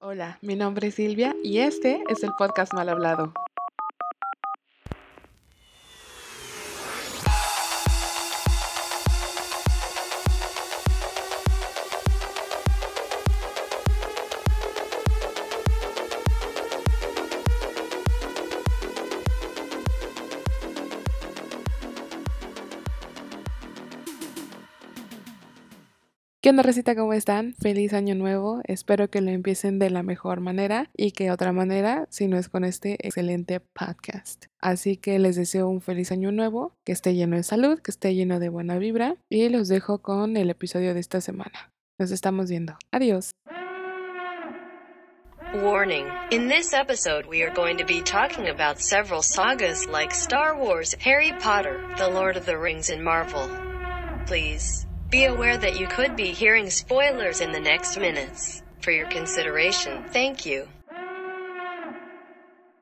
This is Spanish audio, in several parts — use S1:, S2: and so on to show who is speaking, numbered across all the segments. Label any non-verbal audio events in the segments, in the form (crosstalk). S1: Hola, mi nombre es Silvia y este es el podcast Mal Hablado. ¿Qué onda, Recita? ¿Cómo están? Feliz año nuevo. Espero que lo empiecen de la mejor manera y que otra manera, si no es con este excelente podcast. Así que les deseo un feliz año nuevo, que esté lleno de salud, que esté lleno de buena vibra y los dejo con el episodio de esta semana. Nos estamos viendo. Adiós.
S2: Warning. In this episode, we are going to be talking about several sagas like Star Wars, Harry Potter, The Lord of the Rings, and Marvel. Please be aware that you could be hearing spoilers in the next minutes. For your consideration, thank you.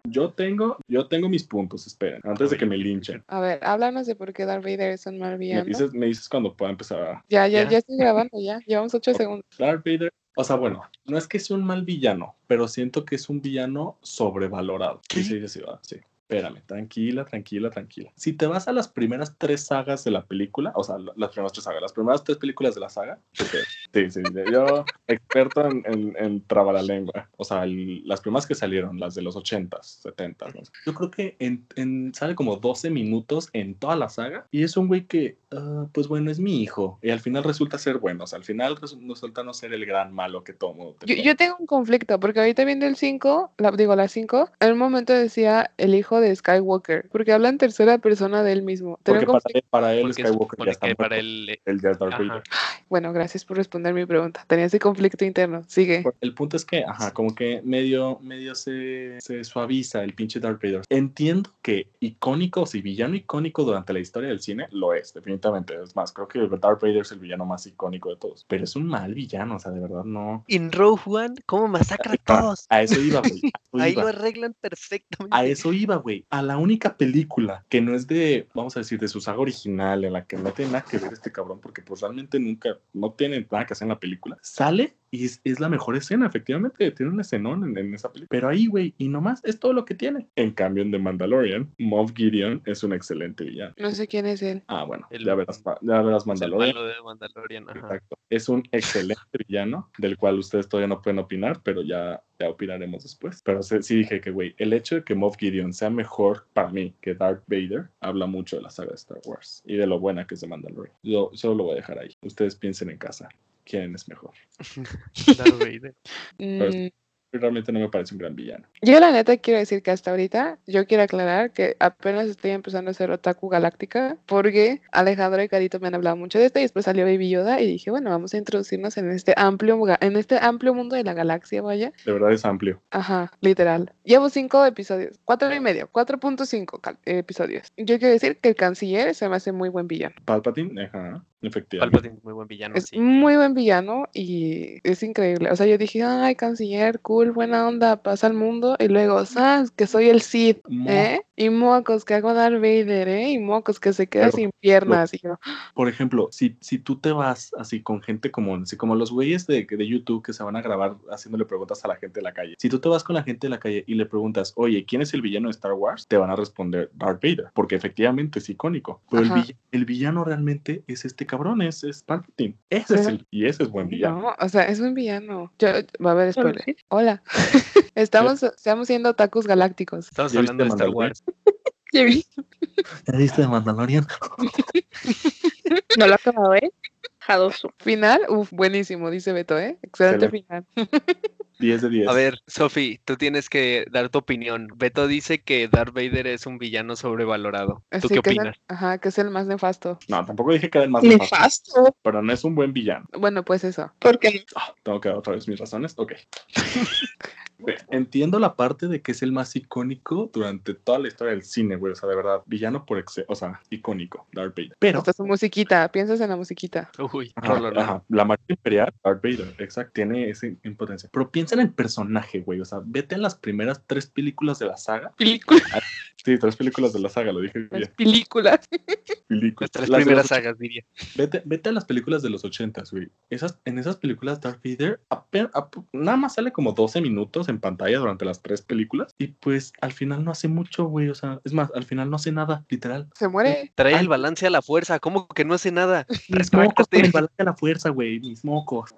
S3: Yo tengo, yo tengo mis puntos, esperen, antes de que me linchen.
S1: A ver, háblanos de por qué Darth Vader es un mal
S3: Me
S1: villano.
S3: dices, me dices cuando pueda empezar a...
S1: Ya, ya,
S4: Ya.
S1: ya estoy grabando, ya. Llevamos ocho segundos.
S3: Darth Vader, o sea, bueno, no es que sea un mal villano, pero siento que es un villano sobrevalorado. Sí, sí, sí, sí, va, sí. Espérame, tranquila, tranquila, tranquila. Si te vas a las primeras tres sagas de la película, o sea, la- las primeras tres sagas, las primeras tres películas de la saga, ok, sí, sí, sí, yo experto en, en, en trabalengua, o sea, el- las primeras que salieron, las de los 80s, 70s, no sé. yo creo que en, en- sale como 12 minutos en toda la saga y es un güey que, ah, pues bueno, es mi hijo y al final resulta ser bueno, o sea, al final resu- resulta no ser el gran malo que todo mundo
S1: Yo,
S3: tenía.
S1: yo tengo un conflicto, porque ahorita viendo el 5, la, digo la 5, en un momento decía el hijo de Skywalker, porque habla en tercera persona de él mismo. Tenía
S3: Porque
S1: un
S3: para
S1: conflicto-
S3: él, para él
S4: Porque
S3: Skywalker ya
S4: supone
S3: está
S4: que
S3: muerto,
S4: para él.
S5: eh,
S3: él ya es Darth
S4: ajá.
S3: Vader.
S1: Bueno, gracias por responder mi pregunta. Tenía ese conflicto interno. Sigue.
S3: Bueno, El punto es que, ajá, como que medio, medio se, se suaviza el pinche Darth Vader. Entiendo que icónico, si villano icónico durante la historia del cine, lo es, definitivamente. Es más, creo que Darth Vader es el villano más icónico de todos. Pero es un mal villano, o sea, de verdad no.
S5: En Rogue One,
S3: (laughs)
S5: ¿cómo masacra a
S3: Ah,
S5: todos?
S3: A eso iba, güey. A
S5: Ahí
S3: eso iba.
S5: lo arreglan perfectamente. (laughs)
S3: A eso iba, güey. A la única película que no es de, vamos a decir, de su saga original, en la que no tiene nada que ver este cabrón, porque pues realmente nunca, no tiene nada que hacer en la película, sale y es, es la mejor escena, efectivamente, tiene un escenón en, en esa película. Pero ahí, güey, y nomás es todo lo que tiene. En cambio, en The Mandalorian, Moff Gideon es un excelente villano.
S1: No sé quién es él.
S3: Ah, bueno,
S4: El-
S3: ya verás, ya
S4: Es
S3: verás
S4: el
S3: Mandalorian.
S4: malo de Mandalorian. Ajá.
S3: Exacto. Es un excelente villano, del cual ustedes todavía no pueden opinar, pero ya, ya opinaremos después. Pero sí, sí dije que, güey, el hecho de que Moff Gideon sea mejor para mí que Darth Vader habla mucho de la saga de Star Wars y de lo buena que es de Mandalorian. Yo solo lo voy a dejar ahí. Ustedes piensen en casa. ¿Quién es mejor?
S5: (laughs)
S4: Darth
S3: (laughs)
S4: Vader.
S1: Mm,
S3: Realmente no me parece un gran villano.
S1: Yo la neta quiero decir que hasta ahorita yo quiero aclarar que apenas estoy empezando a ser otaku galáctica porque Alejandro y Carito me han hablado mucho de esto y después salió Baby Yoda y dije, bueno, vamos a introducirnos en este amplio, ga- en este amplio mundo de la galaxia, vaya.
S3: De verdad es amplio.
S1: Ajá, literal. Llevo cinco episodios, cuatro y medio, 4.5 cal- episodios. Yo quiero decir que el canciller se me hace muy buen villano.
S3: Palpatine, ajá, efectivamente.
S4: Palpatine, muy buen villano.
S1: Es
S4: sí.
S1: muy buen villano y es increíble. O sea, yo dije, ay, canciller, cool, buena onda, pasa al mundo. Y luego, ¿sabes? Que soy el Cid,
S3: Mo-
S1: ¿eh? Y mocos, que hago Darth Vader, ¿eh? Y mocos, que se queda
S3: Pero-
S1: sin piernas. Y yo,
S3: Por ejemplo, si, si tú te vas así con gente común, así como los güeyes de, de YouTube que se van a grabar haciéndole preguntas a la gente de la calle, si tú te vas con la gente de la calle y le preguntas, oye, ¿quién es el villano de Star Wars? Te van a responder Darth Vader, porque efectivamente es icónico. Pero el,
S1: Ajá.
S3: vill- el villano realmente es este cabrón, es, es Palpatine. Ese es
S1: Pero-
S3: el, y ese es buen villano.
S1: no, o sea, es un villano. Yo, va a haber spoiler.
S5: (laughs)
S3: sí.
S1: Hola. (laughs) Estamos, estamos siendo tacos galácticos.
S4: Estamos
S3: ¿Ya viste
S4: hablando de Star
S3: Mandalorian?
S4: Wars.
S3: ¿Te viste de Mandalorian?
S6: No lo he acabado, ¿eh? Jadoso.
S1: Final, uf, buenísimo, dice Beto, ¿eh? Excelente final.
S3: 10 de 10.
S5: A ver, Sofi, tú tienes que dar tu opinión. Beto dice que Darth Vader es un villano sobrevalorado. ¿Tú
S1: Sí,
S5: qué
S1: que es el-
S5: opinas?
S1: ajá, que es el más nefasto.
S3: No, tampoco dije que era el más nefasto,
S6: Nefasto,
S3: pero no es un buen villano.
S1: Bueno, pues eso.
S6: porque
S3: Tengo que dar otra vez mis razones. Ok. Güey, Entiendo la parte de que es el más icónico durante toda la historia del cine, güey. O sea, de verdad, villano por exceso. O sea, icónico, Darth Vader. Pero.
S1: Hasta su musiquita, piensas en la musiquita.
S4: Uy,
S3: Ajá,
S4: Rolo, ¿no?
S3: ajá, La marca imperial, Darth Vader, exacto, tiene esa impotencia. Pero piensa en el personaje, güey. O sea, vete en las primeras tres películas de la saga.
S1: Película.
S3: Sí, tres películas de la saga, lo dije
S6: Las
S3: bien.
S6: películas.
S3: Películas.
S5: Las tres
S3: Las de
S5: primeras
S3: los-
S5: sagas, diría.
S3: Vete, vete a las películas de los ochentas, güey. Esas, en esas películas Darth Vader ape- ap- nada más sale como 12 minutos en pantalla durante las tres películas y pues al final no hace mucho, güey. O sea, es más, al final no hace nada, literal.
S1: (laughs) Se muere.
S5: Trae
S3: Ay.
S5: el balance a la fuerza. ¿Cómo que no hace
S3: (laughs)
S5: nada?
S3: Mis mocos con
S5: Retráctate.
S3: el balance de la fuerza, güey. Mis (laughs) mocos.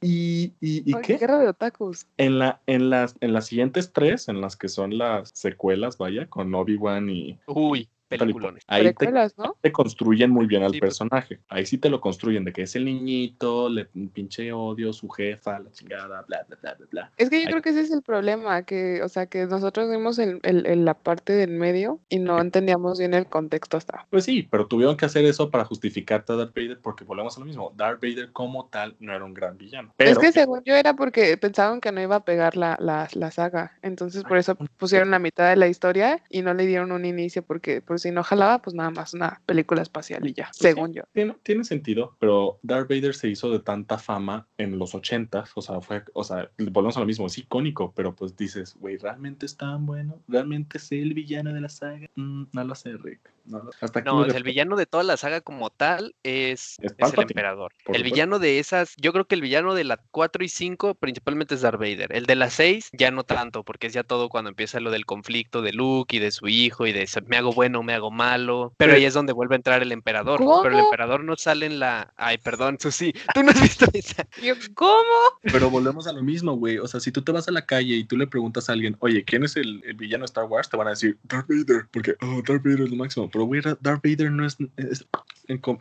S3: ¿Y, y, y
S1: Ay,
S3: qué?
S1: Guerra de otakus.
S3: En, la, en, las, en las siguientes tres, en las que son las secuelas, vaya, con Obi-Wan y...
S5: Uy, peliculón.
S3: Ahí te-
S1: Precuelas, ¿no?
S3: te construyen muy bien al
S5: Sí, pues.
S3: personaje. Ahí sí te lo construyen, de que es el niñito, le pinche odio, su jefa, la chingada, bla, bla, bla, bla, bla.
S1: Es que yo
S3: Ay.
S1: creo que ese es el problema, que, o sea, que nosotros vimos el, el- el- la parte del medio y no entendíamos bien el contexto hasta.
S3: Pues sí, pero tuvieron que hacer eso para justificarte a Darth Vader, porque volvemos a lo mismo. Darth Vader como tal no era un gran villano. Pero
S1: es que según yo era porque pensaban que no iba a pegar la, la, la saga, entonces por eso pusieron la mitad de la historia y no le dieron un inicio, porque por si no jalaba, pues nada más una película espacial y ya,
S3: Pues sí.
S1: según yo.
S3: tiene, tiene sentido, pero Darth Vader se hizo de tanta fama en los ochentas, o sea, fue, o sea, volvemos a lo mismo, es icónico, pero pues dices, güey, ¿realmente es tan bueno? ¿Realmente es el villano de la saga? Mm, no lo sé, Rick. No lo- Hasta aquí
S5: No,
S3: mi
S5: o sea, el
S3: reporte.
S5: villano de toda la saga como tal es,
S3: Es
S5: es el
S3: Palpatine,
S5: emperador.
S3: por
S5: El
S3: supuesto.
S5: villano de esas, yo creo que el villano de la 4 y 5 principalmente es Darth Vader. El de las 6 ya no tanto, porque es ya todo cuando empieza lo del conflicto de Luke y de su hijo y de se- me hago bueno, me hago malo. Pero ahí es donde vuelve a entrar el emperador. Pero el
S1: ¿Cómo?
S5: emperador no sale en la... Ay, perdón, Susi, tú no has visto (laughs) esa.
S6: Yo, ¿Cómo?
S3: Pero volvemos a lo mismo, güey. O sea, si tú te vas a la calle y tú le preguntas a alguien, oye, ¿quién es el, el villano de Star Wars? Te van a decir Darth Vader, porque oh, Darth Vader es lo máximo. Pero, güey, Darth Vader no es. Es,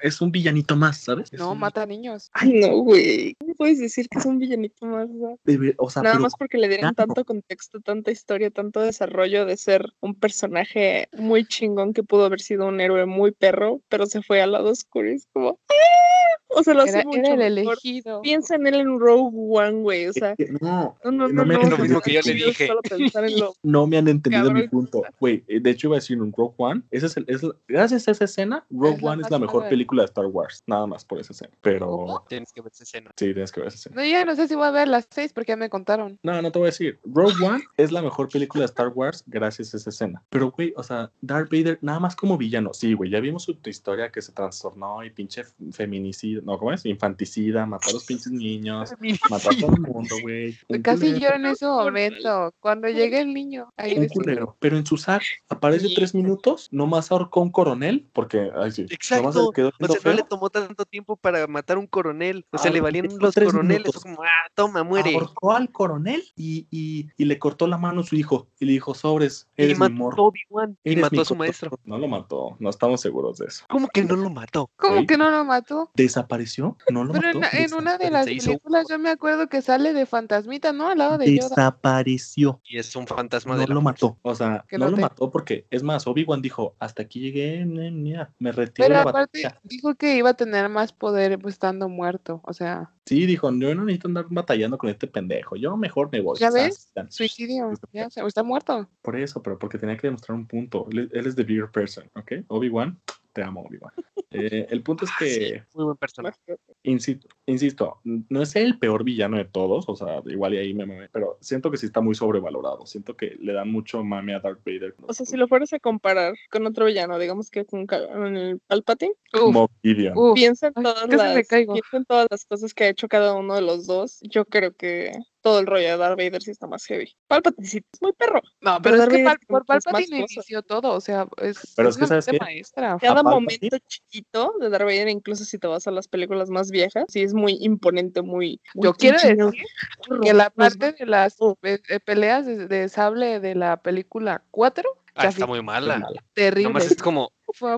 S3: es un villanito más, ¿sabes? Es
S1: No,
S3: un-
S1: mata niños.
S6: Ay, no, güey. ¿Cómo puedes decir que es un villanito más? o
S3: de ver- O sea,
S6: sea, Nada
S3: pero
S6: más porque le dieron
S3: claro.
S6: tanto contexto, tanta historia, tanto desarrollo de ser un personaje muy chingón que pudo haber sido un héroe muy perro, pero se fue al lado oscuro. y Es como. ¡ah! O sea, lo hace
S1: Era,
S6: mucho.
S1: era el
S6: mejor.
S1: elegido.
S6: Piensa en él en Rogue One, güey. O sea,
S3: es que no.
S6: no,
S3: no
S6: no, no.
S3: me-
S6: no,
S3: es
S6: o
S3: lo
S6: sea,
S3: mismo
S6: está
S5: que yo le
S6: chido
S5: dije.
S6: Solo pensar en lo
S3: No me han entendido mi
S6: Cabrón.
S3: punto. Güey, eh, de hecho iba a decir un Rogue One. Esa es el- es la- gracias a esa escena, Rogue
S1: Es la
S3: One es
S1: más
S3: la mejor
S1: padre.
S3: película de Star Wars. Nada más por esa escena. Pero
S1: ¿Cómo?
S5: Tienes que ver esa escena.
S3: sí, tienes que ver esa escena.
S1: No, ya no sé si voy a ver las seis porque ya me contaron.
S3: No, no te voy a decir. Rogue One es la mejor película de Star Wars gracias a esa escena. Pero, güey, o sea, Darth Vader nada más como villano. Sí, güey, ya vimos su historia que se trastornó y pinche f- feminicida, no, ¿cómo es? Infanticida, mató a los pinches niños, mató a todo el mundo, güey. Un
S1: Casi
S3: culero,
S1: lloro
S3: (laughs)
S1: en ese
S6: Por-
S1: momento, cuando llega el niño. Ahí
S3: Un
S1: ves-
S3: culero. Pero en su saga aparece
S6: Sí.
S3: tres minutos, nomás ahorcó a un coronel, porque, ay, sí, nomás se
S5: Exacto.
S3: quedó
S5: O
S3: viendo
S5: sea, no le
S3: feo.
S5: tomó tanto tiempo para matar a un coronel. O sea,
S3: Ah,
S5: le valían
S3: esos
S5: los
S3: tres
S5: coroneles.
S3: minutos.
S5: Fue como, ah, toma, muere.
S3: Ahorcó al coronel y, y, y le cortó la mano a su hijo. Y le dijo, sobres,
S5: Y
S3: eres mi
S5: mató a
S3: morro.
S5: Obi-Wan. Y
S3: eres mi
S5: mató a su
S3: cotorro".
S5: maestro.
S3: No lo mató, no estamos seguros de eso.
S5: ¿Cómo que no lo mató?
S1: ¿Cómo
S3: Güey.
S1: que no lo mató?
S3: desapareció, no lo
S1: Pero en,
S3: mató.
S1: en una de
S5: se
S1: las
S5: hizo un
S1: películas yo me acuerdo que sale de Fantasmita, ¿no? Al lado de Yoda.
S3: Desapareció,
S5: Y es un fantasma
S3: no
S5: de la
S3: lo mató. O sea,
S1: Que
S3: no
S1: lo
S3: lo
S1: te-
S3: mató porque, es más, Obi-Wan dijo, hasta aquí llegué, ne- mira, me retiro de
S1: Pero
S3: la
S1: aparte
S3: batalla.
S1: dijo que iba a tener más poder pues, estando muerto. O sea,
S3: Sí, dijo, yo no necesito andar batallando con este pendejo, yo mejor me voy.
S1: ¿Ya
S3: ¿sabes?
S1: ves? suicidio. Ya, o sea, está muerto.
S3: Por eso, pero porque tenía que demostrar un punto. Él, él es the bigger person, ¿ok? Obi-Wan, te amo, Obi-Wan. Eh, el punto es
S5: Ah, sí.
S3: que...
S5: Muy buen personaje.
S3: Insisto, insisto, no es el peor villano de todos, o sea, igual y ahí me mamé, pero siento que sí está muy sobrevalorado, siento que le dan mucho mame a Darth Vader.
S6: O sea, si lo fueras a comparar con otro villano, digamos que con Cal- con el Palpatine,
S1: Uf,
S3: Moff Gideon.
S1: uf.
S6: piensa en,
S1: Ay,
S6: todas
S1: casi me
S6: las,
S1: caigo.
S6: piensa en todas las cosas que ha hecho cada uno de los dos. Yo creo que todo el rollo de Darth Vader sí está más heavy. Palpatine sí es muy perro.
S1: No, pero,
S6: pero
S1: es
S6: Darth
S1: que Pal-
S6: Vader tiene
S1: por
S6: muchas más
S1: Palpatine
S6: cosas.
S1: inició todo. O sea, es,
S3: Pero es que,
S1: una
S3: ¿sabes
S1: mente
S3: qué?
S1: maestra.
S6: Cada
S3: Palpatine?
S6: momento chiquito de Darth Vader, incluso si te vas a las películas más viejas, sí es muy imponente, muy... muy
S1: Yo quiero
S6: chingón,
S1: decir
S6: perro.
S1: que la
S6: Nos va-
S1: parte de las
S6: Oh.
S1: eh, eh, peleas de, de sable de la película 4,
S5: Ah, está muy mala.
S1: terrible.
S5: Nomás es como.
S1: Fue-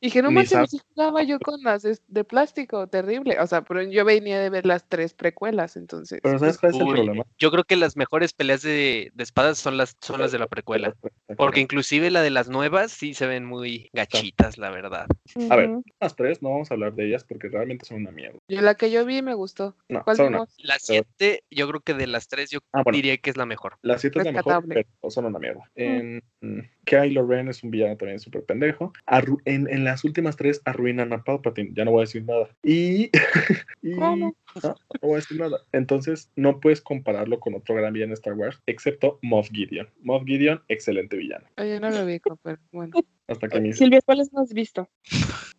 S1: Dije, no
S3: Ni
S1: manches,
S3: sab-
S1: así jugaba yo con las de, de plástico, terrible. O sea, pero yo venía de ver las tres precuelas, entonces.
S3: Pero ¿sabes cuál es el
S5: Uy,
S3: problema?
S5: Yo creo que las mejores peleas de, de espadas son las, son las de la precuela. Porque inclusive la de las nuevas sí se ven muy gachitas, la verdad.
S3: A ver.
S6: Ujú.
S3: Las tres no vamos a hablar de ellas porque realmente son una mierda.
S1: Yo la que yo vi me gustó.
S3: No,
S1: ¿Cuál
S3: son una.
S1: vimos?
S5: La siete, yo creo que de las tres, yo
S3: Ah, bueno.
S5: diría que es la mejor.
S3: Las siete es la mejor,
S1: Rescatable.
S3: pero son una mierda. En- Mm. Kylo Ren es un villano también súper pendejo. Arru- en, en las últimas tres arruinan a Palpatine. Ya no voy a decir nada. Y. (laughs) y-
S6: ¿Cómo?
S3: No, no voy a decir nada. Entonces, no puedes compararlo con otro gran villano de Star Wars, excepto Moff Gideon. Moff Gideon, excelente villano.
S1: Oye, no lo ubico, pero bueno.
S3: Hasta que me hice-
S6: Silvia, ¿cuáles no has visto?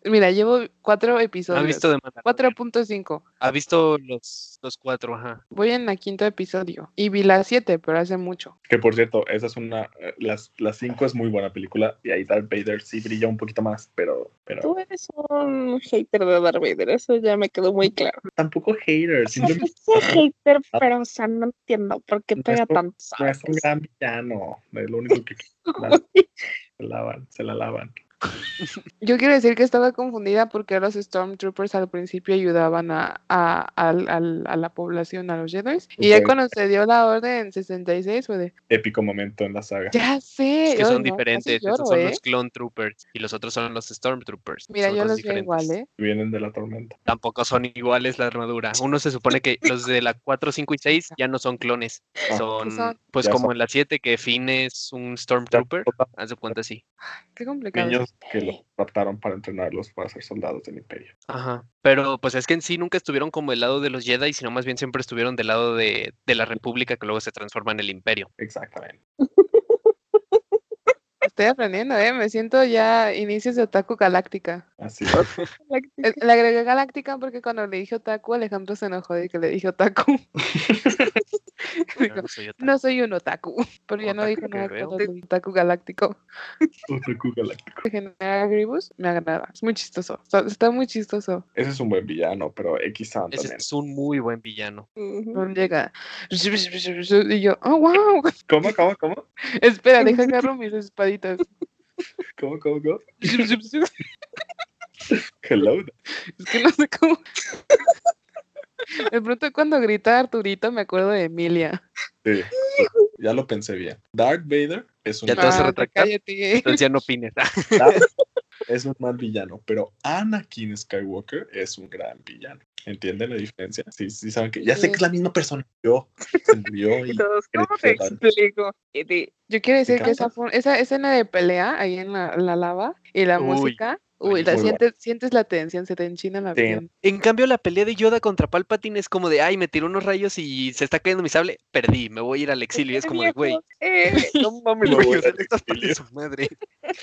S1: Mira, llevo cuatro
S5: No ha
S1: episodios.
S5: visto de Mandalorian.
S1: 4.5.
S5: Ha visto los, los cuatro, ajá.
S1: Voy en la quinto episodio. Y vi la siete, pero hace mucho.
S3: Que por cierto, esa es una. eh, Las, las cinco es muy buena película. Y ahí Darth Vader sí brilla un poquito más, pero. pero
S6: Tú eres un hater de Darth Vader, eso ya me quedó muy claro.
S3: tampoco hater.
S6: (laughs) Es
S3: Simplemente
S6: hater, pero o sea, no entiendo por qué
S3: No Ah. Pues es
S6: pega
S3: por-
S6: tanto.
S3: no es un gran villano. Es lo único que.
S6: ¿sabes?
S3: Se lavan, se la lavan.
S1: Yo quiero decir que estaba confundida porque los Stormtroopers al principio ayudaban a, a, al- al- a la población, a los Jedi. Y ya
S3: Ok.
S1: cuando se dio la orden en 66, fue de,
S3: Épico momento en la saga.
S1: ya sé.
S5: Es que
S1: ay,
S5: son
S1: no, casi
S5: diferentes.
S1: lloro,
S5: Estos son
S1: ¿eh?
S5: los Clone Troopers y los otros son los Stormtroopers.
S1: Mira,
S5: son
S1: yo
S5: cosas
S1: los veo igual,
S5: diferentes.
S1: ¿eh?
S3: Vienen de la tormenta.
S5: Tampoco son iguales la armadura. Uno se supone que los de la 4, 5 y 6 ya no son clones.
S3: Ah.
S5: Son,
S1: son?
S5: pues,
S3: Ya
S5: como
S3: son.
S5: en la 7 que Finn es un Stormtrooper. Haz de cuenta así.
S1: Qué complicado.
S3: Niños que los raptaron para entrenarlos para ser soldados del imperio.
S5: Ajá. Pero pues es que en sí nunca estuvieron como del lado de los Jedi, sino más bien siempre estuvieron del lado de, de la República que luego se transforma en el Imperio.
S3: Exactamente.
S1: Estoy aprendiendo, ¿eh? Me siento ya inicios de Otaku Galáctica.
S3: Así (laughs) es.
S1: Eh, Le agregué Galáctica porque cuando le dije Otaku, Alejandro se enojó de que le dije Otaku. (laughs)
S5: Yo
S1: Dijo,
S5: no soy otaku.
S1: no soy un Otaku, pero ya no
S5: Otaku
S1: dijo
S5: que
S1: nada
S5: veo.
S1: contra el Otaku Galáctico.
S3: Otaku galáctico.
S1: Que genera Gribus, me agrada. Es muy chistoso. Está, está muy chistoso.
S3: Ese es un buen villano, pero X Sound
S5: Ese
S3: también.
S5: es un muy buen villano.
S1: No llega. Y yo, oh, wow. (laughs)
S3: ¿Cómo, cómo, cómo?
S1: Espera, deja agarro mis espaditas.
S3: ¿Cómo, cómo, cómo? Hello.
S1: Es que no sé cómo. (laughs) De pronto cuando grita Arturito me acuerdo de Emilia.
S3: Sí. pues, Ya lo pensé bien. Darth Vader es un,
S5: Ya te vas a
S1: Ah,
S5: retractar?
S1: Cállate.
S5: Entonces ya no opines.
S3: (laughs) es un mal villano, pero Anakin Skywalker es un gran villano. ¿Entienden la diferencia? Sí, sí, saben que ya sé que es la misma persona. Yo se murió y
S6: Y todos, ¿cómo te
S3: Creció tanto.
S6: explico? Y di-
S1: Yo quiero decir que
S3: encanta.
S1: esa, fue- esa escena de pelea ahí en la, la lava y la
S5: Uy,
S1: música, uy, la
S3: buenísimo.
S1: sientes, sientes la tensión, se te enchina la
S3: Sí.
S1: piel.
S5: En cambio, la pelea de Yoda contra Palpatine es como de, ay, me tiró unos rayos y se está cayendo mi (laughs) sable, perdí, me voy a ir al exilio. Y es
S6: "Eh,
S5: como de, güey,
S6: viejo, eh".
S5: (laughs) no mames,
S3: Me
S5: güey,
S3: voy
S5: o sea,
S3: al
S5: le estás partiendo
S3: exilio.
S5: su madre.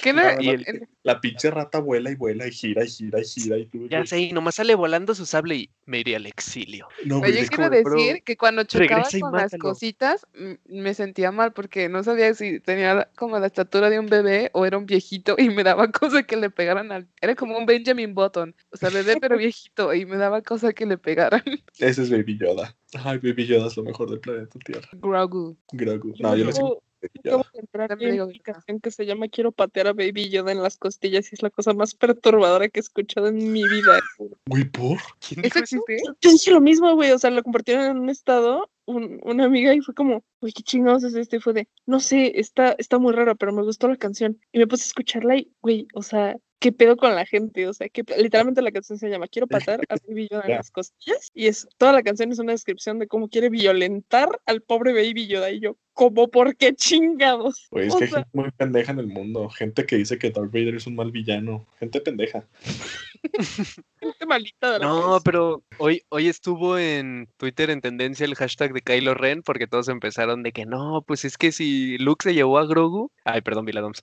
S1: ¿Qué no-
S3: Nada más
S5: Y el-
S1: en-
S3: La pinche rata vuela y vuela y gira y gira y gira y tú.
S5: Ya sé, y nomás sale volando su sable y me iré al exilio.
S3: No,
S1: Oye,
S3: güey, es
S1: yo quiero
S5: como de, "Bro,
S1: decir que cuando chocaba
S5: regresa y
S1: con las
S5: mátalo".
S1: cositas m- me sentía mal porque no sabía si tenía como la estatura de un bebé o era un viejito y me daba (laughs) cosa que le pegaran al... Era como un Benjamin Button, o sea, bebé pero viejito y me daba cosa que le pegaran.
S3: Ese es Baby Yoda. Ay, Baby Yoda es lo mejor del planeta Tierra.
S1: Grogu.
S3: Grogu. No, yo le sigo
S6: Acabo-
S3: Baby
S6: acabo
S3: Yoda.
S6: de entrar
S1: También
S6: en
S1: digo
S6: una
S1: que no.
S6: aplicación que se llama Quiero patear a Baby Yoda en las costillas y es la cosa más perturbadora que he escuchado en mi vida.
S3: Güey, ¿por?
S5: ¿Quién
S1: ¿Eso
S5: dijo eso?
S1: existe?
S6: (clears throat) Yo dije lo mismo, güey. O sea, lo compartieron en un estado, un- una amiga, y fue como, güey, qué chingados es esto. Y fue de, no sé, está, está muy raro, pero me gustó la canción. Y me puse a escucharla y, güey, o sea, qué pedo con la gente. O sea, que literalmente la canción se llama Quiero patar a Baby Yoda
S3: (laughs)
S6: en
S3: Ya.
S6: las costillas. Y es, toda la canción es una descripción de cómo quiere violentar al pobre Baby Yoda. Y yo, ¿cómo? ¿Por qué chingados?
S3: Güey, es
S6: O
S3: que hay
S6: sea,
S3: gente muy pendeja en el mundo. Gente que dice que Darth Vader es un mal villano. Gente pendeja.
S6: gente malita este de la
S5: No,
S6: vez.
S5: pero hoy, hoy estuvo en Twitter en tendencia el hashtag de Kylo Ren porque todos empezaron de que no, pues es que si Luke se llevó a Grogu, ay, perdón, Vila Doms,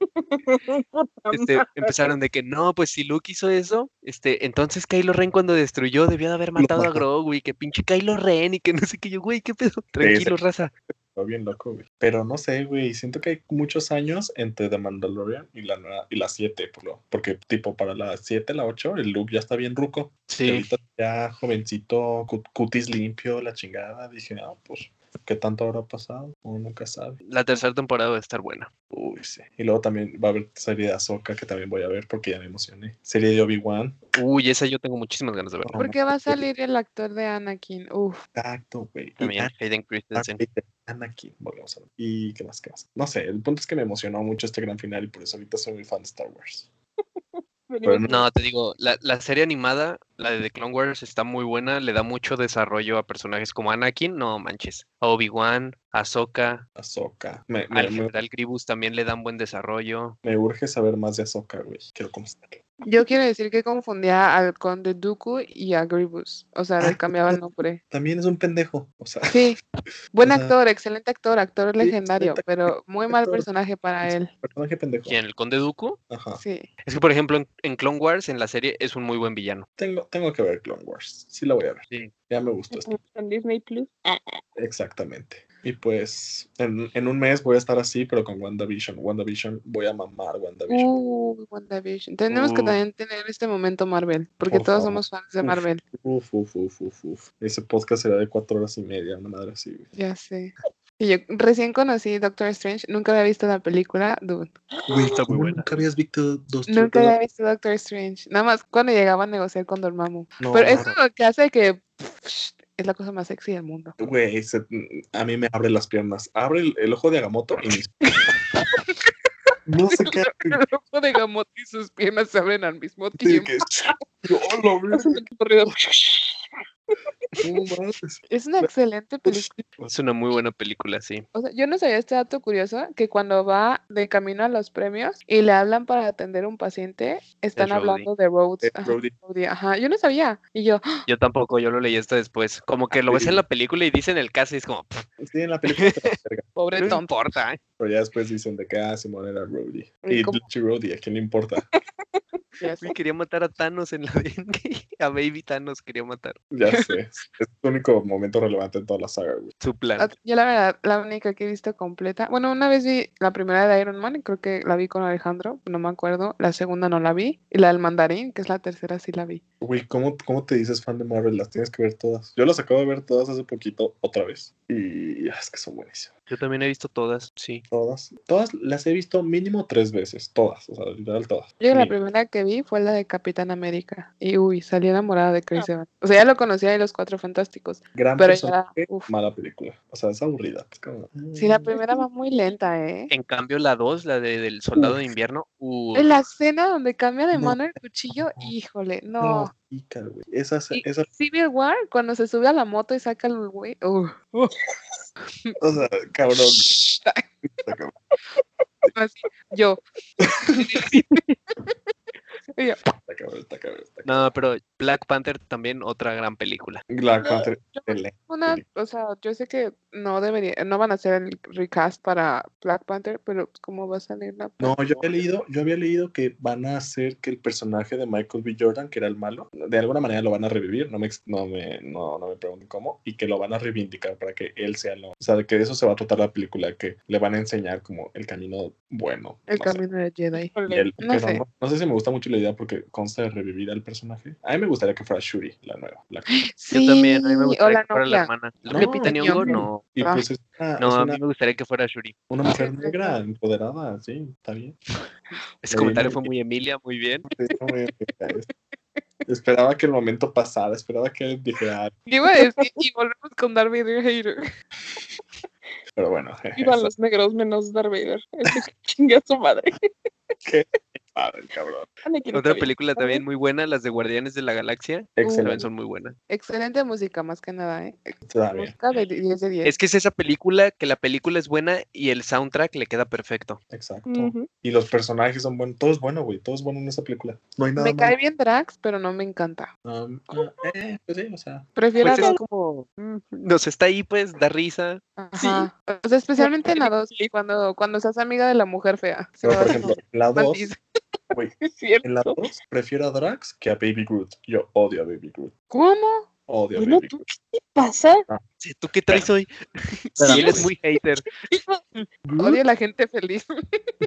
S6: Puta
S5: este,
S6: madre.
S5: empezaron de que no, pues si Luke hizo eso, este, entonces Kylo Ren cuando destruyó debió de haber
S3: Lo
S5: matado a
S3: mató.
S5: Grogu y que pinche Kylo Ren y que no sé qué yo, güey, qué pedo, tranquilo, raza.
S3: Está bien loco, güey. Pero no sé, güey. Siento que hay muchos años entre The Mandalorian y la nueva- y la 7, por lo- porque tipo para la 7, la 8, el Luke ya está bien ruco. Y
S5: Sí,
S3: ahorita ya jovencito, cu- cutis limpio, la chingada. Dije, ah, pues, ¿qué tanto habrá pasado? Uno nunca sabe.
S5: la tercera temporada va a estar buena.
S3: Uy, sí. Y luego también va a haber serie de Ahsoka que también voy a ver porque ya me emocioné. Serie de Obi- Wan.
S5: Uy, esa yo tengo muchísimas ganas de ver.
S1: Porque va a salir el actor de Anakin. Uf,
S3: Exacto, güey. Y
S5: También Hayden
S3: Darth
S5: Christensen.
S3: Vader, Anakin, volvemos a ver. ¿Y qué más? ¿Qué más? No sé, el punto es que me emocionó mucho este gran final y por eso ahorita soy muy fan de Star Wars.
S6: Venimos-
S3: Bueno.
S5: No, te digo, la, la serie animada, la de The Clone Wars, está muy buena, le da mucho desarrollo a personajes como Anakin, no manches, a Obi-Wan, a Ahsoka,
S3: Ahsoka. Me, me-
S5: al
S3: me-
S5: General Grievous también le dan buen desarrollo.
S3: me urge saber más de Ahsoka, güey. Quiero constar.
S1: Yo quiero decir que confundía al conde Dooku y a Grievous. O sea, les
S3: Ah,
S1: cambiaba el nombre.
S3: También es un pendejo. O sea,
S1: Sí. Buen
S3: Ajá.
S1: actor, excelente actor, actor
S3: Sí,
S1: legendario,
S3: excelente
S1: pero muy mal
S3: actor.
S1: personaje para él.
S3: personaje pendejo.
S5: ¿Quién? ¿El Conde Dooku?
S3: Ajá.
S1: Sí.
S5: Es que, por ejemplo, en, en Clone Wars, en la serie, es un muy buen villano.
S3: Tengo, tengo que ver Clone Wars. Sí la voy a ver.
S5: Sí.
S3: Ya me gustó esto.
S6: en
S3: (laughs)
S6: Disney Plus.
S3: Exactamente. Y pues en, en un mes voy a estar así, pero con WandaVision. WandaVision, voy a mamar WandaVision.
S1: Uh, WandaVision. Tenemos que
S5: Uh.
S1: también tener este momento Marvel, porque
S3: Por
S1: todos
S3: favor.
S1: somos fans de
S3: Uf.
S1: Marvel.
S3: Uf, uf, uf, uf, uf. Ese podcast será de cuatro horas y media, una madre así. güey.
S1: Ya sé. Y yo recién conocí Doctor Strange, nunca había visto la película, dude.
S5: Está muy buena.
S3: Nunca habías visto dos
S1: Nunca había visto Doctor Strange. Nada más cuando llegaba a negociar con Dormammu.
S3: No,
S1: Pero eso es lo que hace que pff, es la cosa más sexy del mundo.
S3: Güey, se- a mí me abre las piernas. Abre el, el ojo de Agamotto y mis... (laughs) No sé
S1: (laughs)
S3: qué.
S1: El ojo de Gamot y sus piernas se abren al mismo
S3: sí,
S1: tiempo.
S3: que- Yo, hola, güey,
S1: (laughs)
S3: no mames.
S1: Es una excelente película.
S5: Es una muy buena película, sí.
S1: O sea, yo no sabía este dato curioso, que cuando va de camino a los premios y le hablan para atender a un paciente, están
S5: Rhodey.
S1: hablando de Rhodes.
S3: Eh,
S1: Ajá,
S3: Brody,
S1: Rhodey, ajá. Yo no sabía. Y yo,
S5: Yo tampoco, yo lo leí hasta después. Como que lo ves en la película y dicen el caso y es como, "Pff,
S3: sí, en la película te la verga,
S1: pobre
S5: no
S1: Tom.
S5: importa.
S3: pero ya después dicen de que ah, Simón era Brody.
S1: Y
S3: Y
S1: como-
S3: Luchi Brody, ¿a quién le importa? (laughs)
S1: Ya sé.
S5: Uy, Quería matar a Thanos en la... (laughs) a Baby Thanos quería matar.
S3: Ya sé. Es el único momento relevante en toda la saga, güey.
S5: Su
S1: Ah,
S5: plan.
S1: Yo la verdad, la única que he visto completa, bueno, una vez vi la primera de Iron Man, creo que la vi con Alejandro, no me acuerdo, la segunda no la vi, y la del mandarín, que es la tercera, sí la vi.
S3: Güey, ¿cómo, ¿cómo te dices fan de Marvel? Las tienes que ver todas. Yo las acabo de ver todas hace poquito, otra vez. Y ah, es que son buenísimas.
S5: Yo también he visto todas, sí.
S3: Todas. Todas las he visto mínimo tres veces. Todas. O sea, literal todas.
S1: Yo la
S3: Mínimo.
S1: primera que vi fue la de Capitán América, y uy, salí enamorada de Chris Evans. O sea, ya lo conocía de los Cuatro Fantásticos,
S3: Gran
S1: pero ya,
S3: personaje,
S1: uf.
S3: mala película. O sea, es aburrida. Es como,
S1: sí, la
S3: mm,
S1: primera va muy lenta, ¿eh?
S5: En cambio, la 2, la de, del Soldado de
S3: Uf.
S5: Invierno, uh,
S1: En la escena donde cambia de
S3: No.
S1: mano el cuchillo, híjole, no.
S3: no, chica, güey. Esa, se-
S1: Y-
S3: esa,
S1: Civil War, cuando se sube a la moto y saca el güey, uh,
S3: o sea,
S1: (laughs)
S3: cabrón.
S1: así, yo. Y yo,
S3: Está cabrón, está cabrón, está cabrón.
S5: No, pero Black Panther también otra gran película.
S3: Black Panther,
S1: yo-
S3: excelente.
S1: Una,
S3: Sí.
S1: o sea, yo sé que no debería, no van a hacer el recast para Black Panther, pero ¿cómo va a salir la
S3: No, yo
S1: película?
S3: había leído, yo había leído que van a hacer que el personaje de Michael B. Jordan, que era el malo, de alguna manera lo van a revivir, no me, ex- no me, no, no me pregunten cómo, y que lo van a reivindicar para que él sea lo. O sea, de que de eso se va a tratar la película, que le van a enseñar como el camino bueno.
S1: El
S3: no sé.
S1: camino de Jedi.
S3: Y el-
S1: no
S3: pero
S1: sé.
S3: No, no sé si me gusta mucho la idea porque consta de revivir al personaje. A mí me gustaría que fuera Shuri, la nueva. la-
S1: Sí,
S5: Yo también, a mí me
S1: o
S5: gustaría
S1: la
S5: que fuera la
S1: novia.
S5: hermana.
S3: No,
S5: ¿La Lupita
S1: no,
S5: Nyong'o?
S1: no.
S5: No,
S3: Y
S1: Ah.
S3: pues es una,
S5: no,
S3: es
S5: a
S3: una-
S5: mí me gustaría que fuera Shuri.
S3: una
S1: Ah,
S3: mujer
S1: sí, sí,
S3: negra,
S1: sí.
S3: empoderada, sí, está bien.
S5: Ese
S3: Oye,
S5: comentario
S3: no,
S5: fue muy Emilia, muy bien.
S3: Sí, está muy bien, es- Esperaba que el momento pasara, esperaba que dijera, "Ah,
S1: Yo iba a decir, y volvemos con Darth Vader hater.
S3: Pero bueno, (laughs) jeje,
S6: Iban
S3: está
S6: los negros menos Darth Vader. Ese que (laughs) chingue a su madre.
S3: padre el cabrón.
S6: Anakin
S5: Otra
S6: Skywalker.
S5: película también muy buena, las de Guardianes de la Galaxia, también
S3: Excelente.
S5: son muy buenas.
S1: Excelente música, más que nada, ¿eh?
S3: Está bien,
S1: Música de 10 de 10.
S5: Es que es esa película que la película es buena y el soundtrack le queda perfecto.
S3: exacto.
S6: Ujú.
S3: Y los personajes son buenos. Todo es bueno, güey. Todo es bueno en esa película. No hay nada
S1: Me
S3: malo.
S1: cae bien Drax, pero no me encanta.
S3: Um, ah, eh, pues sí, o sea.
S1: Prefiero
S5: Pues
S1: a
S5: es
S1: Rock.
S5: como,
S1: mm.
S5: nos está ahí pues, da risa.
S1: Ajá. O sea, especialmente en la 2, cuando, cuando seas amiga de la mujer fea. Se
S3: Pero,
S1: va
S3: por
S1: a-
S3: ejemplo, en la 2,
S1: matiz.
S6: Es cierto.
S3: en la 2, prefiero a Drax que a Baby Groot. Yo odio a Baby Groot.
S1: ¿Cómo?
S3: Odio a
S6: Bueno,
S3: Baby
S6: ¿tú
S3: Groot.
S6: qué te pasa?
S5: Sí, ¿Tú qué traes hoy? (laughs)
S3: Espérame,
S5: Sí, eres
S3: güey.
S5: muy hater.
S1: Odio a la gente feliz. (laughs)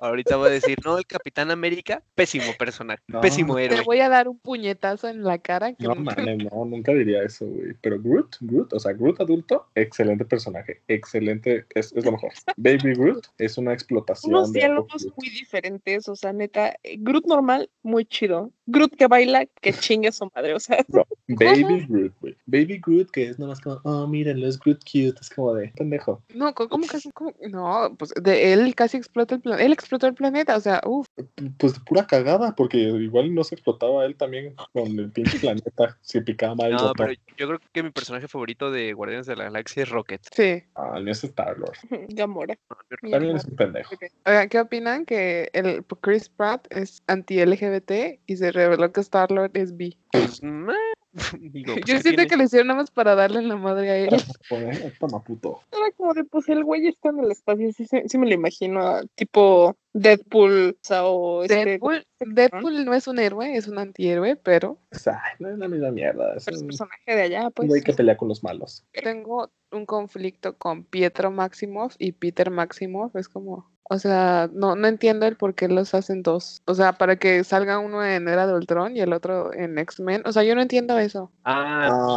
S5: Ahorita voy a decir, no, el Capitán América, pésimo personaje,
S3: No,
S5: pésimo
S1: Te
S5: héroe.
S1: voy a dar un puñetazo en la cara que
S3: No
S1: nunca-
S3: mames, no, nunca diría eso, güey. Pero Groot, Groot, o sea, Groot adulto, excelente personaje. Excelente, es, es lo mejor. Baby Groot es una explotación.
S6: Unos
S3: de algo
S6: diálogos
S3: Groot.
S6: muy
S3: (laughs)
S6: diferentes, o sea, (laughs) neta. eh, Groot normal, muy chido. Groot que baila, que chingue a su madre, o sea.
S3: Baby Groot, güey. Baby Groot, que es nomás como, oh, miren, los Groot cute. Es como de, pendejo.
S1: No, co- ¿cómo casi? cómo- No, pues de él casi explota el planeta. Él explotó el planeta, o sea, uff.
S3: Pues de pura cagada, porque igual no se explotaba él también con el pinche
S6: (laughs)
S3: planeta. Se picaba mal el
S5: No,
S3: botón.
S5: pero yo creo que mi personaje favorito de Guardianes de la Galaxia es Rocket.
S1: Sí.
S3: Ah, el mío es Star-Lord.
S6: Gamora.
S5: Ah,
S3: También es un pendejo.
S1: Oigan, ¿qué opinan que el Chris Pratt es anti-LGBT y se reveló que Star-Lord es bi?
S5: Pues, meh, (laughs) digo, pues,
S1: Yo
S5: ¿qué
S1: siento
S5: tiene?
S1: que lo hicieron nada más para darle la madre a él.
S3: Joder, Toma puto.
S6: Era como de, pues el güey está en el espacio, sí, se- sí me lo imagino, ah, tipo Deadpool, o, sea, o este,
S1: Deadpool, Deadpool no es un héroe, es un antihéroe, pero
S3: O sea, no es la misma mierda. Es
S6: pero es
S3: un
S6: personaje de allá,
S3: un
S6: pues.
S3: güey Mm. que pelea con los malos.
S1: tengo un conflicto con Pietro Maximoff y Peter Maximoff. Es como, o sea, no, no entiendo el por qué los hacen dos. O sea, para que salga uno en Era de Ultron y el otro en X-Men. O sea, yo no entiendo eso.
S5: Ah,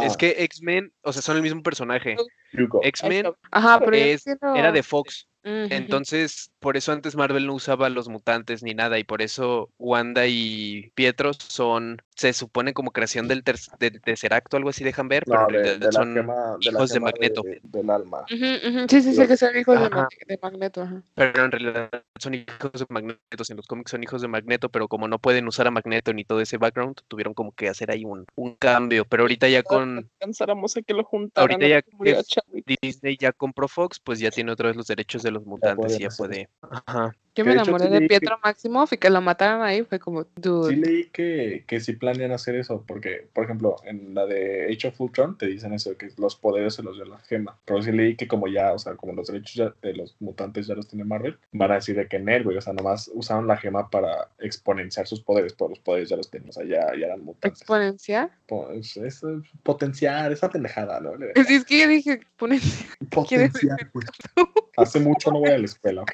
S3: Ah.
S5: es que X-Men, o sea, son el mismo personaje.
S3: Hugo.
S5: X-Men
S1: Ajá, pero yo no
S5: Es-
S1: entiendo-
S5: era de Fox,
S1: Ujú.
S5: entonces por eso antes Marvel no usaba los mutantes ni nada y por eso Wanda y Pietro son, se supone como creación del, ter del tercer acto, algo así dejan ver,
S3: No,
S5: pero en
S3: de,
S5: realidad
S3: de la
S5: son-
S3: gema, de la
S5: hijos de
S3: gema
S5: Magneto.
S3: del alma.
S1: Ujú, ujú. Sí, sí, sí, que son hijos de,
S5: Ajá.
S1: Mag- de Magneto. Ajá.
S5: pero en realidad son hijos de Magneto, si en los cómics son hijos de Magneto, pero como no pueden usar a Magneto ni todo ese background, tuvieron como que hacer ahí un, un cambio, pero ahorita ya con
S6: Cansáramos a que lo juntaran.
S5: Ahorita ya
S6: ¿no?
S5: que
S6: Murió
S5: es-
S6: Chadwick.
S5: Disney ya compró Fox, pues ya tiene otra vez los derechos de los mutantes
S3: pueden
S5: y ya
S3: hacer.
S5: puede. Ajá.
S1: Yo
S3: Que
S1: me
S3: de hecho
S1: enamoré
S3: sí
S1: de
S3: leí que-
S1: Pietro Maximoff y que lo mataron ahí fue como, dude.
S3: Sí leí que, que sí planean hacer eso, porque, por ejemplo, en la de Age of Ultron te dicen eso, que los poderes se los dio la gema. Pero sí leí que como ya, o sea, como los derechos ya- de los mutantes ya los tiene Marvel, van a decir de que Nel, güey, o sea, nomás usaron la gema para exponenciar sus poderes, pero los poderes ya los tenían, o sea, ya, ya eran mutantes.
S1: Exponencial.
S3: Pues, es, eh, potenciar, esa pendejada, ¿no? Le-
S1: Sí, (laughs) es que yo dije exponencial. ¿Quieres
S3: Potenciar, güey. Hace mucho no voy a la escuela, ¿ok?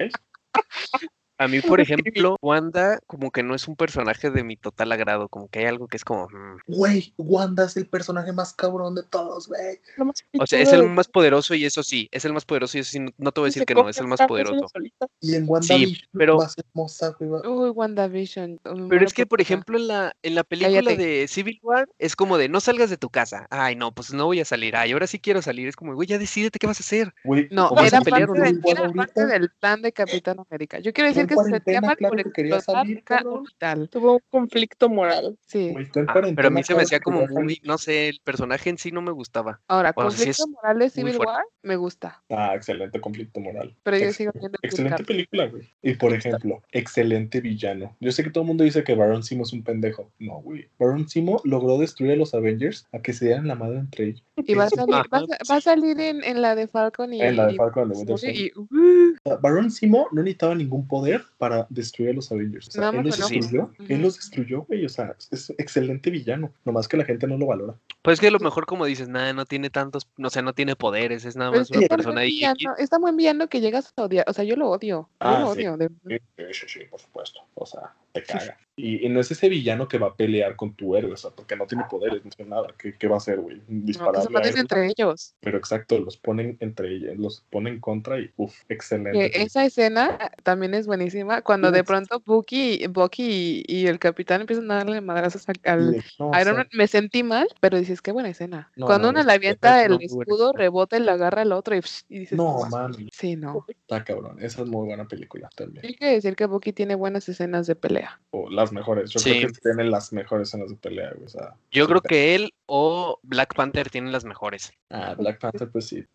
S5: A mí, (laughs) por ejemplo, Wanda como que no es un personaje de mi total agrado, como que hay algo que es como... mm.
S3: Güey, Wanda es el personaje más cabrón de todos, güey.
S6: Lo más
S5: O sea, es
S6: pichudo
S5: el
S6: de-
S5: más poderoso y eso sí, es el más poderoso y eso sí, no, no te voy a
S6: se
S5: decir que no,
S6: coge
S5: es el
S6: a
S5: más
S6: Thanos
S5: poderoso.
S6: una solita.
S3: Y en Wanda
S5: Sí, pero-
S3: más hermosa, güey. va-
S1: Uy, WandaVision. mm, me
S5: Pero
S1: muero
S5: es que, por ejemplo, en la, en la película
S1: Cállate.
S5: de Civil War es como de no salgas de tu casa. Ay, no, pues no voy a salir. Ay, ahora sí quiero salir. Es como, güey, ya decídete qué vas a hacer.
S3: Güey,
S1: No,
S5: ¿Cómo
S3: ¿cómo
S5: se
S1: era, parte,
S3: se
S5: pelearon?
S3: peleó
S1: del,
S3: igual
S1: era
S3: ahorita?
S1: parte del plan de Capitán América. Yo quiero
S3: Yo en
S1: decir que se sentía
S3: cuarentena,
S1: mal
S3: claro
S1: por
S3: que quería
S1: explotar
S3: salir,
S1: una
S3: cabrón.
S1: hospital.
S6: Tuvo un conflicto moral.
S1: Sí.
S3: Güey, yo en
S5: Ah,
S3: cuarentena,
S5: pero a mí se me
S3: claro
S5: hacía
S3: que
S5: como
S3: quería
S5: muy,
S3: salir.
S5: no sé, el personaje en sí no me gustaba.
S1: Ahora,
S5: Bueno, sí
S1: conflicto
S5: es
S1: moral de Civil
S5: fuerte.
S1: War me
S3: (laughs)
S1: gusta,
S3: Ah, excelente conflicto moral.
S1: pero yo
S3: Ex-
S1: sigo viendo el Civil
S3: Excelente película, güey. Y por ejemplo, excelente villano. Yo sé que todo el mundo dice que Baron Simo es un pendejo. No, güey. Baron Simo logró destruir a los Avengers a que se dieran la madre entre ellos.
S1: Y va a salir, va a,
S5: Ajá.
S1: sa- va a salir en, en la de Falcon y...
S3: En la de
S1: y-
S3: Falcon and the Winter Soldier.
S1: y- uh,
S3: O sea, Baron Simo no necesitaba ningún poder para destruir a los Avengers. O sea,
S1: Nada
S3: él
S1: más
S3: los
S1: con ojos.
S3: destruyó.
S1: Ujú.
S3: Él los destruyó, güey. O sea, es excelente villano. Nomás que la gente no lo valora.
S5: Pues es que a lo mejor, como dices, nada, no tiene tantos, no sé, no tiene poderes, es nada
S6: Pues
S1: pero es,
S5: más una
S1: que tan
S5: persona
S1: buen
S5: y- y-
S1: villano, es tan buen villano que llegas a odiar. O sea, yo lo odio. Yo
S3: Ah,
S1: lo
S3: sí.
S1: odio. de-
S3: Sí, sí, sí, por supuesto. O sea, te caga. Y, y no es ese villano que va a pelear con tu héroe, o sea, porque no tiene poderes, no tiene nada. ¿Qué, qué va a hacer, güey?
S1: No, pues, que se
S3: Dispararle a
S1: ponen
S3: Iron Man.
S1: entre ellos.
S3: Pero exacto, los ponen entre ellos, los ponen contra y uff,
S1: Que
S3: excelente.
S1: esa escena ah, también es buenísima. Cuando de
S3: Uf.
S1: pronto Bucky, Bucky y, y el capitán empiezan a darle madrazos al, al-
S3: Y, no, o
S1: Iron
S3: sea,
S1: Man, me sentí mal, pero dices, qué buena escena.
S3: No,
S1: Cuando
S3: no,
S1: uno
S3: es-
S1: le avienta
S5: es una
S1: el
S5: muy buena
S1: escudo,
S5: escena.
S1: rebota y lo agarra el otro y, y dices,
S3: no, mami,
S1: sí, no.
S3: está cabrón. Esa es muy buena película también.
S1: Hay que decir que Bucky tiene buenas escenas de pelea.
S3: O las mejores. Yo
S5: Sí.
S3: creo que tienen las mejores escenas de pelea, güey. O sea,
S5: Yo
S3: sí,
S5: creo
S3: te-
S5: que él o Black Panther tienen las mejores.
S3: Ah, Black Panther, pues sí.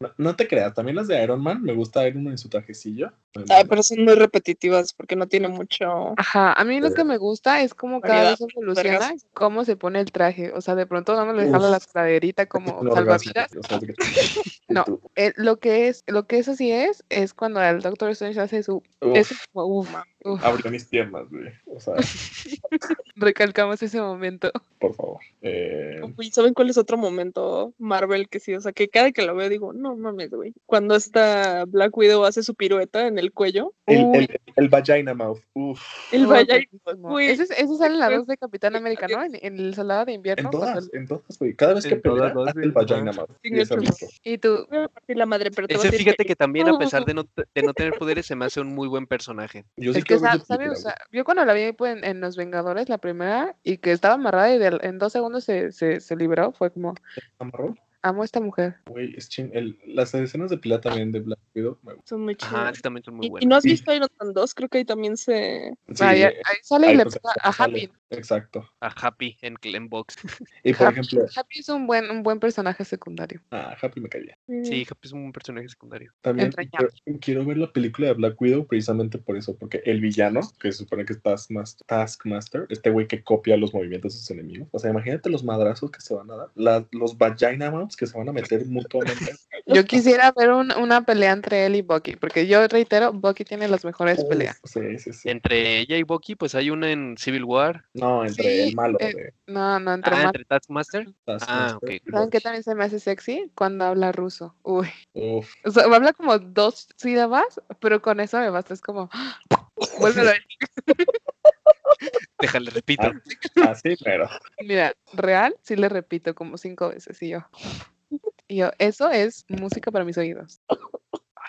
S3: No, no te creas, también las de Iron Man. Me gusta Iron Man en su trajecillo. Me
S6: Ay,
S5: Ah,
S3: mama.
S6: pero son muy repetitivas porque no tiene mucho.
S1: Ajá, a mí lo que me gusta es como cada
S6: Variedad,
S1: vez evoluciona cómo se pone el traje. O sea, de pronto no me le
S3: Uf.
S1: jala la caderitas como
S3: Un orgasmo,
S1: salvavidas.
S3: o
S1: (laughs)
S3: sea, de que-
S1: No.
S3: Tú-
S1: Eh, lo que es, lo que eso sí es, es cuando el Doctor Strange hace su...
S3: Uf,
S1: eso es como, uf, uf.
S3: abrió mis piernas, güey. O sea,
S1: recalcamos ese momento.
S3: por favor. Eh,
S6: Uy, ¿Saben cuál es otro momento Marvel que sí? O sea, que cada que lo veo digo, no mames, güey. Cuando esta Black Widow hace su pirueta en el cuello,
S3: el, el, el vagina mouth. Uf.
S5: Ah,
S6: el
S1: Uy,
S6: vaya
S1: buenísimo.
S6: Uy,
S1: pues, Ese, es- ese sale en la
S6: qué-
S1: 2 de Capitán
S6: qué
S1: América, ¿no? En, en el Soldado de Invierno.
S3: En
S1: cuando
S3: todas, en todas, güey. Cada vez que
S5: En todas
S3: pelea,
S5: las,
S3: hace
S5: güey,
S3: el vagina
S5: ajá.
S3: mouth.
S6: Sí,
S3: Y es
S6: el-
S3: rico.
S1: Y tú,
S6: voy a partir la madre, pero te voy a
S5: Ese
S6: decir
S5: fíjate
S6: que-
S5: que también, a pesar
S6: (laughs)
S5: de no, de no tener poderes, se me hace un muy buen personaje.
S3: Yo sí
S1: es que
S3: quiero ver
S1: sa-
S3: esa
S1: sabe
S3: película,
S1: usar- Yo cuando la vi pues, en, en Los Vengadores, la primera, y que estaba amarrada y del- en dos segundos se se, se, se liberó, fue como,
S3: Amarró.
S1: amo a esta mujer.
S3: Güey, es chin- el- las escenas de Pilar también de Black Widow. me gustan.
S6: Son muy
S5: Ajá,
S6: chidas.
S5: sí, también son muy
S6: Y,
S5: buenas.
S6: y no has
S3: Sí.
S6: visto Iron Man 2, creo que ahí también se.
S3: Sí,
S1: Ahí, ahí
S3: eh,
S1: sale y
S3: ahí
S1: le
S3: pues,
S1: pega a
S3: sale.
S1: Happy.
S3: Exacto.
S5: A Happy en, en box.
S3: Y por
S1: Happy.
S3: ejemplo,
S1: Happy es un buen, un buen personaje secundario.
S3: ah, Happy me caía.
S5: Sí, Happy es un personaje secundario.
S3: También
S1: Entrañable.
S3: quiero, quiero ver la película de Black Widow precisamente por eso, porque el villano, que se supone que es Taskmas- Taskmaster, este güey que copia los movimientos de sus enemigos. O sea, imagínate los madrazos que se van a dar, la- los vagina mounts que se van a meter
S1: (laughs)
S3: mutuamente.
S1: Yo quisiera ver un- una pelea entre él y Bucky, porque yo reitero, Bucky tiene las mejores peleas.
S3: Sí, sí, sí.
S5: Entre ella y Bucky, pues hay una en Civil War.
S3: No, entre
S1: Sí,
S3: el malo
S1: eh,
S3: de
S1: No, no, entre
S5: ah,
S1: más.
S5: entre Taskmaster.
S3: Taskmaster.
S5: ah, ok.
S3: y
S1: ¿Saben qué
S3: Bucky.
S1: también se me hace sexy? Cuando habla ruso. Uy.
S3: Uf,
S1: O sea, habla como dos sílabas, pero con eso me basta. Es como, vuélvelo a decir.
S5: Déjale, repito.
S3: Ah. así, pero
S1: Mira, real, sí le repito como cinco veces. Y yo, y yo eso es música para mis oídos.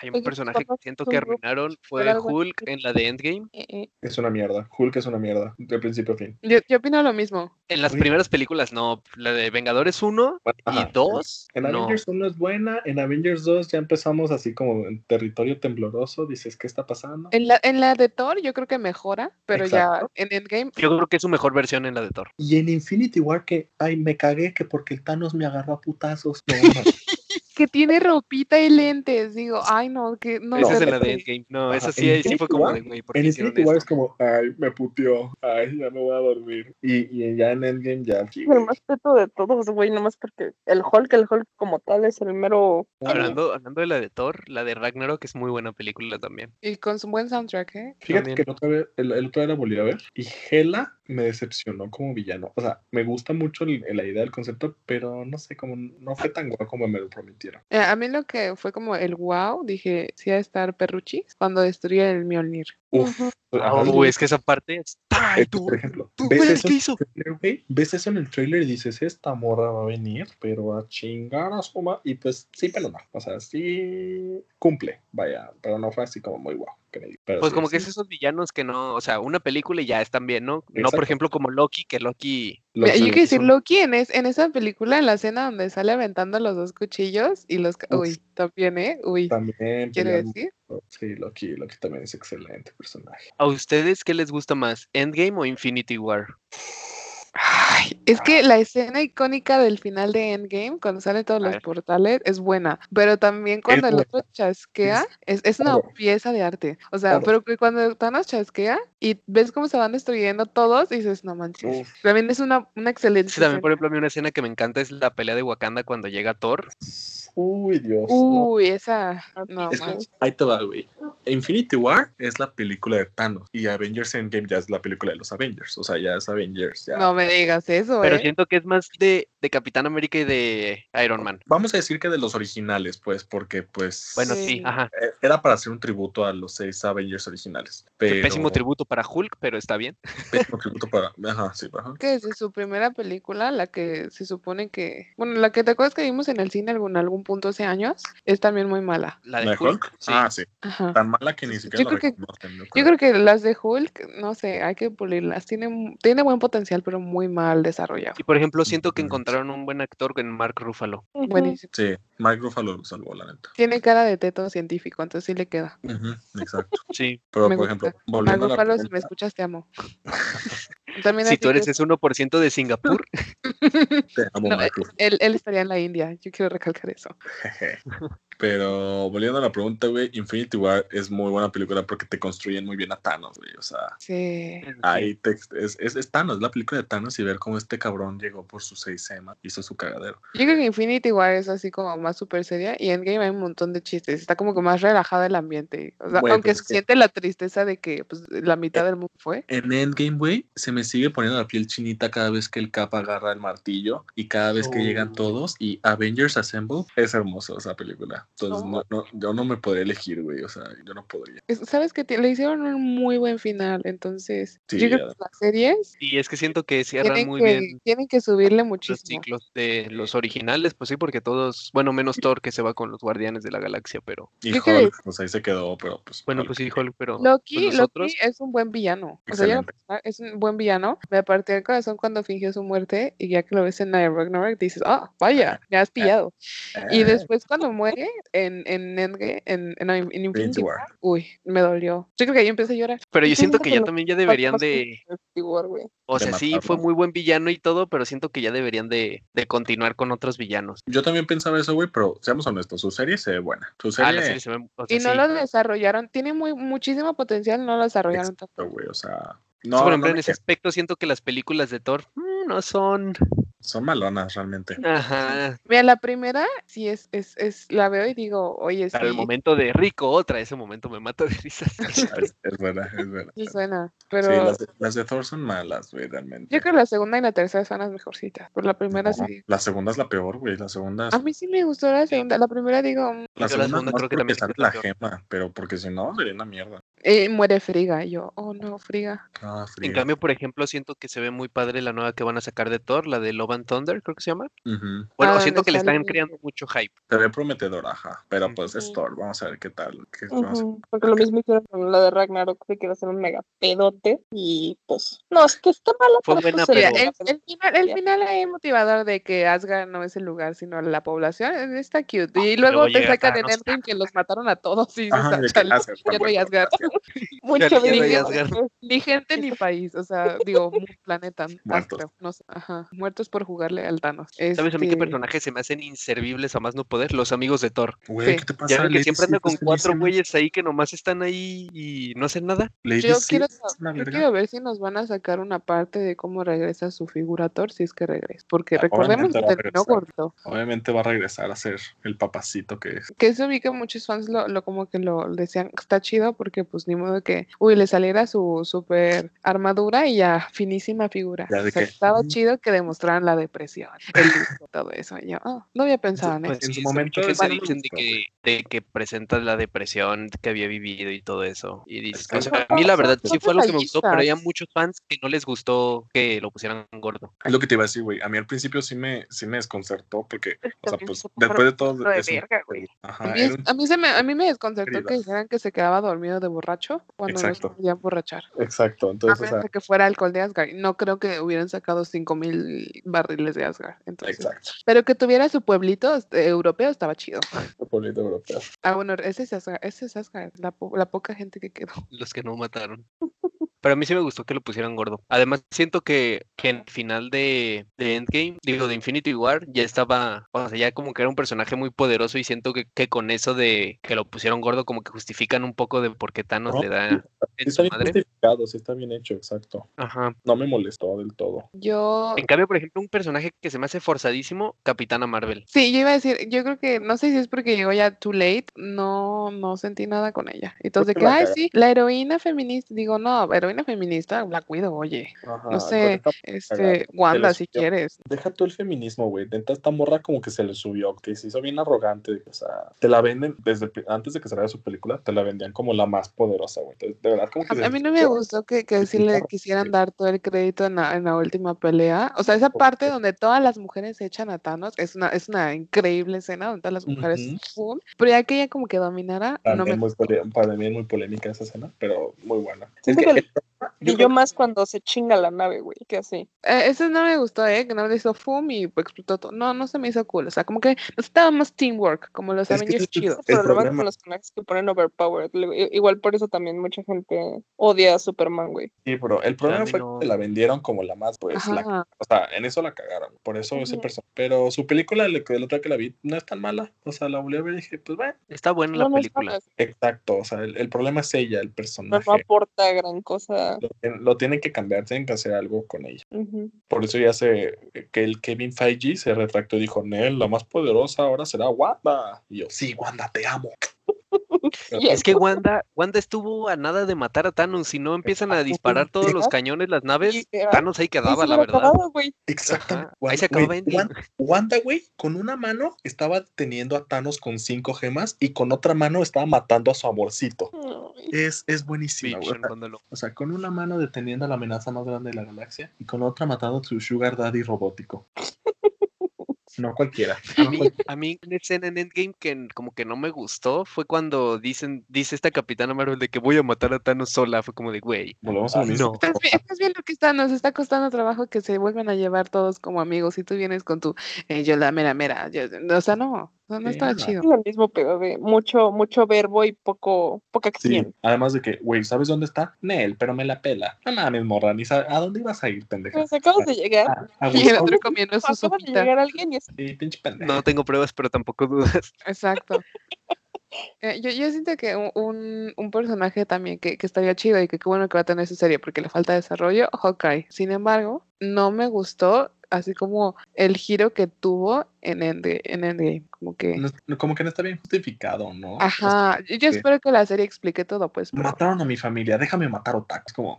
S5: Hay
S1: Oye,
S5: un personaje que
S1: papá,
S5: siento
S1: tu
S5: que
S1: grupo,
S5: arruinaron fue
S1: era algo
S5: Hulk
S1: así.
S5: en la de Endgame.
S1: Eh, eh.
S3: es una mierda. Hulk es una mierda, de principio a fin.
S1: Yo, yo opino lo mismo.
S5: En las
S3: Oye.
S5: primeras películas, no. La de Vengadores 1
S3: Bueno,
S5: y
S3: ajá,
S5: 2,
S3: En
S5: no.
S3: Avengers 1 es buena, en Avengers 2 ya empezamos así como en territorio tembloroso, dices, ¿qué está pasando?
S1: En la, en la de Thor yo creo que mejora, pero ya en Endgame
S5: Yo creo que es su mejor versión en la de Thor.
S3: Y en Infinity War que, ay, me cagué que porque el Thanos me agarró a putazos. (laughs) No, no.
S1: que tiene ropita y lentes. Digo, ay, no, que no.
S5: esa es
S1: de
S5: en la de
S1: repente-
S5: Endgame. No,
S3: Ajá,
S5: esa
S3: en
S5: sí, ahí sí
S3: Infinity
S5: fue como
S3: War-
S5: de, güey, ¿por qué
S3: en
S5: hicieron
S3: Infinity War es
S5: esto?
S3: como, ay, me puteó, ay, ya me voy a dormir. Y, y ya en Endgame ya. sí,
S6: el
S3: güey.
S6: más teto de todos, güey, nomás porque el Hulk, el Hulk como tal es el mero.
S3: Ah,
S5: Hablando, hablando de la de Thor, la de Ragnarok es muy buena película también.
S1: Y con su buen soundtrack, ¿eh?
S3: Fíjate
S5: también.
S3: que el otro, día- el, el otro día la volví a ver y Hela me decepcionó como villano. O sea, me gusta mucho el- la idea del concepto, pero no sé, como no fue tan guapo como me lo prometieron.
S1: Eh, A mí lo que fue como el wow, dije, sí va a estar Perruchis cuando destruye el Mjolnir.
S3: Uf, ajá,
S5: Ah,
S3: sí.
S5: güey, es que esa parte es- ¡Ay,
S3: Este,
S5: tú!
S3: por ejemplo,
S5: tú,
S3: ves
S5: güey,
S3: eso,
S5: ¿Qué
S3: en
S5: hizo?
S3: el tráiler, güey, ves eso en el trailer y dices, esta morra va a venir, pero a chingar a su ma-". Y pues sí, pero no. O sea, sí cumple, vaya, pero no fue así como muy guau. que me diga. Pero
S5: Pues
S3: sí,
S5: como que
S3: sí,
S5: es esos villanos que no, o sea, una película y ya están bien, ¿no? No,
S3: Exacto.
S5: por ejemplo, como Loki, que Loki...
S3: lo
S1: Mira, Yo
S3: que-
S1: quiero decir,
S3: son-
S1: Loki en, es, en esa película, en la escena donde sale aventando los dos cuchillos y los... ca-
S3: Uf.
S1: Uy, también, ¿eh? Uy,
S3: También
S1: quiero
S3: pelear
S1: decir.
S3: mucho. Sí, Loki, Loki también es excelente personaje.
S5: ¿A ustedes qué les gusta más, Endgame o Infinity War?
S1: Ay, es que la escena icónica del final de Endgame, cuando salen todos
S5: A
S1: los
S5: ver.
S1: portales, es buena. Pero también cuando el
S3: buena.
S1: otro chasquea, es, es una
S3: Todo.
S1: pieza de arte. O sea,
S3: Todo.
S1: pero que cuando Thanos chasquea y ves cómo se van destruyendo todos, dices, no manches.
S3: Uf,
S1: También es una, una excelente
S5: Sí, también,
S1: escena.
S5: por ejemplo, a mí una escena que me encanta es la pelea de Wakanda cuando llega Thor.
S3: uy, Dios. no.
S1: Uy, esa. No,
S3: Es que-
S1: Uh, manches.
S3: Ahí te va, güey. Infinity War es la película de Thanos y Avengers Endgame ya es la película de los Avengers. O sea, ya es Avengers. Ya.
S1: No me digas eso,
S5: Pero
S1: ¿eh?
S5: siento que es más de, de Capitán América y de Iron Man.
S3: Vamos a decir que de los originales, pues, porque pues
S5: Bueno,
S1: Sí.
S5: sí, ajá.
S3: eh, era para hacer un tributo a los seis Avengers originales.
S5: Qué
S3: Pero,
S5: Pésimo tributo para Hulk, pero está bien.
S3: pésimo tributo para. Ajá, sí, ajá.
S1: que desde su primera película, la que se supone que, bueno, la que te acuerdas que vimos en el cine algún, algún punto hace años, es también muy mala.
S5: La de
S3: ¿La de
S5: Hulk.
S3: Hulk?
S5: Sí.
S3: Ah, sí.
S1: Ajá.
S3: Tan mala que ni siquiera
S1: Yo
S3: la
S1: creo que-
S3: reconocen, yo
S1: Yo
S3: creo.
S1: creo que las de Hulk, no sé, hay que pulirlas. Tiene, mu- tiene buen potencial, pero muy mal desarrollado.
S5: Y por ejemplo, siento que
S3: Ujú.
S5: encontraron un buen actor en Mark Ruffalo.
S1: Buenísimo.
S3: Sí, Mark Ruffalo lo salvó, la neta.
S1: Tiene cara de teto científico, entonces sí le queda.
S3: Ujú, exacto.
S5: Sí.
S3: Pero,
S1: Me
S3: por
S1: gusta.
S3: ejemplo, volviendo
S1: Margot
S3: a la
S1: Palo, si me
S3: pregunta-
S1: escuchas, te
S5: (laughs)
S1: amo. También
S5: Si
S1: así
S5: tú eres
S1: que-
S5: ese 1%
S3: (laughs)
S5: de Singapur,
S3: Te amo,
S1: No, eh,
S3: Mark Ruffalo.
S1: él, él estaría en la India, yo quiero recalcar eso.
S3: Jeje. Pero volviendo a la pregunta, güey, Infinity War es muy buena película porque te construyen muy bien a Thanos, güey. O sea,
S1: Sí.
S3: ahí te- es, es, es Thanos, la película de Thanos y ver cómo este cabrón llegó por sus seis semas, hizo su cagadero.
S1: Yo creo que Infinity War es así como más súper seria y Endgame hay un montón de chistes. Está como que más relajado el ambiente. O sea,
S3: Güey,
S1: aunque
S3: pues
S1: se
S3: es que-
S1: siente la tristeza de que pues, la mitad del mundo fue.
S3: En Endgame, güey, se me sigue poniendo la piel chinita cada vez que el Cap agarra el martillo y cada vez que llegan
S5: Oh.
S3: todos y Avengers Assemble es hermoso esa película.
S1: Oh.
S3: Entonces, no, no, yo no me podría elegir, güey, o sea, yo no podría.
S1: Es- Sabes que le hicieron un muy buen final. Entonces, pues,
S3: Sí,
S1: yo creo
S3: ya.
S1: que las series
S5: y es que siento que cierran
S1: tienen
S5: muy
S1: que,
S5: bien
S1: tienen que subirle
S5: los
S1: muchísimo.
S5: ciclos de los originales, pues sí, porque todos, bueno, menos Thor que se va con los Guardianes de la Galaxia, pero
S3: Y
S1: Yo
S3: Hulk,
S1: creo que-
S3: pues ahí se quedó, pero pues.
S5: bueno,
S3: Hulk.
S5: pues sí, Hulk, pero pues
S1: Loki,
S5: nosotros-
S1: pues, Loki es un buen villano. O sea, ya lo- es un buen villano, me partió el corazón cuando fingió su muerte y ya que lo ves en la de Ragnarok dices, ah, vaya, me has pillado.
S3: Ah,
S1: Y después cuando muere en, en Endgame, en, en, en Infinity War,
S3: War.
S1: uy, me dolió. Yo creo que ahí empecé a llorar.
S5: Pero yo
S6: Yo
S5: siento
S6: siento
S5: que
S6: que
S5: ya
S6: lo-
S5: también ya deberían de,
S6: Igual, güey.
S5: o
S3: De
S5: sea, sí fue
S3: matarlo.
S5: muy buen villano y todo, pero siento que ya deberían de, de continuar con otros villanos.
S3: Yo también pensaba eso, güey, pero seamos honestos, su serie se ve buena. Su
S5: Ah,
S3: serie,
S5: la serie se ve, o sea,
S1: Y no
S5: sí.
S1: lo desarrollaron, tiene muy, muchísimo potencial, no lo desarrollaron tanto.
S3: güey, o sea,
S5: Sí,
S3: no,
S5: por
S3: no
S5: ejemplo,
S3: me
S5: en ese
S3: quejo,
S5: aspecto siento que las películas de Thor mm, no son.
S3: son
S1: (laughs)
S3: malonas realmente.
S5: Ajá.
S1: Mira, la primera sí es, es, es, la veo y digo, oye, sí,
S5: Para el momento de Rico, otra, ese momento me mato de (laughs) risas.
S3: es, es verdad, es verdad.
S1: sí suena,
S3: Sí,
S1: pero...
S3: las, de- las de Thor son malas, güey, realmente.
S1: Yo creo que la segunda y la tercera son las mejorcitas, pero la primera
S3: No,
S1: sí. Ah,
S3: La segunda es la peor, güey. La segunda es.
S1: A mí sí me gustó la segunda. La primera digo, mm,
S3: La
S5: Yo la
S3: segunda,
S5: segunda
S3: más
S5: creo
S3: porque
S5: que también
S3: sale
S5: es la
S3: la gema, pero porque si no, sería una mierda.
S1: eh, muere Friga. Y yo, oh no, Friga.
S3: Ah,
S5: En
S3: frío.
S5: cambio, por ejemplo, siento que se ve muy padre la nueva que van a sacar de Thor, la de Love and Thunder, creo que se llama.
S3: Ujú.
S5: Bueno,
S1: Ah,
S5: siento
S1: donde
S5: que le
S1: sale-
S5: están creando mucho hype.
S3: Se ve prometedora, ajá. Pero pues es
S6: Ujú.
S3: Thor, vamos a ver qué tal. qué- vamos a-
S6: Ujú, Porque lo mismo hicieron con la de Ragnarok, de que iba a ser un mega pedote. Y pues, no, es que está mala.
S5: Fue
S6: pero,
S5: buena,
S6: pues,
S5: pero-
S1: Mira,
S6: era
S1: el,
S6: buena
S1: el final, el final ahí motivador de que Asgard no es el lugar, sino la población, eh, está cute.
S3: Ah,
S1: Y luego
S5: luego
S1: te
S5: llega
S1: sacan en
S5: Thanos.
S1: Endgame que los mataron a todos y dices,
S3: Ajá,
S1: "Ah,
S3: de que
S1: chale,
S3: Asgard está
S1: (laughs) ya no hay
S3: muerto,
S1: Asgard.
S3: gracias.
S6: Mucho
S5: Ya- ya
S1: no hay
S6: video,
S5: Asgard.
S6: güey.
S1: Ni gente ni país, o sea, digo, mu- planeta,
S3: Muertos.
S1: astro, no sé, ajá, muertos por jugarle al Thanos.
S5: ¿Sabes a mí qué
S1: Este,
S5: personajes se me hacen inservibles a más no poder? Los amigos de Thor.
S3: Güey,
S1: Sí.
S3: ¿qué te pasa?
S5: Ya ven que
S3: Lady
S5: siempre ando
S3: Sif
S5: con
S3: es
S5: cuatro
S3: buenísima.
S5: güeyes ahí que nomás están ahí y no hacen nada.
S3: Lady
S1: Yo
S3: Sif
S1: quiero,
S3: es
S1: sab-
S3: una
S1: yo
S3: verga.
S1: quiero ver si nos van a sacar una parte de cómo regresa su figura Thor, si es que regresa. Porque
S3: Ah,
S1: recordemos
S3: obviamente
S1: que
S3: va a
S1: terminó
S3: regresar.
S1: corto.
S3: Obviamente va a regresar a ser el papacito que es.
S1: Que eso vi que muchos fans lo, lo como que lo decían, está chido porque pues ni modo que, uy, le saliera su super armadura y ya finísima figura.
S3: Ya de
S1: O sea,
S3: que, "Mm".
S1: estaba
S3: ujú.
S1: chido que demostraran la depresión, el luto, todo eso. Y yo, ah, no había pensado en
S5: Pues
S1: eso.
S3: En su
S5: sí,
S3: momento
S5: mucha
S3: esa
S5: gente
S3: no me
S5: dicen de
S3: gustó,
S5: que, de que presentas la depresión que había vivido y todo eso. Y dices,
S3: que
S5: o sea,
S3: son
S5: a mí la
S1: cosas-
S5: verdad
S1: son
S5: sí fue lo que me gustó, pero había
S1: detallistas.
S5: muchos fans que no les gustó que lo pusieran gordo.
S3: Es lo que te iba a decir, güey. A mí al principio sí me, sí me desconcertó porque, o sea,
S6: También
S3: pues
S6: se pasaron
S3: después de todo.
S6: de
S3: es un-
S6: verga, güey.
S1: A
S3: Ajá,
S1: mí,
S3: ah, era
S1: es-
S3: un-
S1: a mí se me, a mí me desconcertó
S3: Querida.
S1: que dijeran que se quedaba dormido de borracho cuando
S3: Exacto.
S1: no podían borrachar.
S3: Exacto.
S1: A
S3: Entonces, Pues, o
S1: menos
S3: sea,
S1: de que fuera alcohol de Asgard. No creo que hubieran sacado 5000 barriles de Asgard. Entonces,
S3: exacto.
S1: Pero que tuviera su pueblito este, europeo estaba chido.
S3: Pueblito europeo.
S1: Ah, bueno, ese es Asgard. Ese es Asgard. La, po- la poca gente que quedó. (laughs)
S5: Los que no mataron. Pero a mí sí me gustó que lo pusieran gordo. Además, siento que, que en el final de, de Endgame, digo, de Infinity War, ya estaba, o sea, ya como que era un personaje muy poderoso y siento que, que con eso de que lo pusieron gordo, como que justifican un poco de por qué Thanos
S3: No,
S5: le da en
S3: está
S5: su
S3: bien
S5: madre.
S3: justificado, sí está bien hecho, exacto.
S5: Ajá.
S3: No me molestó del todo.
S1: Yo.
S5: En cambio, por ejemplo, un personaje que se me hace forzadísimo, Capitana Marvel.
S1: Sí, yo iba a decir, yo creo que, no sé si es porque llegó ya too late, no, no sentí nada con ella. Entonces,
S3: que
S1: que,
S3: la
S1: ay,
S3: cagaron".
S1: sí, la heroína feminista, digo, no, heroína feminista, la cuido, oye,
S3: Ajá,
S1: no sé,
S3: deja,
S1: este, Wanda,
S3: la
S1: si
S3: subió.
S1: quieres,
S3: deja tú el feminismo, güey. Neta, esta morra como que se le subió, que se hizo bien arrogante. O sea, te la venden desde pri- antes de que saliera su película, te la vendían como la más poderosa, güey. Entonces, de verdad, como que se
S1: A, a mí no me
S3: sintió-
S1: gustó que, que
S3: se
S1: sí
S3: sintió
S1: le
S3: arrogante.
S1: quisieran dar todo el crédito en la, en la última pelea. O sea, esa parte donde todas las mujeres se echan a Thanos es una, es una increíble escena donde todas las mujeres.
S3: Ujú.
S1: ¡pum! Pero ya que ella como que dominara, no
S3: También
S1: me.
S3: muy pole- para mí es muy polémica esa escena, pero muy buena.
S6: Siento
S3: Es que
S6: que
S3: el- yo
S6: Brilló
S3: creo que-
S6: más cuando se chinga la nave, güey, que así.
S1: eh, eso no me gustó, ¿eh? Que no le hizo fum y pues, explotó todo. No, no se me hizo cool. O sea, como que necesitaba más teamwork, como los
S3: Es que
S1: Avengers
S3: ese es-
S1: chido.
S6: El
S3: El
S6: problema
S3: problema-
S6: con los personajes que ponen overpowered. Luego, i- Igual por eso también mucha gente odia a Superman, güey.
S3: sí, pero el
S5: a
S3: problema
S5: mí
S3: fue
S5: no.
S3: que te la vendieron como la más, pues, la
S1: Ajá.
S3: O sea, en eso la cagaron. Por eso ese
S6: Ujú.
S3: personaje. Pero su película, la, que- la otra que la vi, no es tan mala. O sea, la volví a ver y dije, pues bueno.
S5: Está buena
S6: No,
S5: la
S6: no es
S5: película.
S6: mala,
S3: Exacto. O sea, el, el problema es ella, el
S6: pero no
S3: personaje.
S6: aporta gran cosa.
S3: Lo, lo tienen que cambiar, tienen que hacer algo con ella.
S6: Ujú.
S3: Por eso ya se. que el Kevin Feige se retractó y dijo, Nel, la más poderosa ahora será Wanda. Y yo, sí, Wanda, te amo.
S6: Y
S5: Es que Wanda, Wanda estuvo a nada de matar a Thanos. Si no empiezan a
S3: Exacto,
S5: disparar todos los
S3: literal.
S5: cañones, las naves,
S6: Literal.
S5: Thanos ahí
S6: Ahí
S5: quedaba,
S6: se
S5: la
S6: eh, lo
S5: verdad.
S6: acababa, güey.
S3: Exactamente.
S5: Ajá, ahí se
S3: güey,
S5: acababa Endgame.
S3: Wan- Wanda, güey, con una mano estaba deteniendo a Thanos con cinco gemas y con otra mano estaba matando a su amorcito.
S6: Ay,
S3: Es, es buenísima, güey.
S5: Vision,
S3: O sea,
S5: cuando lo-
S3: o sea, con una mano deteniendo
S1: (laughs)
S3: a la amenaza más grande de la galaxia y con la otra matando a su sugar daddy robótico. No cualquiera.
S5: A mí, a mí una escena en Endgame que n- como que no me gustó fue cuando dicen, dice esta Capitana Marvel de que voy a matar a Thanos sola. Fue como de, güey,
S3: Volvemos a lo
S5: Ah,
S3: mismo.
S5: no.
S1: Estás vi- estás viendo que está, nos está costando trabajo que se vuelvan a llevar todos como amigos y tú vienes con tu, eh, yo la mera mera, yo- o sea, no, no, no estaba
S3: Sí, no. Pues,
S1: chido.
S6: Es el mismo pedo de mucho, mucho verbo y poco, poca
S3: Sí,
S6: acción.
S3: además de que, güey, ¿sabes dónde está? Nel, pero me la pela. No mames, morra, ni sa- ¿a dónde ibas a ir, pendeja?
S6: Nos Pues, acabas de llegar.
S3: A,
S1: (laughs)
S3: a
S1: Y el
S3: Wisconsin,
S1: Pues, otro comiendo su
S6: Acaba de
S1: sopita.
S6: llegar alguien y es
S3: sí, pinche pendeja.
S5: no tengo pruebas, pero tampoco dudas. (laughs)
S1: Exacto. Eh, yo, yo siento que un- un, un personaje también que, que estaría chido y que qué bueno que va a tener su serie porque le falta desarrollo, Hawkeye. Sin embargo, no me gustó así como el giro que tuvo en Endgame. En Endgame. Como que...
S3: No- no, como que no está bien justificado, ¿no? O sea,
S1: Ajá, yo, yo
S5: este
S3: sí.
S1: espero que la serie explique todo, pues. pero-
S3: mataron a mi familia, déjame matar otakus. Como,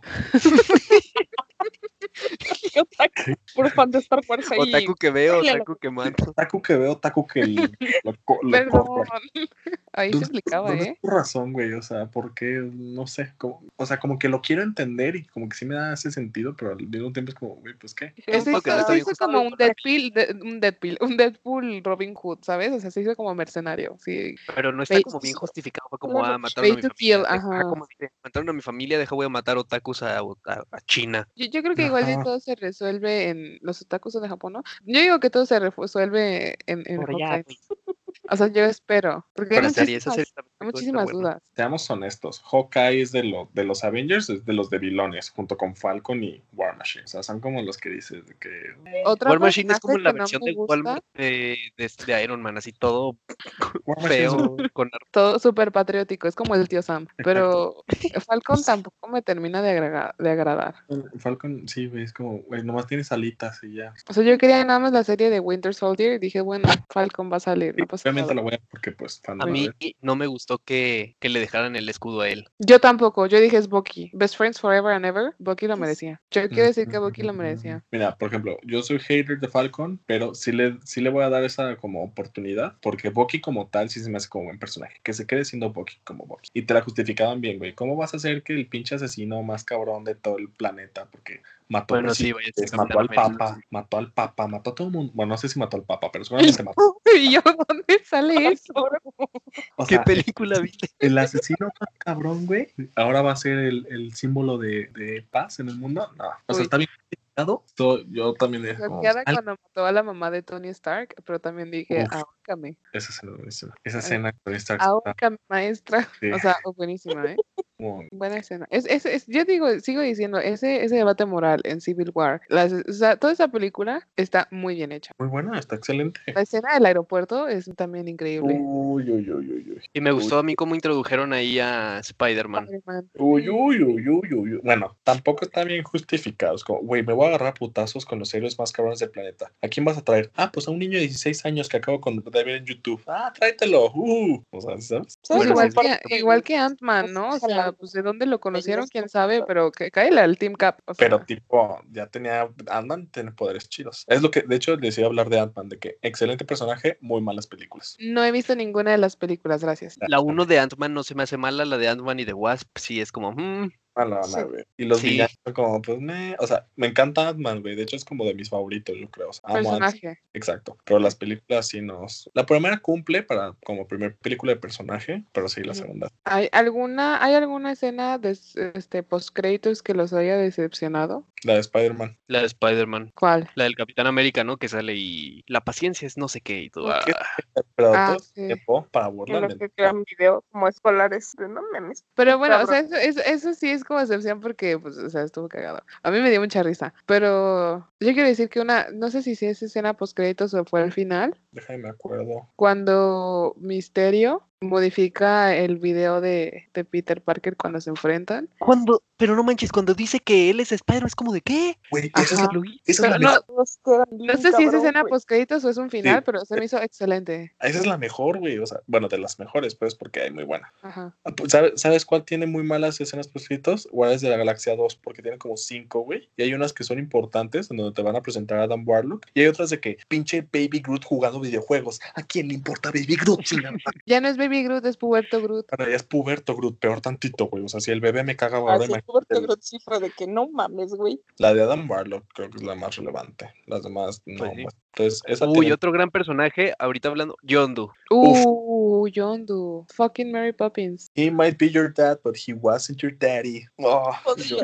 S6: otaku, puro fan de Star Wars ahí.
S5: Otaku que veo,
S6: Dale,
S5: otaku que mato.
S3: otaku que veo, otaku que
S1: (laughs)
S3: le- lo, co- lo
S1: Perdón.
S3: corro.
S1: (laughs) Ahí se
S3: Entonces,
S1: explicaba,
S3: ¿dónde
S1: ¿eh?
S3: es tu razón, güey? O sea, porque, no sé, como- o sea, como que lo quiero entender y como que sí me da ese sentido, pero al mismo tiempo es como, güey, pues qué.
S1: Eso
S5: poco
S1: hizo,
S5: que no está
S1: se
S5: bien
S1: hizo
S5: justificado.
S1: como un Deadpool, de- un Deadpool, un Deadpool Robin Hood, ¿sabes? O sea, se hizo como mercenario, sí.
S5: (laughs) Pero no está
S1: Pay-
S5: como bien justificado. Fue como,
S6: Claro,
S5: ah, mataron a
S1: pay
S5: mi
S1: to
S5: familia.
S1: kill,
S5: de- ah,
S1: ajá.
S5: como de, mataron a mi familia, deja voy a matar otakus a, a- a China.
S1: Yo, yo creo que igual y
S3: Ajá.
S1: todo se resuelve en los otakus son de Japón, ¿no? Yo digo que todo se resuelve en, en
S5: Por allá,
S1: Hawkeye.
S5: pues. güey.
S1: (laughs) O sea, yo espero. Porque hay
S5: Pero sería- esa
S1: muchísimas,
S5: serie también
S1: hay
S5: puede estar
S1: muchísimas
S5: buena.
S1: dudas.
S3: Seamos honestos, Hawkeye es de, lo- de los Avengers, es de los de vilones, junto con Falcon y War Machine. O sea, son como los que dices de que
S1: Otra
S5: War Machine es
S1: personaje
S5: como la
S1: que no
S5: versión
S1: me
S5: de
S1: gusta,
S5: Walmart de, de- de Iron Man, así todo
S3: War Machine es un-
S5: feo,
S1: (laughs)
S5: con
S1: todo súper patriótico, es como el tío
S5: (laughs)
S1: Sam. Pero Falcon tampoco me termina de, agregar, de agradar.
S3: Falcon, sí, güey, es como, güey, nomás tienes alitas y ya.
S1: O sea, yo quería nada más la serie de Winter Soldier y dije, bueno, Falcon va a salir, no pasa
S3: Obviamente
S1: nada.
S3: la voy a porque pues fan
S5: A
S3: de
S5: mí
S3: Marvel.
S5: no me gustó que, que le dejaran el escudo a él.
S1: Yo tampoco, yo dije es Bucky. Best Friends Forever and Ever, Bucky
S5: Pues
S1: lo merecía. Yo quiero decir que Bucky lo
S5: (laughs)
S1: merecía.
S3: Mira, por ejemplo, yo soy hater de Falcon, pero sí le, sí le voy a dar esa como oportunidad, porque Bucky como tal sí se me hace como buen personaje, que se quede siendo Bucky como Bucky. Y te la justificaban bien, güey. ¿Cómo vas a hacer que el pinche asesino más cabrón de todo el planeta, porque mató,
S5: Bueno, sí,
S3: presidentes,
S5: vaya, sí,
S3: mató al
S5: Capitán
S3: papa, mató al papa, mató a todo el mundo? Bueno, no sé si mató al papa,
S1: (laughs)
S3: pero seguramente mató.
S1: y yo, ¿dónde sale eso?
S3: O
S5: (laughs) ¿Qué
S3: sea,
S5: película viste?
S3: el asesino más cabrón, güey, ahora va a ser el, el símbolo de, de paz en el mundo. No, o sea,
S1: Uy. Pues,
S3: está bien justificado. So, yo también dije, como,
S1: Bloqueada
S3: "Al-
S1: cuando mató a la mamá de Tony Stark, pero también dije,
S3: Uf.
S1: ahórcame,
S3: Esa escena es buenísima. Esa escena con Tony Stark está
S1: ahórcame, maestra.
S3: Sí.
S1: O sea, buenísima, ¿eh?
S3: como-
S1: Buena escena. Es, es, es- yo digo, sigo diciendo, ese, ese debate moral en Civil War, las- o sea, toda esa película está muy bien hecha.
S3: muy buena, está excelente.
S1: La escena del aeropuerto es también increíble.
S3: Uy, uy, uy, uy, uy.
S5: Y me gustó a mí cómo introdujeron ahí a Spider-Man.
S1: Spider-Man.
S3: Uy, uy, uy, uy, uy, uy. Bueno, tampoco está bien justificado. Es como, güey, me voy a agarrar a putazos con los héroes más cabrones del planeta. ¿A quién vas a traer? Ah, pues a un niño de 16 años que acabo con, de ver en YouTube. Ah, tráetelo. Uh. O sea, ¿sabes?
S1: Pues
S6: ¿Sabes
S3: Bueno,
S6: cómo
S1: igual,
S6: es parte
S1: que, igual que Ant-Man, ¿no? O sea, pues de dónde lo conocieron, quién sabe, pero que cae al Team Cap. o sea,
S3: Pero tipo, ya tenía, Ant-Man tiene poderes chidos. Es lo que, de hecho, les iba a hablar de Ant-Man, de que excelente personaje, muy malas películas.
S1: no he visto ninguna de las películas, gracias.
S5: La 1 de Ant-Man no se me hace mala, la de Ant-Man y de Wasp sí es como, mm,
S3: A la
S1: Sí.
S3: nave. Y los
S5: Sí.
S3: villanos son como, pues, me... O sea, me encanta Ant-Man, güey. De hecho, es como de mis favoritos, yo creo. O sea, amo a Ant-
S1: Personaje.
S3: Exacto. Pero las películas sí nos... La primera cumple para como primer película de personaje, pero sí la
S1: Ujú.
S3: segunda.
S1: ¿Hay alguna, ¿hay alguna escena de s- este, post-créditos que los haya decepcionado?
S3: La de Spider-Man.
S5: la de Spider-Man.
S1: ¿Cuál?
S5: La del Capitán América, ¿no? Que sale y la paciencia es no sé qué y todo.
S3: ¿Qué?
S5: ah.
S3: Pero
S1: Ah,
S3: todo
S1: sí.
S3: tiempo para
S6: en
S3: burlarme.
S6: los que crean videos como escolares. de, No mames.
S1: Pero bueno, o sea,
S6: Cabrón.
S1: eso, eso, eso sí es como excepción porque, pues, o sea, estuvo cagado. A mí me dio mucha risa. Pero yo quiero decir que una, no sé si sí es escena post-créditos o fue al final,
S3: Déjame me acuerdo.
S1: cuando Misterio modifica el video de, de Peter Parker cuando se enfrentan.
S5: Cuando, pero no manches, cuando dice que él es Spider-Man es como de qué?
S3: Güey,
S1: eso
S3: eso
S1: es
S3: es,
S5: Ah,
S1: Ajá. Pero
S3: la,
S1: no,
S6: Todos quedan
S1: no
S6: bien
S1: sé si es
S6: cabrón,
S1: escena
S6: güey.
S1: post-créditos o es un final,
S3: Sí.
S1: pero se me hizo excelente.
S3: mejor, güey. O sea, bueno, de las mejores, pues, porque hay muy buena.
S1: Ajá.
S3: Ah, pues, ¿sabe- ¿Sabes cuál tiene muy malas escenas prescritos? Guardias de la Galaxia 2, porque tiene como 5, güey. Y hay unas que son importantes, en donde te van a presentar a Dan Warlock. Y hay otras de que, pinche Baby Groot jugando videojuegos. ¿A quién le importa Baby Groot? chingada?
S1: Ya no es Baby Groot, es Puberto Groot.
S3: Ahora ya es puberto Groot, peor tantito, güey. O sea, si el bebé me caga, ahora
S6: Así,
S3: imagínate.
S6: porque
S3: el-
S6: Groot sí fue de que no mames, güey.
S3: La de Adam Warlock creo que es la más relevante. Las demás no.
S5: Pues sí.
S3: pues, Entonces, esa
S5: Uy,
S3: tiene-
S5: otro gran personaje, ahorita hablando, Yondu.
S3: Uf.
S1: Uh, Yondu. Fucking Mary Poppins.
S3: He might be your dad, but he wasn't your daddy. Oh, yo-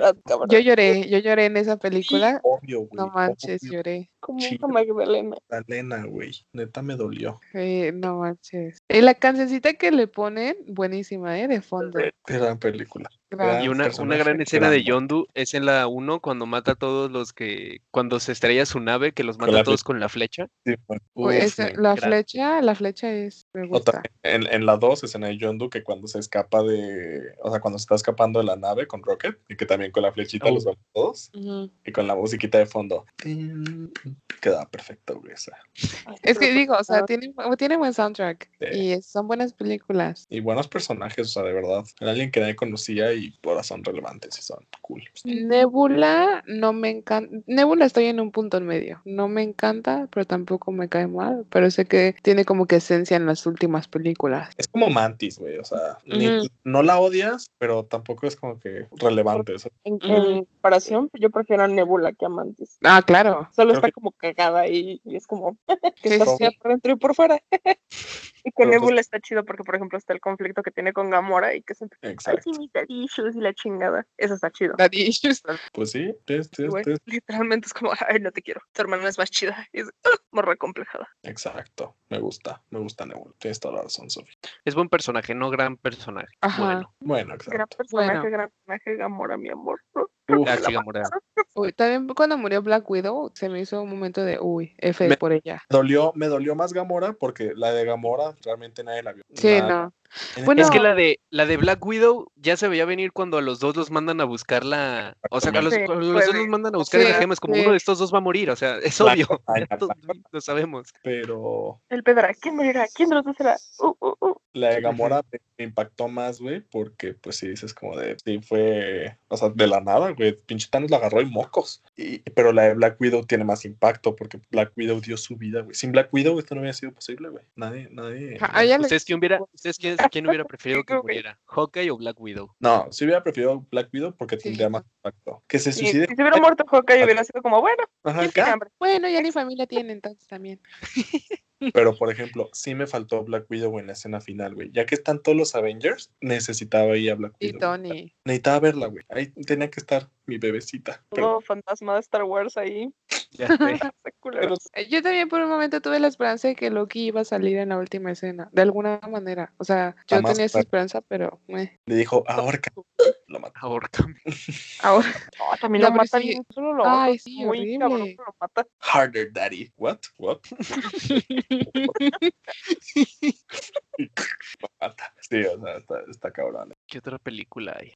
S1: Yo lloré, yo lloré en esa película.
S3: obvio, güey.
S1: No manches,
S3: obvio,
S1: lloré.
S6: como
S3: chido.
S6: una Magdalena.
S3: Magdalena, güey. Neta me dolió.
S1: Eh, no manches. Y la cancioncita que le ponen, buenísima, ¿eh? De fondo.
S3: Gran película.
S1: Gran-
S5: Y una, una
S3: personaje,
S5: gran escena de
S3: gran-
S5: Yondu es en la 1 cuando mata a todos los que. Cuando se estrella su nave, que los
S3: Con
S5: mata
S3: la
S5: a todos con la flecha.
S3: Sí, bueno.
S1: Uy,
S3: Uf,
S1: esa-
S3: me
S1: la
S5: gran-
S1: flecha, la flecha es, me
S3: O
S1: gusta.
S3: también en, en la 2, escena de Yondu, que cuando se escapa de. O sea, cuando se está escapando de la nave con Rocket, y que también con la flechita
S5: Oh.
S3: los va a todos,
S1: Ujú.
S3: y con la musiquita de fondo. Tin, Queda perfecta, güey. esa.
S1: Es que digo, o sea,
S6: favor.
S1: tiene, tiene buen soundtrack
S3: Sí.
S1: y es- son buenas películas.
S3: Y buenos personajes, o sea, de verdad. Era alguien que nadie conocía y ahora son relevantes y son cool.
S1: Nebula no me encanta. Nebula estoy en un punto en medio. No me encanta, pero tampoco me cae mal. Pero sé que tiene como que esencia en las últimas películas.
S3: Es como Mantis, güey. O sea, ni-
S1: Ujú.
S3: no la odias, pero tampoco es como que relevante. o sea,
S6: En
S1: Ujú.
S6: comparación, yo prefiero a Nebula que a Mantis.
S1: Ah, claro.
S6: Solo
S3: Creo
S6: está
S3: que-
S6: como cagada y, y es como (laughs) que
S1: Sí,
S6: está
S1: sí,
S6: fea
S1: sí.
S6: por dentro y por fuera. (laughs) y con
S3: Pero pues-
S6: Nebula está chido porque, por ejemplo, está el conflicto que tiene con Gamora y que siempre ay,
S3: Exacto.
S6: sí, mis daddy issues y la chingada. Eso está chido.
S1: Daddy issues.
S3: Pues sí, es-
S6: Y,
S3: es-
S6: güey,
S3: es-
S6: literalmente es como, ay, no te quiero. Tu hermana es más chida. Y es "Ah", morra complejada.
S3: exacto. Me gusta, me gusta Nebula. Tienes toda la razón, Sofía.
S5: Es buen personaje, no gran personaje.
S1: Ajá.
S5: Bueno,
S3: Bueno,
S6: Gran
S3: exacto.
S6: personaje,
S1: Bueno.
S6: gran personaje, Gamora, mi amor.
S3: Uf,
S5: ah, sí, Gamora.
S1: Uy, también cuando murió Black Widow se me hizo un momento de uy, F
S3: Me-
S1: por ella.
S3: me dolió, me dolió más Gamora porque la de Gamora realmente nadie la vio.
S1: Sí,
S3: Nada.
S1: no.
S3: En-
S1: Bueno,
S5: Es que la de la de Black Widow ya se veía venir cuando a los dos los mandan a buscar la. O sea, a los,
S6: Sí,
S5: cuando los
S6: fue
S5: dos
S6: de-
S5: los mandan a buscar
S1: sí,
S5: la gema. Es como
S1: sí.
S5: uno de estos dos va a morir. O sea, es
S3: La
S5: obvio. (laughs)
S3: campaña,
S5: ya todos
S3: la-
S5: lo sabemos.
S3: pero
S6: El Pedra, ¿quién morirá? ¿Quién de los dos será? Uh, uh, uh.
S3: la de Gamora me- me impactó más, güey, porque pues sí dices como de, sí fue, o sea, de la nada, güey, pinche Thanos la agarró y mocos. Y, pero la de Black Widow tiene más impacto porque Black Widow dio su vida, güey. Sin Black Widow esto no hubiera sido posible, güey. Nadie, nadie.
S1: Ja, a ella le-
S5: ¿Ustedes quién hubiera, ustedes quién, quién hubiera preferido que
S6: Creo que-
S5: muriera? ¿Hawkeye o Black Widow?
S3: No, sí hubiera preferido Black Widow porque
S1: Sí.
S3: tendría más impacto. Que se
S6: Y si
S3: suicide.
S6: se hubiera muerto
S3: Ah.
S6: Hawkeye, hubiera sido como, bueno,
S3: Ajá,
S6: ¿quién
S3: acá.
S6: tiene hambre?
S1: Bueno, ya ni familia tiene entonces también.
S3: Pero, por ejemplo, sí me faltó Black Widow en la escena final, güey. Ya que están todos los Avengers, necesitaba ir a Black
S1: Y
S3: Widow. güey.
S1: Tony.
S3: Necesitaba verla, güey. Ahí tenía que estar mi bebecita. Pero,
S6: Todo fantasma de Star Wars ahí. (laughs)
S5: Ya sé.
S6: Está culero.
S3: pero
S1: Eh, Yo también por un momento tuve la esperanza de que Loki iba a salir en la última escena, de alguna manera. O sea, yo
S3: Jamás
S1: tenía esa
S3: fue.
S1: esperanza, pero meh.
S3: le dijo, ahorca. Lo mató.
S5: (laughs) Ahórcame.
S1: ahora
S6: No, también
S1: No,
S6: lo
S1: pero
S6: mata
S1: sí-
S6: bien. Solo lo
S1: Ay,
S6: mata,
S1: sí,
S6: muy cabrón,
S1: horrible.
S6: pero lo mata.
S3: Harder, daddy. What? What? Lo mata. Sí, o sea, está, está cabrón. eh.
S5: ¿Qué otra película hay?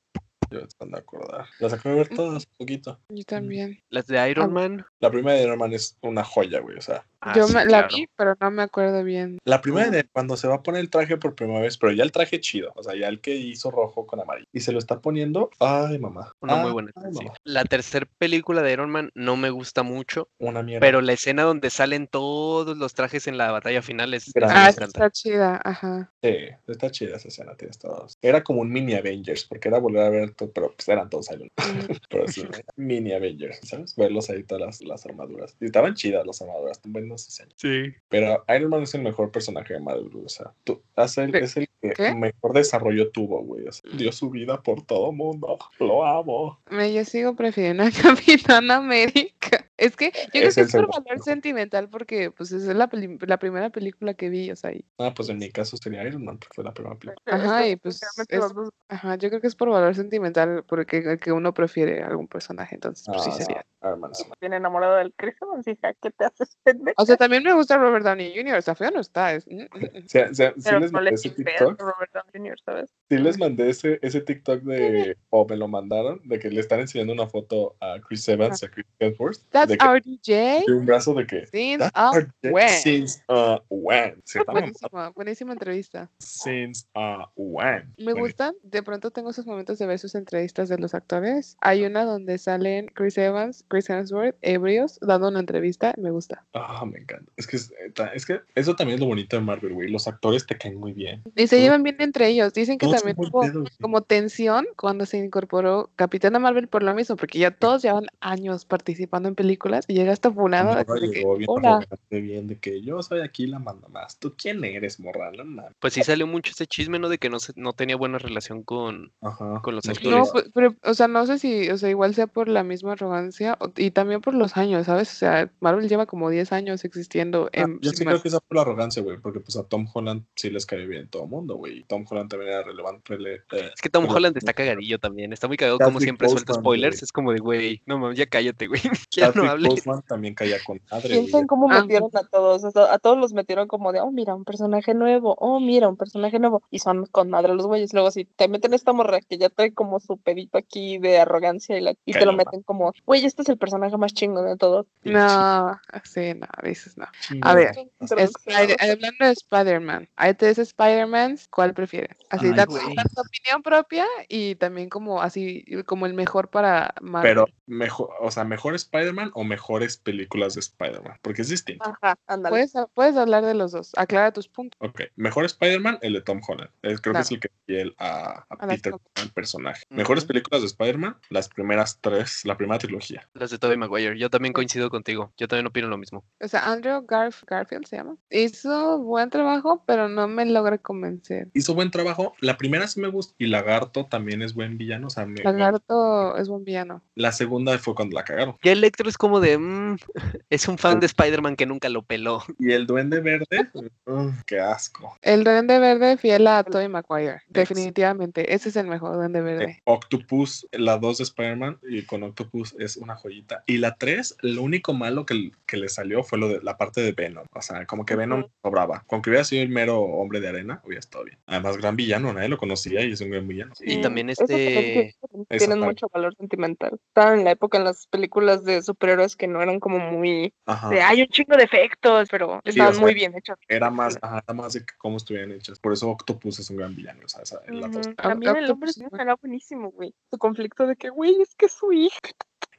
S3: Yo estoy de acordar. Las acabo de ver todas un poquito.
S1: yo también.
S5: Las de Iron Man.
S3: La primera de Iron Man es una joya, güey. O sea,
S5: Ah,
S1: yo
S5: sí,
S1: me- la
S5: claro.
S1: vi, pero no me acuerdo bien.
S3: la primera de cuando se va a poner el traje por primera vez, pero ya el traje chido. O sea, ya el que hizo rojo con amarillo. Y se lo está poniendo. Ay, mamá.
S5: Una muy
S3: Ay,
S5: buena. sí.
S3: mamá.
S5: La tercera película de Iron Man no me gusta mucho,
S3: Una mierda.
S5: pero la escena donde salen todos los trajes en la batalla final es. esa
S3: Grande.
S5: me
S1: Ah, esa
S5: encanta.
S1: está chida, ajá.
S3: Sí, está chida esa escena, tienes todos. Era como un mini Avengers, porque era volver a ver, to- pero pues eran todos Iron
S1: Mm.
S3: Man. (laughs) Pero sí,
S5: (laughs)
S3: mini Avengers, ¿sabes? Verlos ahí todas las, las armaduras. Y estaban chidas las armaduras, también no sé
S5: Sí.
S3: Pero Iron Man es el mejor personaje de Marvel, güey, o sea, tú- es, el,
S1: ¿Qué?
S3: es el que
S1: ¿Qué?
S3: mejor desarrollo tuvo, güey. o sea, dio su vida por todo mundo. Lo amo.
S1: Me, yo sigo prefiriendo a (laughs) Capitán América. Es que yo creo
S3: Es
S1: que
S3: el
S1: es por
S3: segundo.
S1: valor sentimental porque pues esa es la, peli- la primera película que vi, o sea, y-
S3: Ah, pues en mi caso sería Iron Man, porque fue la primera película.
S1: Ajá,
S6: Es que
S1: y pues,
S6: literalmente
S1: es-
S6: los dos-
S1: ajá, yo creo que es por valor sentimental porque eh, que uno prefiere a algún personaje, entonces pues sí
S3: Ah,
S1: sería.
S3: Iron Man es-
S6: Bien enamorado del Cristo, hija, "Ah, ¿qué te haces? pendeja?
S3: Ah,
S1: O sea, también me gusta Robert Downey Jr., está feo, no está. Es...
S3: (laughs)
S1: mm, mm, mm.
S3: Sí, sí, sí les
S6: Pero no le
S3: mandé ese
S6: chimpeas
S3: TikTok.
S6: a Robert Downey Jr., ¿sabes?
S3: Sí les mandé ese, ese TikTok de, o me lo mandaron, de que le están enseñando una foto a Chris Evans, y a Chris Hemsworth,
S1: That's
S3: de, que,
S1: our DJ.
S3: (laughs) de un brazo de que,
S1: Since
S3: that's
S1: our
S3: our dick
S1: when. Pues,
S3: since uh, when, Sí, está mamado.
S1: Buenísima, buenísima entrevista.
S3: since uh, when.
S1: Me
S3: Bueno,
S1: gustan, de pronto tengo esos momentos de ver sus entrevistas de los actores. Hay una donde salen Chris Evans, Chris Hemsworth ebrios dando una entrevista, me gusta.
S3: Ah, me encanta. Es que, es, eh, es que eso también es lo bonito de Marvel, güey. Los actores te caen muy bien.
S1: Y se
S3: Ujú.
S1: llevan bien entre ellos. Dicen que
S3: Todos son
S1: también
S3: buen
S1: hubo
S3: pedo, güey.
S1: como tensión cuando se incorporó Capitana Marvel por lo mismo, porque ya todos llevan años participando en películas y llega esta funada
S3: Morra
S1: de que,
S3: llegó bien
S1: hola,
S3: arrogante, bien de que yo soy aquí la manda más. ¿Tú quién eres, morra? No mames.
S5: Pues sí salió mucho ese chisme, ¿no? De que no, se- no tenía buena relación con...
S3: Ajá.
S5: Con los
S3: No,
S5: actores.
S1: No,
S5: Entonces-
S1: pe- pero, o sea, no sé si, o sea, igual sea por la misma arrogancia o- y también por los años, ¿sabes? O sea, Marvel lleva como 10 años existiendo
S3: Ah,
S1: en...
S3: yo
S1: sin
S3: sí
S1: Mar-
S3: creo que es por la arrogancia, güey, porque pues a Tom Holland sí les cae bien todo el mundo, güey. y Tom Holland también era relevante. rele- eh,
S5: Es que Tom
S3: Pero-
S5: Holland está cagadillo también. Está muy cagado como
S3: Chadwick
S5: siempre suelta
S3: Boseman,
S5: spoilers.
S3: güey.
S5: Es como de, güey, no mames, ya cállate, güey. (laughs) Ya no
S3: Chadwick
S5: hables.
S3: Boseman también caía con madre,
S6: Piensen
S3: güey.
S6: cómo
S1: Ah.
S6: metieron a todos. o sea, A todos los metieron como de, oh, mira, un personaje nuevo. Oh, mira, un personaje nuevo. Y son con madre los güeyes. Luego, si te meten esta morra que ya trae como su pedito aquí de arrogancia y, la- y te lo
S3: Cañona.
S6: meten como, güey, este es el personaje más chingón de todos.
S1: No, sí, no, dices no.
S3: Chingada.
S1: A ver,
S6: Pero,
S1: Spider- hablando de Spider-Man, hay tres Spider-Mans, ¿cuál prefieres? Así,
S3: Ay,
S1: da,
S3: güey.
S1: da tu opinión propia y también como así, como el mejor para Marvel.
S3: Pero mejor, o sea, mejor Spider-Man o mejores películas de Spider-Man, porque es
S1: Ah.
S3: distinto.
S6: Ajá, ándale.
S1: Puedes, puedes hablar de los dos, aclara tus puntos.
S3: Ok, mejor Spider-Man, el de Tom Holland. Eh, creo que
S1: Claro.
S3: es el que fiel a, a
S1: A las
S3: Peter,
S1: cosas.
S3: el personaje.
S5: Ujú.
S3: Mejores películas de Spider-Man, las primeras tres, la primera trilogía.
S5: Las de Tobey Maguire. Yo también coincido contigo. Yo también opino lo mismo.
S1: O sea, Andrew Garf- Garfield se llama. Hizo buen trabajo, pero no me logra convencer.
S3: Hizo buen trabajo. La primera sí me gusta. Y Lagarto también es buen villano. O sea, me- me-
S1: Lagarto es buen villano.
S3: la segunda fue cuando la cagaron.
S5: Ya Electro es como de, mm, (laughs) es un fan de Spider-Man que nunca lo peló. (laughs)
S3: Y el Duende Verde, uf, qué asco.
S1: El Duende Verde fiel a Tobey Maguire.
S3: Dex.
S1: Definitivamente. Ese es el mejor Duende
S3: Eh.
S1: Verde.
S3: Octopus, la 2 de Spider-Man y con Octopus es una joyita. Y la 3, lo único malo que, que le salió fue lo de la parte de Venom. O sea, como que Venom
S6: Ujú.
S3: sobraba. Con que hubiera sido el mero hombre de arena, hubiera estado bien. Además, gran villano, nadie lo conocía y es un gran villano.
S5: Y
S6: Mm,
S5: también
S6: esos también
S5: este-
S6: tienen-
S3: Esa
S6: (laughs) tienen
S3: parte.
S6: mucho valor sentimental. Estaban en la época en las películas de superhéroes que no eran como muy
S3: Ajá.
S6: de hay un chingo de efectos, pero
S3: Ah. Sí,
S6: estaban
S3: o sea,
S6: muy bien hechos.
S3: Era más, ajá, era más de que cómo estuvieran hechas. Por eso Octopus es un gran villano. O sea, esa- la dos.
S6: Ujú. mm, También el hombre
S1: Octopus,
S6: de
S1: ¿no?
S6: Arena era buenísimo, güey. Su conflicto de que, güey, es que es su hija.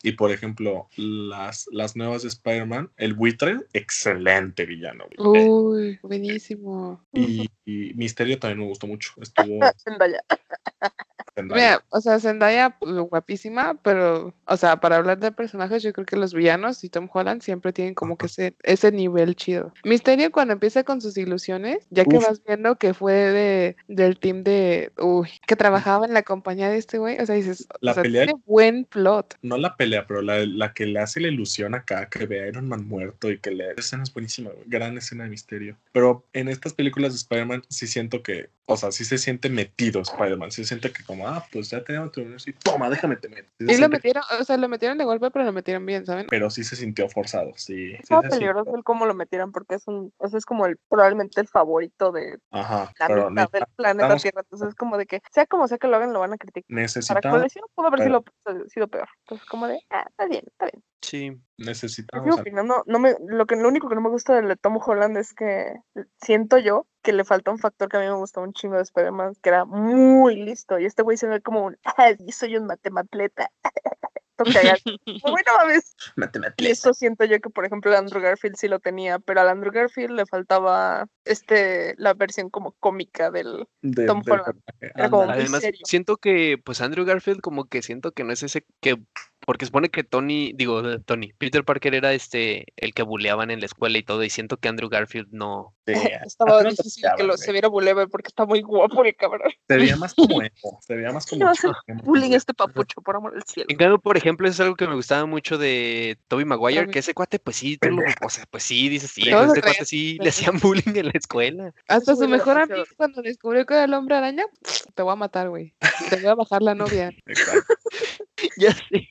S3: Y por ejemplo, las, las nuevas de Spider-Man, el buitre, excelente villano. güey.
S6: Uh.
S1: Uy, buenísimo.
S3: Y, y Misterio también me gustó mucho.
S6: (laughs)
S3: Estuvo
S6: Zendaya.
S3: Zendaya.
S1: Mira, o sea, Zendaya pues, guapísima, pero, o sea, para hablar de personajes, yo creo que los villanos y Tom Holland siempre tienen como que ese, ese nivel chido. Misterio cuando empieza con sus ilusiones, ya que
S3: Uf.
S1: vas viendo que fue de, del team de, uy, que trabajaba en la compañía de este güey, o sea, dices, o
S3: La
S1: sea,
S3: pelea-
S1: tiene buen plot.
S3: No la pelea, pero la, la que le hace la ilusión acá, que ve a Iron Man muerto y que le... Esa escena es buenísima, güey. gran escena de misterio. Pero en estas películas de Spider-Man sí siento que, o sea, sí se siente metido Spider-Man, sí se siente que como, ah, pues ya tenemos tu universo y toma, déjame te meto. Sí se
S1: Y lo
S3: siente-
S1: metieron, o sea, lo metieron de golpe, pero lo metieron bien, ¿saben?
S3: pero sí se sintió forzado, sí. sí
S6: Estaba
S3: se sintió.
S6: peligroso el cómo lo metieron porque es un, o sea, es como el, probablemente el favorito de
S3: Ajá,
S6: la
S3: pero
S6: mitad del planeta
S3: necesitamos-
S6: Tierra. Entonces es como de que, sea como sea que lo hagan, lo van a criticar. Para
S3: necesitamos,
S6: colección pudo haber
S3: Pues, pero-
S6: sido, sido peor. Entonces como de, ah, está bien, está bien.
S5: Sí.
S6: Yo
S3: necesitamos...
S6: sigo opinando, no me, lo, que, lo único que no me gusta del de Tom Holland es que siento yo que le falta un factor que a mí me gustó un chingo de Spider-Man, que era muy listo. Y este güey se ve como un, (laughs) "Ah, yo soy un matematleta. (laughs) Todo (laughs) cagado. Como, güey, no mames. Y
S3: Matemáticas.
S6: eso siento yo que, por ejemplo, el Andrew Garfield sí lo tenía, pero al Andrew Garfield le faltaba este la versión como cómica del...
S3: De-
S6: Tom
S3: del
S6: Holland.
S3: personaje.
S6: Era como
S3: Ándale.
S6: muy
S5: Además,
S6: serio.
S5: siento que, pues Andrew Garfield, como que siento que no es ese que, porque supone que Tony, digo, eh, Tony, Peter Parker era este, el que buleaban en la escuela y todo, y siento que Andrew Garfield no.
S3: Sí,
S6: (laughs) Estaba
S3: así no te
S6: difícil que
S3: pillaban,
S6: Ah, lo,
S3: güey.
S6: se viera Boulevard porque está muy guapo el cabrón.
S3: Se veía más como emo, se veía más
S6: Sí,
S3: como...
S6: le va a hacer
S3: emo,
S6: Bullying
S3: güey.
S6: este papucho, por amor al cielo.
S5: En cambio, por ejemplo, eso es algo que me gustaba mucho de Tobey Maguire,
S1: Tobey.
S5: que ese cuate, pues sí, tú lo, o sea, pues sí, dices, sí,
S1: Todos
S5: este
S1: lo creían
S5: cuate sí
S1: pendejo.
S5: le hacían (laughs) bullying en la escuela.
S1: Hasta
S6: Ese
S1: su
S6: güey era
S1: mejor
S6: demasiado-
S1: amigo cuando descubrió que era el hombre araña, (sniffs) te voy a matar, güey. Te voy a bajar la novia.
S3: Exacto.
S5: Ya sé.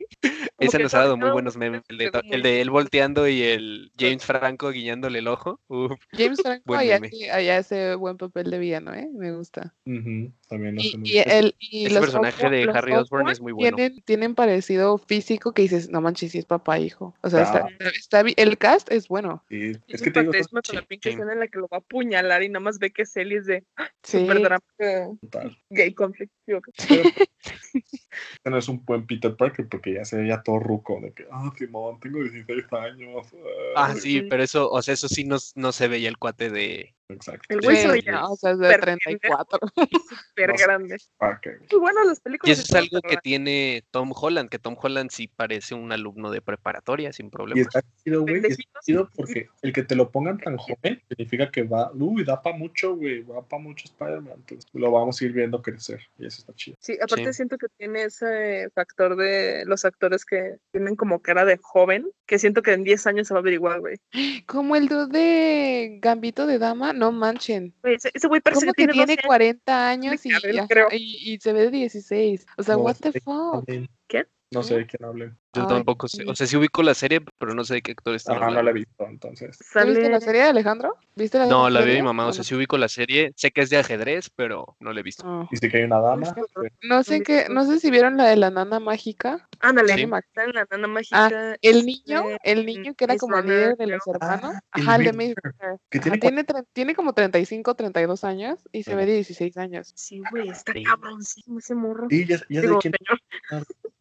S5: Ese
S6: que
S5: nos
S6: cada-
S5: ha dado muy
S6: cada
S5: buenos
S6: uno
S5: memes. El
S6: tiene
S5: de,
S6: su
S5: to-
S6: muy
S5: el de él volteando y el James Franco guiñándole el ojo. Uf,
S1: James Franco
S5: Buen
S1: allá
S5: meme.
S1: hace, allá hace buen papel de villano, ¿eh? Me gusta.
S3: Ujú, También
S1: Y,
S3: hace muy
S1: y
S3: bien.
S1: el y
S5: ese
S1: los
S5: personaje
S1: Osborn-
S5: de
S1: los
S5: Harry Osborn es
S1: Osborn
S5: muy bueno.
S1: Tienen, tienen parecido físico que dices, no manches, si es papá e hijo. O sea, está,
S3: Ah.
S1: está- está bi- el cast es bueno.
S3: Sí, es
S6: Ese
S3: que te digo,
S6: pateísmo
S3: está
S6: con la
S3: chi-
S6: pinche
S5: sí.
S6: escena en la que lo va a apuñalar y nada más ve que es él y es de
S1: Sí.
S6: súper drama, eh,
S3: total.
S6: gay conflict. digo,
S3: Pero, Este no es un buen Peter Parker porque ya se veía todo ruco de que, ah, Simón, tengo 16 años.
S5: Ah,
S3: ay".
S5: sí,
S6: sí.
S5: pero eso, o sea, eso sí no, no se veía el cuate de.
S3: Exacto.
S6: El
S5: güey
S1: Sí,
S5: se
S6: veía
S1: no, o sea, es de
S6: súper
S1: (laughs) 34.
S6: Súper
S3: No sé.
S6: grande.
S3: Parker.
S6: Y bueno, las películas.
S5: Y eso es
S6: están
S5: algo que
S6: raras.
S5: tiene Tom Holland, que Tom Holland sí parece un alumno de preparatoria sin
S3: Y
S5: problemas.
S3: está chido, güey. está
S6: Pendejitos.
S3: chido porque el que te lo pongan tan joven significa que va, uy, da para mucho, güey, va para mucho Spider-Man. Entonces, lo vamos a ir viendo crecer y eso está chido.
S6: Sí, aparte siento que tiene ese factor de los actores que tienen como cara de joven, que siento que en 10 años se va a averiguar, güey.
S1: Como el dude de Gambito de Dama, no manchen.
S6: Güey, Ese ese güey parece
S1: Como
S6: que
S1: que
S6: tiene, 12
S1: tiene
S6: años.
S1: 40 años y,
S6: Gabriel,
S1: ajá,
S6: creo.
S1: y- y se ve de 16. O sea,
S3: No,
S1: what the
S3: sí.
S1: fuck.
S6: ¿Qué?
S3: No sé de quién hablen.
S5: Yo
S1: Ay,
S5: tampoco sé. O
S1: sí.
S5: sea, sí ubico la serie, pero no sé de qué actor
S6: Ah,
S5: está.
S3: Ajá, no la he visto, entonces.
S1: ¿Tú viste la
S6: Sale-
S1: serie de Alejandro? ¿Viste la
S5: No, la vi a mi
S1: serie?
S5: mamá. O sea, sí ubico la serie. Sé que es de ajedrez, pero no la he visto.
S1: No.
S3: Y sí que hay una dama. güey.
S1: No sé qué, no sé si vieron la de la nana mágica.
S6: Ándale,
S5: Sí.
S6: sale la
S1: Ah.
S6: nana mágica.
S1: El niño,
S6: Este,
S1: el niño que era
S6: Miss
S1: como el
S6: Marvel,
S1: líder de
S6: creo.
S1: los hermanos.
S3: Ah,
S1: Ajá, el de
S3: el
S1: Miss
S3: Mister,
S1: Marvel.
S3: que
S1: Ajá,
S3: tiene
S1: tiene, tre- tiene como 35, 32 años y se ve
S3: Ajá.
S1: de 16 años.
S6: Sí, güey, está
S5: Sí.
S6: cabroncísimo ese morro.
S3: Sí, ya, ya sé
S6: Digo,
S3: quién.
S6: señor.
S3: (laughs)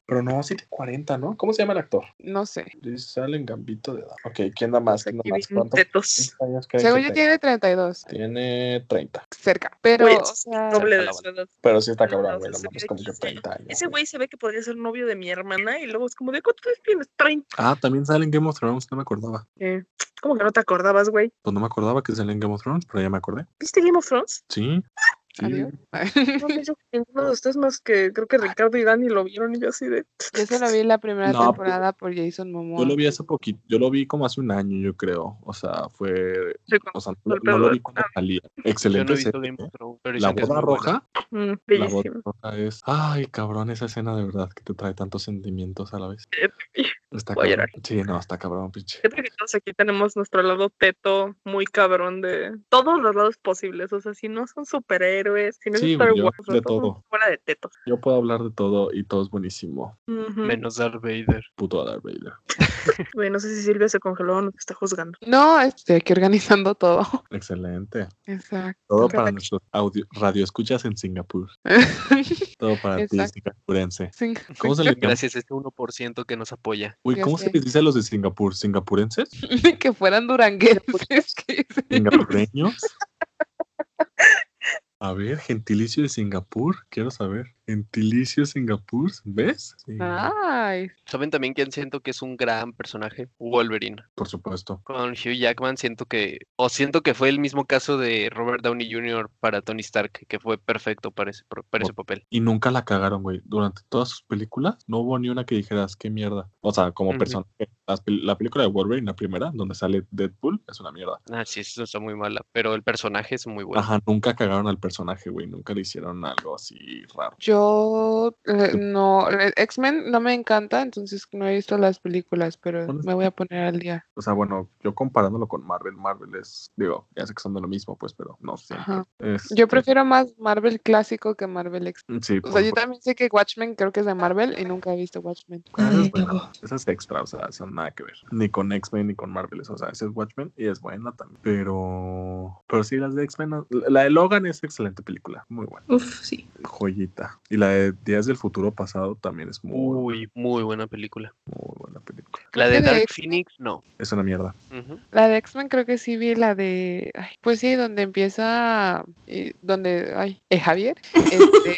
S3: Pero no, sí tiene 40, ¿no? ¿Cómo se llama el actor?
S1: No sé.
S3: Salen Gambito de edad. Ok, ¿quién da más? ¿Quién da
S6: Pues Aquí
S3: más?
S6: bien
S3: ¿Cuántos
S6: tetos.
S3: cuántos años creen
S1: Según
S3: que
S1: yo
S3: tenga?
S1: tiene 32,
S3: Tiene 30.
S1: cerca. Pero,
S6: Güey,
S1: o
S6: es
S1: sea,
S6: Doble de
S5: la
S6: su edad.
S3: Pero sí está
S6: No,
S3: cabrón,
S6: Ah, o
S3: güey.
S6: sea,
S3: No
S6: se
S3: mames,
S6: ve
S3: como que
S6: 15.
S3: 30 años.
S6: Ese güey se ve que podría ser novio de mi hermana y luego es como de ¿cuántos tienes? 30.
S3: Ah, también salen Game of Thrones, no me acordaba.
S6: Eh, ¿Cómo que no te acordabas, güey?
S3: Pues no me acordaba que salía en Game of Thrones, pero ya me acordé.
S6: ¿Viste Game of Thrones?
S3: Sí. Sí.
S1: adiós.
S6: (laughs) No me dijo que ninguno de ustedes más que creo que Ricardo y Dani lo vieron y yo así de.
S1: Yo solo vi la primera
S3: No, pues,
S1: temporada por Jason Momoa.
S3: Yo lo vi hace poquito, yo lo vi como hace un año, yo creo. O sea, fue.
S6: Sí,
S3: O
S6: cuando-
S3: sea, no,
S6: Fue el
S3: no lo
S6: peor.
S3: vi cuando salía.
S5: Yo no
S3: Excelente.
S5: he visto
S3: serie,
S5: Game
S3: ¿eh?
S5: of Thrones, pero
S3: La
S5: dicen que es
S3: boda
S5: muy buena.
S3: roja.
S6: (laughs) Mm,
S3: La boda
S6: bellísimo.
S3: roja es. Ay, cabrón, esa escena de verdad que te trae tantos sentimientos a la vez. Está
S6: Voy a
S3: cabrón. Sí, no, está cabrón, pinche.
S6: Fíjate que todos aquí tenemos nuestro lado teto muy cabrón de todos los lados posibles. O sea, si no son superhéroes, si no
S3: Sí,
S6: es Star
S3: güey, yo
S6: Wars, o sea,
S3: de
S6: todos son
S3: todo.
S6: fuera de teto.
S3: Yo puedo hablar de todo y todo es buenísimo.
S6: Ujú.
S5: Menos Darth (laughs) Vader.
S3: Puto Darth Vader.
S6: Güey, no sé si Silvia se congeló o no te está juzgando.
S1: No, estoy aquí organizando todo. (laughs)
S3: Excelente.
S1: Exacto. (laughs)
S3: Todo
S6: Qué
S3: para
S6: bueno.
S3: nuestros audio, radioescuchas en Singapur. Todo para ti,
S1: Exacto. Pues
S3: singapurense.
S1: Sí.
S3: ¿Cómo se les, llama?
S5: Gracias a este 1% que nos apoya.
S3: Uy,
S1: Ya
S3: ¿cómo se
S1: sé.
S3: les dice a los de Singapur? ¿Singapurenses?
S1: que fueran
S3: (laughs)
S1: duranguenses. que-
S3: ¿Singapureños? A ver, gentilicio de Singapur. Quiero saber. Gentilicio de Singapur. ¿Ves? Sí,
S1: Ah. Ay,
S5: ¿Saben también quién siento que es un gran personaje? Wolverine.
S3: por supuesto.
S5: Con Hugh Jackman siento que, o siento que fue el mismo caso de Robert Downey Jr. para Tony Stark, que fue perfecto para ese, pro- para ese papel.
S3: Y nunca la cagaron, güey. Durante todas sus películas no hubo ni una que dijeras, qué mierda. O sea, como
S5: Ujú.
S3: persona. las pel- La, película de Wolverine, la primera, donde sale Deadpool, es una mierda.
S5: Ah, sí, eso está muy mala, pero el personaje es muy bueno.
S3: Ajá, nunca cagaron al personaje, güey. Nunca le hicieron algo así raro.
S1: yo eh, no, eh, X-Men no me encanta, entonces no he visto las películas, pero
S3: Bueno,
S1: me voy a poner al día.
S3: O sea, bueno, yo comparándolo con Marvel, Marvel es, digo, ya sé que son de lo mismo, pues, pero no sé.
S1: Ajá.
S3: Este,
S1: Yo prefiero más Marvel clásico que Marvel X.
S3: Sí,
S1: O
S3: por
S1: sea, yo
S3: supuesto.
S1: también sé que Watchmen creo que es de Marvel y nunca he visto Watchmen.
S3: Esa es buena. Esa es extra, o sea, son nada que ver. Ni con X-Men ni con Marvel. O sea, ese es Watchmen y es buena también. Pero. Pero sí, las de X-Men. no- La de Logan es excelente película. Muy buena.
S7: Uf, sí.
S3: Joyita. Y la de Días del Futuro Pasado también es muy,
S1: Uh.
S5: Uy, muy buena película.
S3: muy buena película.
S5: La
S1: Creo
S5: de
S1: que de
S5: Dark
S1: X-Men-
S5: Phoenix, no.
S3: Es una mierda.
S5: Ujú.
S7: Ah,
S1: La de X-Men creo que sí vi la de, ay, pues sí, donde empieza, eh, donde, ay, ¿es Javier? (laughs) Este,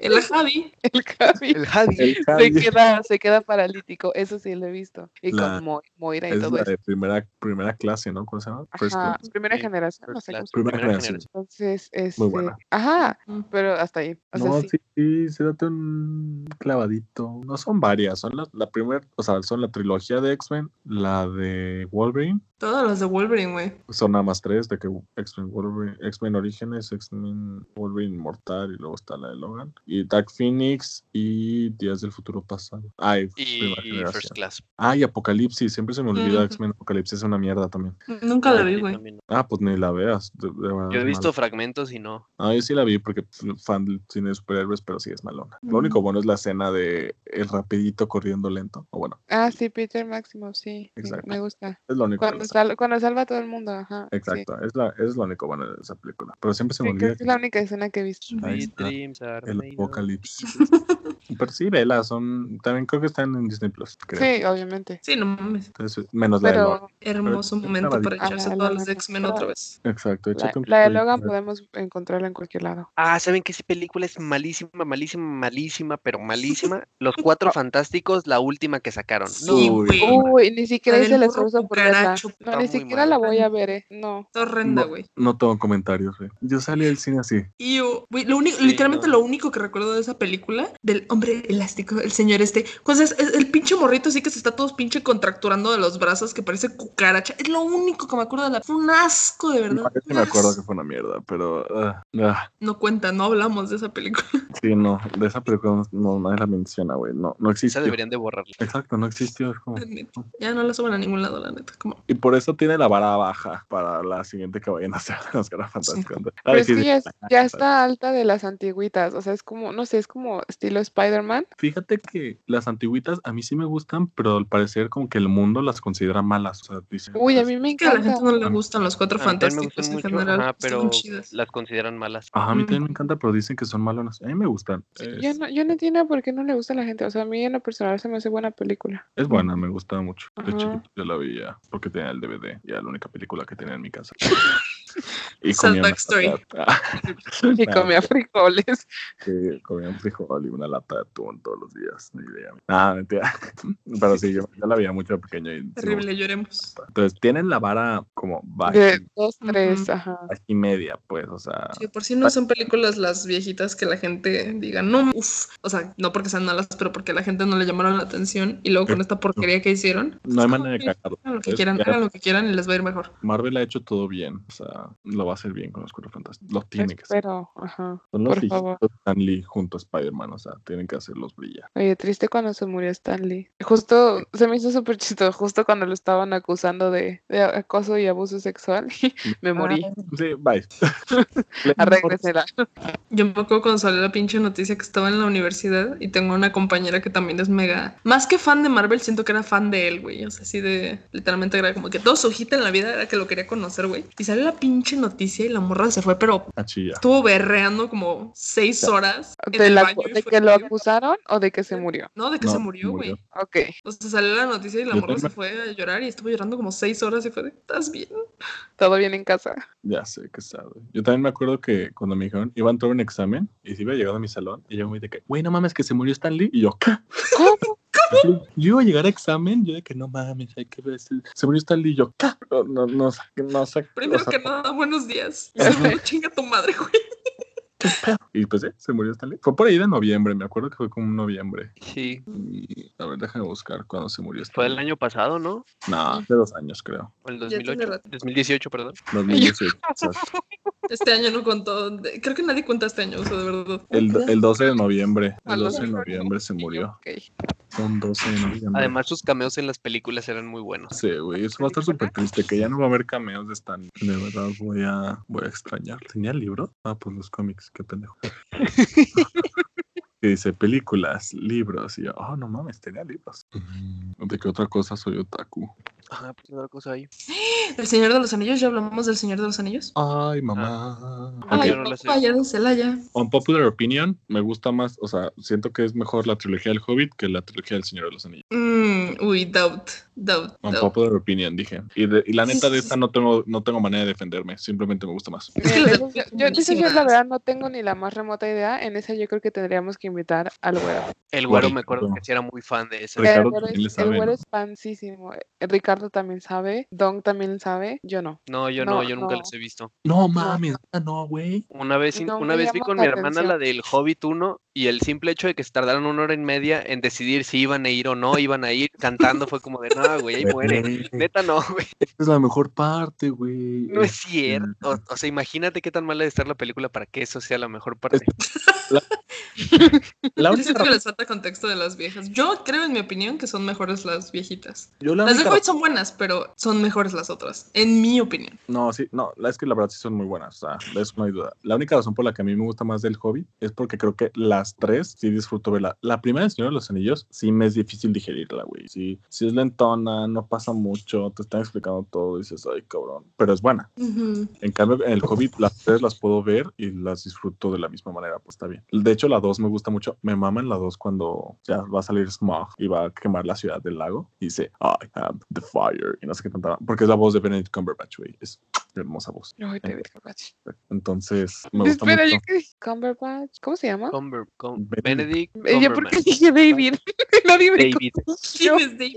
S7: El Javi.
S1: el Javier.
S5: El Hadi.
S3: El
S1: se
S3: Javi
S1: queda, se queda paralítico, eso sí lo he visto. Y
S3: La-
S1: con Mo- Moira y
S3: es
S1: todo
S3: la
S1: eso.
S3: de primera, primera clase, ¿no? ¿Cómo se llama? First
S1: Ajá,
S3: class.
S1: primera
S5: sí,
S1: generación, no
S5: First
S1: sé cómo
S5: Class.
S1: se
S3: Primera
S5: Primera
S3: generación.
S5: generación.
S1: Entonces, este,
S3: buena.
S1: ajá,
S7: Mm.
S1: pero hasta ahí. O sea,
S3: no,
S1: sí.
S3: sí, sí, sí, date un clavadito. No son varias, son la, la primera, o sea, son la trilogía de X-Men, la de Wolverine,
S7: Todas las de Wolverine, güey.
S3: son nada más tres, de que X-Men Wolverine- X-Men Orígenes, X-Men Wolverine Inmortal y luego está la de Logan. Y Dark Phoenix y Días del Futuro Pasado. Ay,
S5: Y
S3: primera
S5: First
S3: generación.
S5: Class.
S3: Ah, y Apocalipsis, siempre se me olvida
S7: Ujú.
S3: X-Men Apocalipsis, es una mierda también.
S7: Nunca la
S5: Ah,
S7: vi,
S5: sí,
S7: güey.
S5: también.
S3: Ah, pues ni la veas. de- de verdad
S5: Yo he
S3: es
S5: visto
S3: mala.
S5: fragmentos y no.
S3: Ah, yo sí la vi porque f- fan del cine de superhéroes, pero sí es malona. Lo
S7: Ujú.
S3: único bueno es la escena de el rapidito corriendo lento. O bueno,
S1: Ah, sí, Peter Máximo, sí, me-
S3: Exacto.
S1: me, gusta.
S3: es lo único. de la
S1: Cuando,
S3: escena.
S1: sal- cuando salva a todo el mundo, ajá. sí.
S3: Exacto, es, la, es lo único bueno de esa película. Pero siempre se
S1: Sí,
S3: me
S1: creo
S3: olvida
S1: que es la única escena que he visto.
S3: Ahí
S5: Sweet
S3: está.
S5: dreams
S3: el
S5: are
S1: (laughs)
S5: made of
S3: apocalipsis. Pero sí, vela, son. También creo que están en Disney Plus, creo.
S1: Sí, obviamente.
S7: Sí, no mames.
S3: Entonces, menos la de Logan.
S1: Pero
S7: Hermoso
S3: Pero-
S7: momento para
S1: Ah,
S7: echarse
S1: la
S7: todos
S1: de
S7: los
S1: Logan.
S7: X-Men otra vez.
S3: Exacto,
S1: la,
S3: échate un
S1: la de
S3: play.
S1: Logan pues, podemos encontrarla en cualquier lado.
S5: Ah, ¿saben que esa película es malísima, malísima, malísima, pero malísima? Los Cuatro Fantásticos, la última que sacaron. No,
S7: Sí,
S3: Uy,
S7: güey.
S3: no.
S1: Uy, ni siquiera
S7: La
S1: hice el
S7: del burro
S1: esfuerzo por verla.
S7: cucaracho.
S1: No,
S5: Está
S1: ni
S5: muy
S1: siquiera
S5: mala.
S1: la voy a ver, eh. No.
S7: Está horrenda,
S3: No.
S7: güey.
S3: No tengo comentarios, güey. Yo salí del cine así.
S7: Y yo, güey, lo único,
S5: Sí,
S7: literalmente
S5: no.
S7: lo único que recuerdo de esa película, del hombre elástico, el señor este, pues es, es el pinche morrito sí que se está todos pinche contracturando de los brazos, que parece cucaracha. Es lo único que me acuerdo de la... Fue un asco, de
S3: No,
S7: verdad.
S3: yo sí
S7: un
S3: me acuerdo que
S7: asco.
S3: fue una mierda, pero. ah, ah,
S7: No cuenta, no hablamos de esa película.
S3: sí, no. De esa película no, nadie la menciona, güey. No, no
S5: Esa
S3: existió.
S5: deberían de borrarla.
S3: Exacto, no existió. es como-
S7: la neta. Ya no la suben a ningún lado, la neta. Como,
S3: Y por eso tiene la vara baja para la siguiente que vayan a hacer (laughs) los caras fantásticos.
S1: Pero es que ya, es- ya está alta de las antigüitas. O sea, es como, no sé, es como estilo Spider-Man.
S3: Fíjate que las antigüitas a mí sí me gustan, pero al parecer como que el mundo las considera malas. O sea, pues dice,
S1: Uy, a mí me
S7: es que a la
S1: encanta.
S7: gente no le
S3: Ah,
S7: gustan los cuatro
S5: A mí también me
S7: fantásticos
S5: gustan
S7: en
S5: mucho,
S7: general.
S5: ajá,
S7: están
S5: pero
S7: chidas.
S5: las consideran malas.
S3: Ajá, a mí
S7: Mm.
S3: también me encanta, pero dicen que son malas. A mí me gustan.
S1: Yo
S3: Es,
S1: no, yo no entiendo por qué no le gusta a la gente. O sea, a mí en lo personal se me hace buena película.
S3: (laughs) es buena, me gusta mucho. De
S1: Ajá.
S3: chiquito yo la veía porque tenía el DVD y era la única película que tenía en
S1: (laughs)
S3: mi casa. y
S7: Sad
S3: comía una
S7: backstory.
S3: lata- (laughs)
S1: Y
S3: Nah,
S1: comía frijoles.
S3: que comía un frijol y una lata de atún todos los días. ni idea. Nada, mentira. (laughs) pero sí, yo, yo la veía mucho de pequeño. Y sí me
S7: Terrible, lloremos.
S3: gusta. Entonces tienen la vara como baja,
S1: De dos, tres,
S7: Ujú.
S1: ajá.
S3: baja y media, pues, o sea.
S7: Sí, por si no son películas las viejitas que la gente diga, no, uff, o sea, no porque sean malas, pero porque la gente no le llamaron la atención y luego con esta porquería que hicieron,
S3: Eh, No hay
S7: es
S3: manera de
S7: como que
S3: cagarlo.
S7: hagan lo que
S3: ¿sabes?
S7: quieran,
S3: Ya
S7: hagan lo que quieran y les va a ir mejor.
S3: Marvel ha hecho todo bien. O sea, lo va a hacer bien con los Cuatro Fantásticos. Lo tiene que hacer.
S1: Espero, ajá.
S3: Son los
S1: por
S3: hijitos
S1: favor.
S3: de Stan Lee junto a Spider-Man. O sea, tienen que hacerlos brillar.
S1: Oye, triste cuando se murió Stanley. Justo, se me hizo súper chistoso, justo cuando lo estaban acusando de, de acoso y abuso sexual. me morí. Ah,
S3: Ah, sí,
S1: (laughs)
S3: (laughs) bye.
S1: Arréglesela.
S7: Yo me acuerdo cuando salió la pinche noticia que estaba en la universidad y tengo una compañera que también es mega, más que fan de Marvel, siento que era fan de él, güey, o sea, así de, literalmente era como que todo su hojita en la vida era que lo quería conocer, güey, y salió la pinche noticia y la morra se fue, pero
S3: A chillar.
S7: estuvo berreando como seis horas en
S1: ¿De,
S7: el
S1: la-
S7: baño y
S1: de
S7: fue
S1: que lo
S7: horrible.
S1: acusaron o de que se murió?
S7: No, de que
S3: No,
S7: se murió, güey.
S3: murió.
S1: Ok.
S7: O sea, salió la noticia y la
S3: Yo
S7: morra se
S3: también.
S7: fue a llorar y estuvo llorando como seis horas y fue de, ¿estás bien?
S1: Todo bien en casa.
S3: Ya sé que sabe. Yo también me acuerdo que cuando me dijeron iba a entrar a un examen y si iba llegando a mi salón y yo me dije, güey, no mames, que se murió Stan Lee. Y yo, ¿qué? (laughs)
S1: ¿Cómo?
S3: Yo iba a llegar a examen, yo de que no mames, hay que ver. si- Se murió Stan Lee. Y yo, ¿qué? No, no, no, sé, no sé.
S7: Primero
S3: o sea,
S7: que nada,
S3: (laughs)
S7: buenos días.
S1: Ajá.
S7: Se fue, chinga tu madre, güey.
S3: Y pues sí, se murió Stanley. Fue por ahí de noviembre, me acuerdo que fue como en noviembre.
S5: Sí.
S3: Y a ver, déjame buscar cuándo se murió
S5: Fue el
S3: Stanley.
S5: año pasado, ¿no?
S3: No, hace dos años creo.
S5: O el
S7: Ya tiene
S5: 2008.
S7: rato.
S5: 2018, perdón.
S3: (laughs) 2018. exacto.
S7: Este año no contó. de- Creo que nadie cuenta este año, o sea, de verdad.
S3: El, el 12 de noviembre.
S1: A
S3: El
S1: los
S3: 12 de
S1: ocho.
S3: noviembre se
S1: Y yo,
S3: murió. (laughs)
S1: ok. Eh,
S3: Son 12 de noviembre.
S5: Además, sus cameos en las películas eran muy buenos.
S3: Sí, güey, eso va a estar súper triste, que ya no va a haber cameos de Stan. De verdad voy a, voy a extrañar. ¿Tenía el libro? Ah, pues los cómics, qué
S5: (laughs)
S3: pendejo. que dice películas, libros, y yo, oh, no mames, tenía libros. Mm, ¿De qué otra cosa soy otaku?
S5: Ajá, pues otra cosa ahí.
S7: El Señor de los Anillos, ya hablamos del Señor de los Anillos.
S3: Ay, mamá.
S5: Ah,
S7: Ay,
S5: yo no la sé.
S7: vaya de Celaya.
S3: Unpopular opinion, me gusta más, o sea, siento que es mejor la trilogía del Hobbit que la trilogía del Señor de los Anillos.
S7: Mm, uy, doubt, doubt, doubt.
S3: Unpopular opinion, dije. Y, de- y la
S7: Sí,
S3: neta de
S7: sí,
S3: esta no tengo, no tengo manera de defenderme, simplemente me gusta más.
S7: Es que
S1: Miren,
S7: las
S1: eso
S7: del
S1: yo, yo-
S7: son
S1: eso yo la
S7: buenísimas.
S1: verdad no tengo ni la más remota idea. En esa yo creo que tendríamos que invitar al güero.
S5: El güero
S3: Ricardo.
S5: me acuerdo que sí era muy fan de esa.
S3: Ricardo.
S1: el güero,
S3: también le
S1: es,
S3: sabe,
S1: el güero
S3: ¿no?
S1: es fansísimo. Eh, Ricardo también sabe. Don también sabe. Yo no.
S5: No, yo
S1: No,
S5: no, yo nunca
S1: no.
S5: las he visto.
S3: No mames, neta, no, güey.
S5: Una vez, in-
S1: No me
S5: una vez vi
S1: llama
S5: con
S1: la
S5: mi hermana
S1: atención.
S5: la del Hobbit 1 y el simple hecho de que se tardaron una hora y media en decidir si iban a ir o no, iban a ir cantando, fue como de,
S3: (laughs)
S5: no, güey, ahí
S3: Pues,
S5: muere.
S3: Neta,
S5: Neta, no, güey,
S3: Es la mejor parte, güey.
S5: no es cierto. O, o sea, imagínate qué tan mala debe estar la película para que eso sea la mejor parte.
S3: La
S7: Yo
S3: única
S7: siento que
S3: razón-
S7: les falta contexto de las viejas. Yo creo, en mi opinión, que son mejores las viejitas.
S3: yo la
S7: (laughs) Las de
S3: única
S7: Hobbit son buenas, pero son mejores las otras, en mi opinión.
S3: No, sí, no, la es que la verdad sí son muy buenas, o sea, de eso no hay duda. La única razón por la que a mí me gusta más del Hobbit es porque creo que la las tres sí disfruto verla. La primera del Señor de los Anillos sí me es difícil digerirla, güey. Sí, sí es lentona, no pasa mucho, te están explicando todo, dices, ay, cabrón. Pero es buena.
S7: Ujú.
S3: En cambio, en el Hobbit las tres las puedo ver y las disfruto de la misma manera, pues está bien. De hecho, la dos me gusta mucho. Me mama en la dos cuando ya va a salir Smog y va a quemar la ciudad del lago y dice, I am the fire. Y no sé qué tanta, porque es la voz de Benedict Cumberbatch, güey. Es hermosa voz.
S1: Ay, David Cumberbatch.
S3: Entonces, me gusta
S1: Espera,
S3: mucho.
S1: yo que Cumberbatch. ¿Cómo se llama?
S5: Cumber, Cum-
S3: Benedict.
S5: Benedict.
S1: Ella porque
S5: Cumberbatch.
S1: dije David. (laughs) Nadie me
S5: David.
S1: corrigió.
S7: ¿Quién es Dave?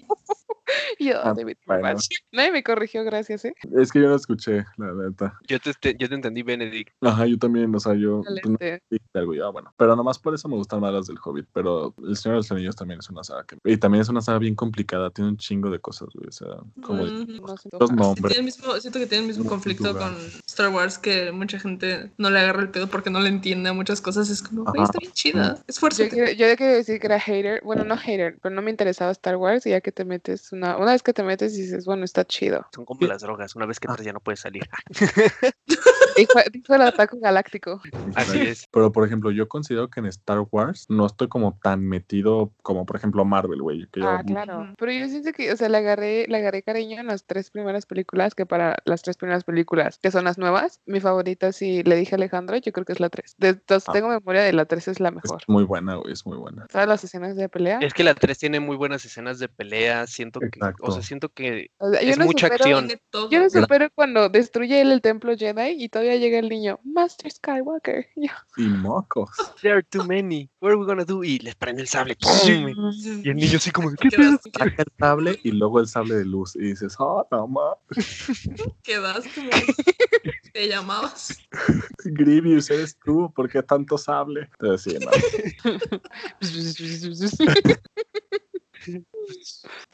S1: Yo, "Oh,
S3: Ah,
S1: David
S3: bueno.
S1: Cumberbatch. Nadie me corrigió, gracias, ¿eh?
S3: Es que yo no escuché, la neta.
S5: Yo te, te- yo te entendí, Benedict.
S3: Ajá, yo también, o sea, yo pues, no
S1: Excelente.
S3: Sí, tal, güey. Ah, bueno. Pero nomás por eso me gustan más las del Hobbit. Pero El Señor de los Anillos también es una saga que. Y también es una saga bien complicada. Tiene un chingo de cosas, güey. O sea,
S1: Mm,
S3: como
S7: Ujú.
S1: No se antoja.
S3: los
S7: Sí, tiene
S3: nombres.
S7: el mismo- siento que tiene el mismo
S3: Muy
S7: conflicto
S3: cultural.
S7: con Star Wars que mucha gente no le agarra el pedo porque no le entiende a muchas cosas. Es como, güey,
S3: Ajá.
S7: está bien chida.
S1: Yo,
S7: Esfuérzate.
S1: quiero- yo le quiero decir que era hater, bueno, no hater, pero no me interesaba Star Wars y ya que te metes, una, una vez que te metes dices, bueno, está chido.
S5: Son como las drogas. Una vez que entras ya no puedes salir.
S1: Dijo, dijo el ataque galáctico.
S5: Así es.
S3: Pero por ejemplo, yo considero que en Star Wars no estoy como tan metido como por ejemplo Marvel, güey. Que yo-
S1: Ah, claro.
S7: Ujú.
S1: Pero yo siento que, o sea, le agarré, le agarré cariño en las tres primeras películas, que para las tres primeras películas, que son las nuevas, mi favorita, si le dije a Alejandro, yo creo que es la tres. De- Entonces
S3: Ah.
S1: tengo memoria de la tres es la
S3: Es
S1: mejor.
S3: muy buena, güey. Es muy buena.
S1: Todas las escenas de pelea.
S5: Es que la 3 tiene muy buenas escenas de pelea. Siento que,
S3: Exacto.
S5: o sea, siento que
S1: O sea, yo
S5: es
S1: no
S5: mucha
S1: supero-
S5: acción.
S7: Tiene todo.
S1: Yo no
S3: Gra-
S1: supero cuando destruye él el templo Jedi y todavía llega el niño, Master Skywalker. (laughs)
S5: (laughs)
S1: Y yo,
S3: Y mocos.
S5: There are too many. What are we gonna do? Y les prende el sable. ¡pum! Y el niño así como, de, ¿qué pedo?
S7: Quedas-
S3: Saca el sable y luego el sable de luz. Y dices, oh, no ma.
S7: Quedas
S5: (laughs)
S7: como te llamabas. Eh,
S3: Grievous, eres tú. ¿Por qué tanto sable? Entonces, sí, no.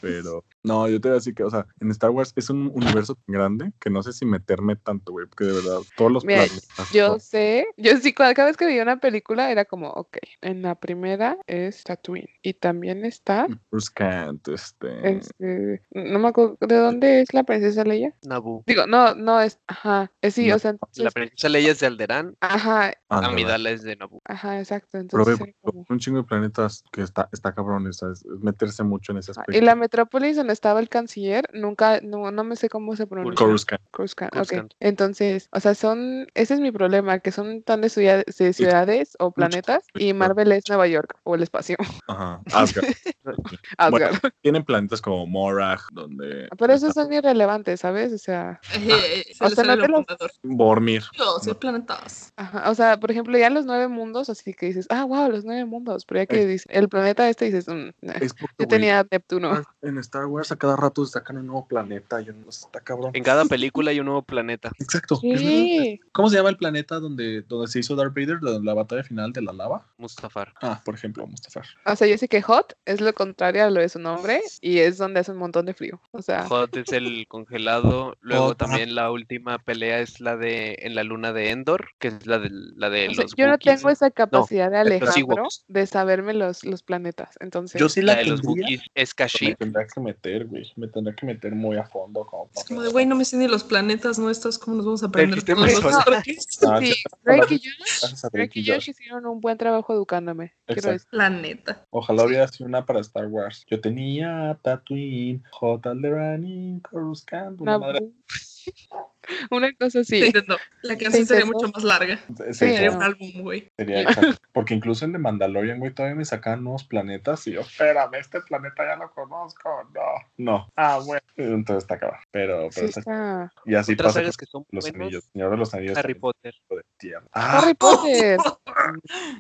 S3: Pero no, yo te voy a decir que, o sea, en Star Wars es un universo tan grande que no sé si meterme tanto, güey, porque de verdad, todos los
S1: Mira,
S3: planetas,
S1: Yo
S3: todo-
S1: sé, yo sí, cada cada vez que veía una película era como, ok, en la primera es Tatooine y también está,
S3: Bruce Kant, este.
S1: este, no me acuerdo, ¿de dónde es la princesa Leia?
S5: Nabu.
S1: Digo, no, no es, ajá, es sí,
S3: No,
S1: o sea,
S5: La
S1: entonces,
S5: princesa Leia es de Alderán.
S1: ajá,
S3: Andorra.
S5: Amidala es de Nabu.
S1: ajá, exacto,
S3: Pero ve,
S1: entonces era
S3: güey,
S1: como,
S3: un chingo de planetas que está, está cabrón, o sea, es- es meterse mucho en ese
S1: ajá, ah,
S3: aspecto.
S1: Y la metrópolis donde estaba el canciller, nunca, no, no me sé cómo se pronuncia.
S3: Coruscant.
S1: Coruscant,
S5: Coruscant.
S1: ok. Entonces, o sea, son, ese es mi problema, que son tan de, ciudad- de ciudades o planetas y
S3: mucho.
S1: Marvel es Nueva York o el espacio, (laughs)
S3: Ajá. Asgard. (laughs) Bueno,
S1: Asgard.
S3: tienen planetas como Morag, donde.
S1: Ah, Pero
S3: está
S1: esos son irrelevantes, ¿sabes? O sea,
S5: Ah,
S7: Eh, se
S1: o
S7: le
S1: sea,
S7: sale
S1: no te
S7: el
S1: lo-
S7: apuntador.
S1: (laughs)
S3: Bormir.
S7: Yo soy planetas.
S1: ajá, o sea, por ejemplo, ya los nueve mundos, así que dices, ah, wow, los nueve mundos, pero ya que dices, el planeta este dices, mm, nah.
S3: Es porque,
S1: yo
S3: güey,
S1: tenía Neptuno.
S3: En Star Wars a cada rato sacan un nuevo planeta. Y un- está cabrón.
S5: En cada película hay un nuevo planeta.
S3: Exacto. es verdad.
S1: Sí,
S3: ¿Cómo se llama el planeta donde, donde se hizo Darth Vader, la, la batalla final de la lava?
S5: Mustafar.
S3: Ah, por ejemplo, Mustafar.
S1: o sea, yo sé que Hot es lo contrario a lo de su nombre y es donde hace un montón de frío. O sea,
S5: Hot es el congelado. Luego
S3: Hot, ajá.
S5: también la última pelea es la de en la luna de Endor, que es la de la de
S1: o sea,
S5: los
S1: yo no
S5: Wookiees.
S1: tengo esa capacidad de
S5: de los
S1: Alejandro
S5: Ewoks.
S1: de saberme los, los planetas. Entonces,
S3: Yo sí
S5: La
S3: la,
S5: de los
S3: tendría,
S5: Wookiees es
S3: pero me
S5: Kashyyyk.
S3: tendría que meter, güey. Me tendría que meter muy a fondo. Como para
S7: Es como de, güey, no me sé ni los planetas nuestros, ¿cómo nos vamos a aprender
S5: sistema
S7: todos los
S5: solar.
S7: planetas?
S3: Ah,
S1: sí,
S3: sí,
S1: Drake y Josh,
S3: gracias a
S1: Drake
S3: Drake
S1: y
S3: y
S1: Josh
S3: Josh.
S1: hicieron un buen trabajo educándome. Quiero
S3: Exacto.
S1: decir,
S7: Planeta.
S3: Ojalá hubiera sido una para Star Wars. Yo tenía Tatooine, J. Alderaan y Coruscant. Una
S1: una,
S3: madre.
S1: (laughs) una cosa así.
S7: Se intentó. La canción sería
S1: intentó.
S7: mucho más larga.
S1: Sí,
S7: Sería
S1: no.
S7: un álbum, güey.
S3: Sería exacto.
S1: (laughs)
S3: Porque incluso en The Mandalorian, güey, todavía me sacan nuevos planetas y yo, espérame, este planeta ya lo conozco. No, no. Ah, bueno. Entonces está cabrón. Pero,
S1: Sí
S3: pero está-
S1: está.
S3: Y así
S5: Otras
S3: pasa
S5: sagas que son
S3: con los
S5: buenas,
S3: anillos. Señor de los anillos.
S5: Harry
S3: también,
S5: Potter.
S3: tipo de tierra. Ah,
S1: Harry Potter.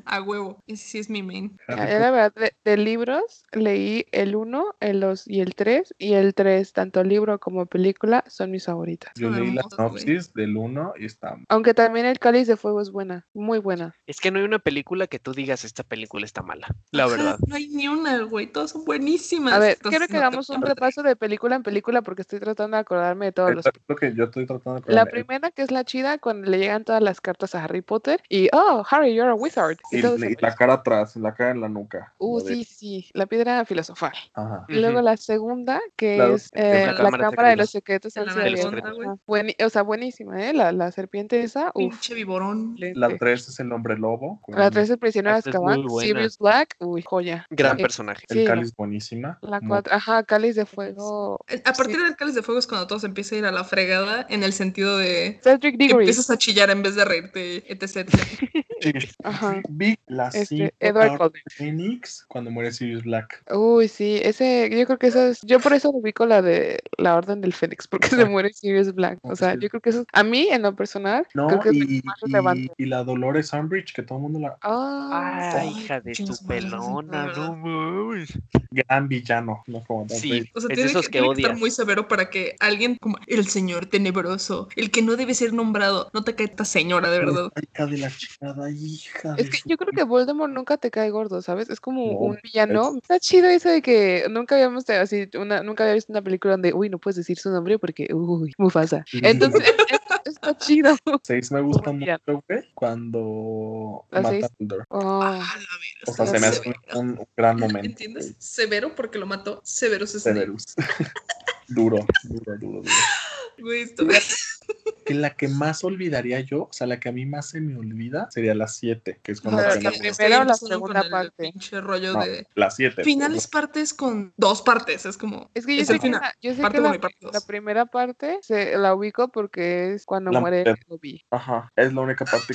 S7: A huevo. Ese sí es mi main.
S3: Harry
S1: Ah,
S3: Potter.
S1: yo la verdad, de, de libros leí el 1, el 2 y el 3. Y el 3, tanto libro como película, son mis favoritas.
S3: Yo leí la
S7: hermosos, güey.
S3: sinopsis del 1 y está.
S1: Aunque también El Cáliz de Fuego es buena, muy buena.
S5: Es que no hay una película que tú digas esta película está mala. La
S7: Ajá,
S5: verdad.
S7: No hay ni una, güey. Todas son buenísimas.
S1: A ver,
S7: Entonces,
S1: quiero que
S7: no te
S1: hagamos un
S7: puedo-
S1: repaso de película en película porque estoy tratando de acordarme de todos los.
S3: Es lo que yo estoy tratando de
S1: La
S3: poner.
S1: primera que es la chida, cuando le llegan todas las cartas a Harry Potter y, oh, Harry, you're a Charizard. y
S3: Y,
S1: todo
S3: y
S1: eso.
S3: la cara atrás, la cara en la nuca.
S1: Uh,
S3: Lo de-
S1: sí, sí, la piedra filosofal.
S3: Ajá.
S1: Y luego
S5: Ujú.
S1: la segunda, que
S3: Claro,
S1: es eh,
S5: la
S1: la
S5: Cámara de
S1: cámara de los
S5: Secretos.
S1: secretos
S7: De la
S1: Sanseverio.
S7: anaconda, güey.
S1: Ajá. Bueni- o sea, buenísima, ¿eh? La, la serpiente esa, uff.
S7: Pinche viborón.
S3: La tres es el hombre lobo. con
S1: Este La 3 es prisionero de
S5: Esa es muy
S1: Azkaban,
S5: buena.
S1: Sirius Black, uy, joya.
S5: Gran
S1: Eh,
S5: personaje.
S1: sí,
S3: El cáliz buenísima.
S1: La
S3: Muy-
S1: 4, ajá, Cáliz de Fuego.
S7: Eh, A partir del Cáliz de Fuego es cuando todo se empieza a ir a la fregada en el sentido de
S1: Cedric
S7: que
S1: Diggory.
S7: empiezas a chillar en vez de reírte, etc. etc.
S3: Sí,
S1: Ajá.
S3: Vi la
S1: Este,
S3: cinco,
S1: Edward
S3: ahora
S1: Cullen.
S3: Phoenix cuando muere Sirius Black.
S1: Uy, sí, ese, yo creo que eso es, yo por eso ubico la de la Orden del Fénix, porque se
S3: (laughs) Ajá.
S1: muere Sirius Black. O
S3: Ajá,
S1: sea,
S3: sí.
S1: yo creo que eso, es- a mí en lo personal,
S3: No,
S1: creo que es la que
S3: y,
S1: más
S3: y-
S1: relevante.
S3: y la Dolores Umbridge, que todo el mundo la.
S1: Ah,
S5: Ah,
S7: Ay,
S5: hija de
S7: chingas
S5: tu
S7: madres, es
S5: pelona,
S7: verdad.
S5: no mames.
S3: Gran villano. No como Darth
S5: Sí,
S3: Vader.
S7: O sea,
S5: es de
S7: tiene,
S5: esos
S7: que,
S5: que
S7: tiene que estar
S5: odias.
S7: muy severo para que alguien como el señor tenebroso, el que no debe ser nombrado, no te cae esta señora, de verdad.
S1: Ah,
S3: Hija de la chingada, hija.
S1: Es
S3: de
S1: que
S3: su-
S1: yo creo que Voldemort nunca te cae gordo, ¿sabes? Es como
S3: No,
S1: un villano. Está chido eso de que nunca habíamos te- así, una, nunca había visto una película donde, uy, no puedes decir su nombre porque, uy, Mufasa. Entonces,
S3: (laughs)
S1: es- está chido. (laughs)
S3: Seis me gusta
S1: Buen villano.
S3: mucho, güey, cuando
S1: La
S3: mata
S1: seis.
S3: a Dumbledore.
S1: Oh,
S7: Ah, la vera,
S3: O sea,
S1: la
S3: se me
S1: seis.
S3: hace un, un
S7: (laughs)
S3: gran
S7: severo.
S3: momento.
S7: ¿Entiendes?
S3: güey.
S7: Severo porque lo mató Severus Snape.
S3: Severus. (laughs) duro, duro, duro, duro.
S7: (laughs) Güey, esto-
S3: Que la que más olvidaría yo, o sea, la que a mí más se me olvida, sería la 7, que es cuando
S1: Pero
S7: Es
S1: que
S3: apenas-
S7: me
S1: primera
S7: estoy
S1: o la
S7: empezando
S1: segunda
S7: con el
S1: parte.
S7: pinche rollo
S3: No,
S7: de
S3: la 7.
S7: finales partes con dos partes, es como
S1: Es que yo
S7: Es
S1: sé
S7: el
S1: que,
S7: final.
S1: la, yo sé
S7: Parte
S1: que
S7: uno
S1: la,
S7: y parte
S1: la
S7: dos.
S1: primera parte se la ubico porque es cuando
S3: La
S1: muere
S3: muerte.
S1: Dobby.
S3: Ajá, es la única parte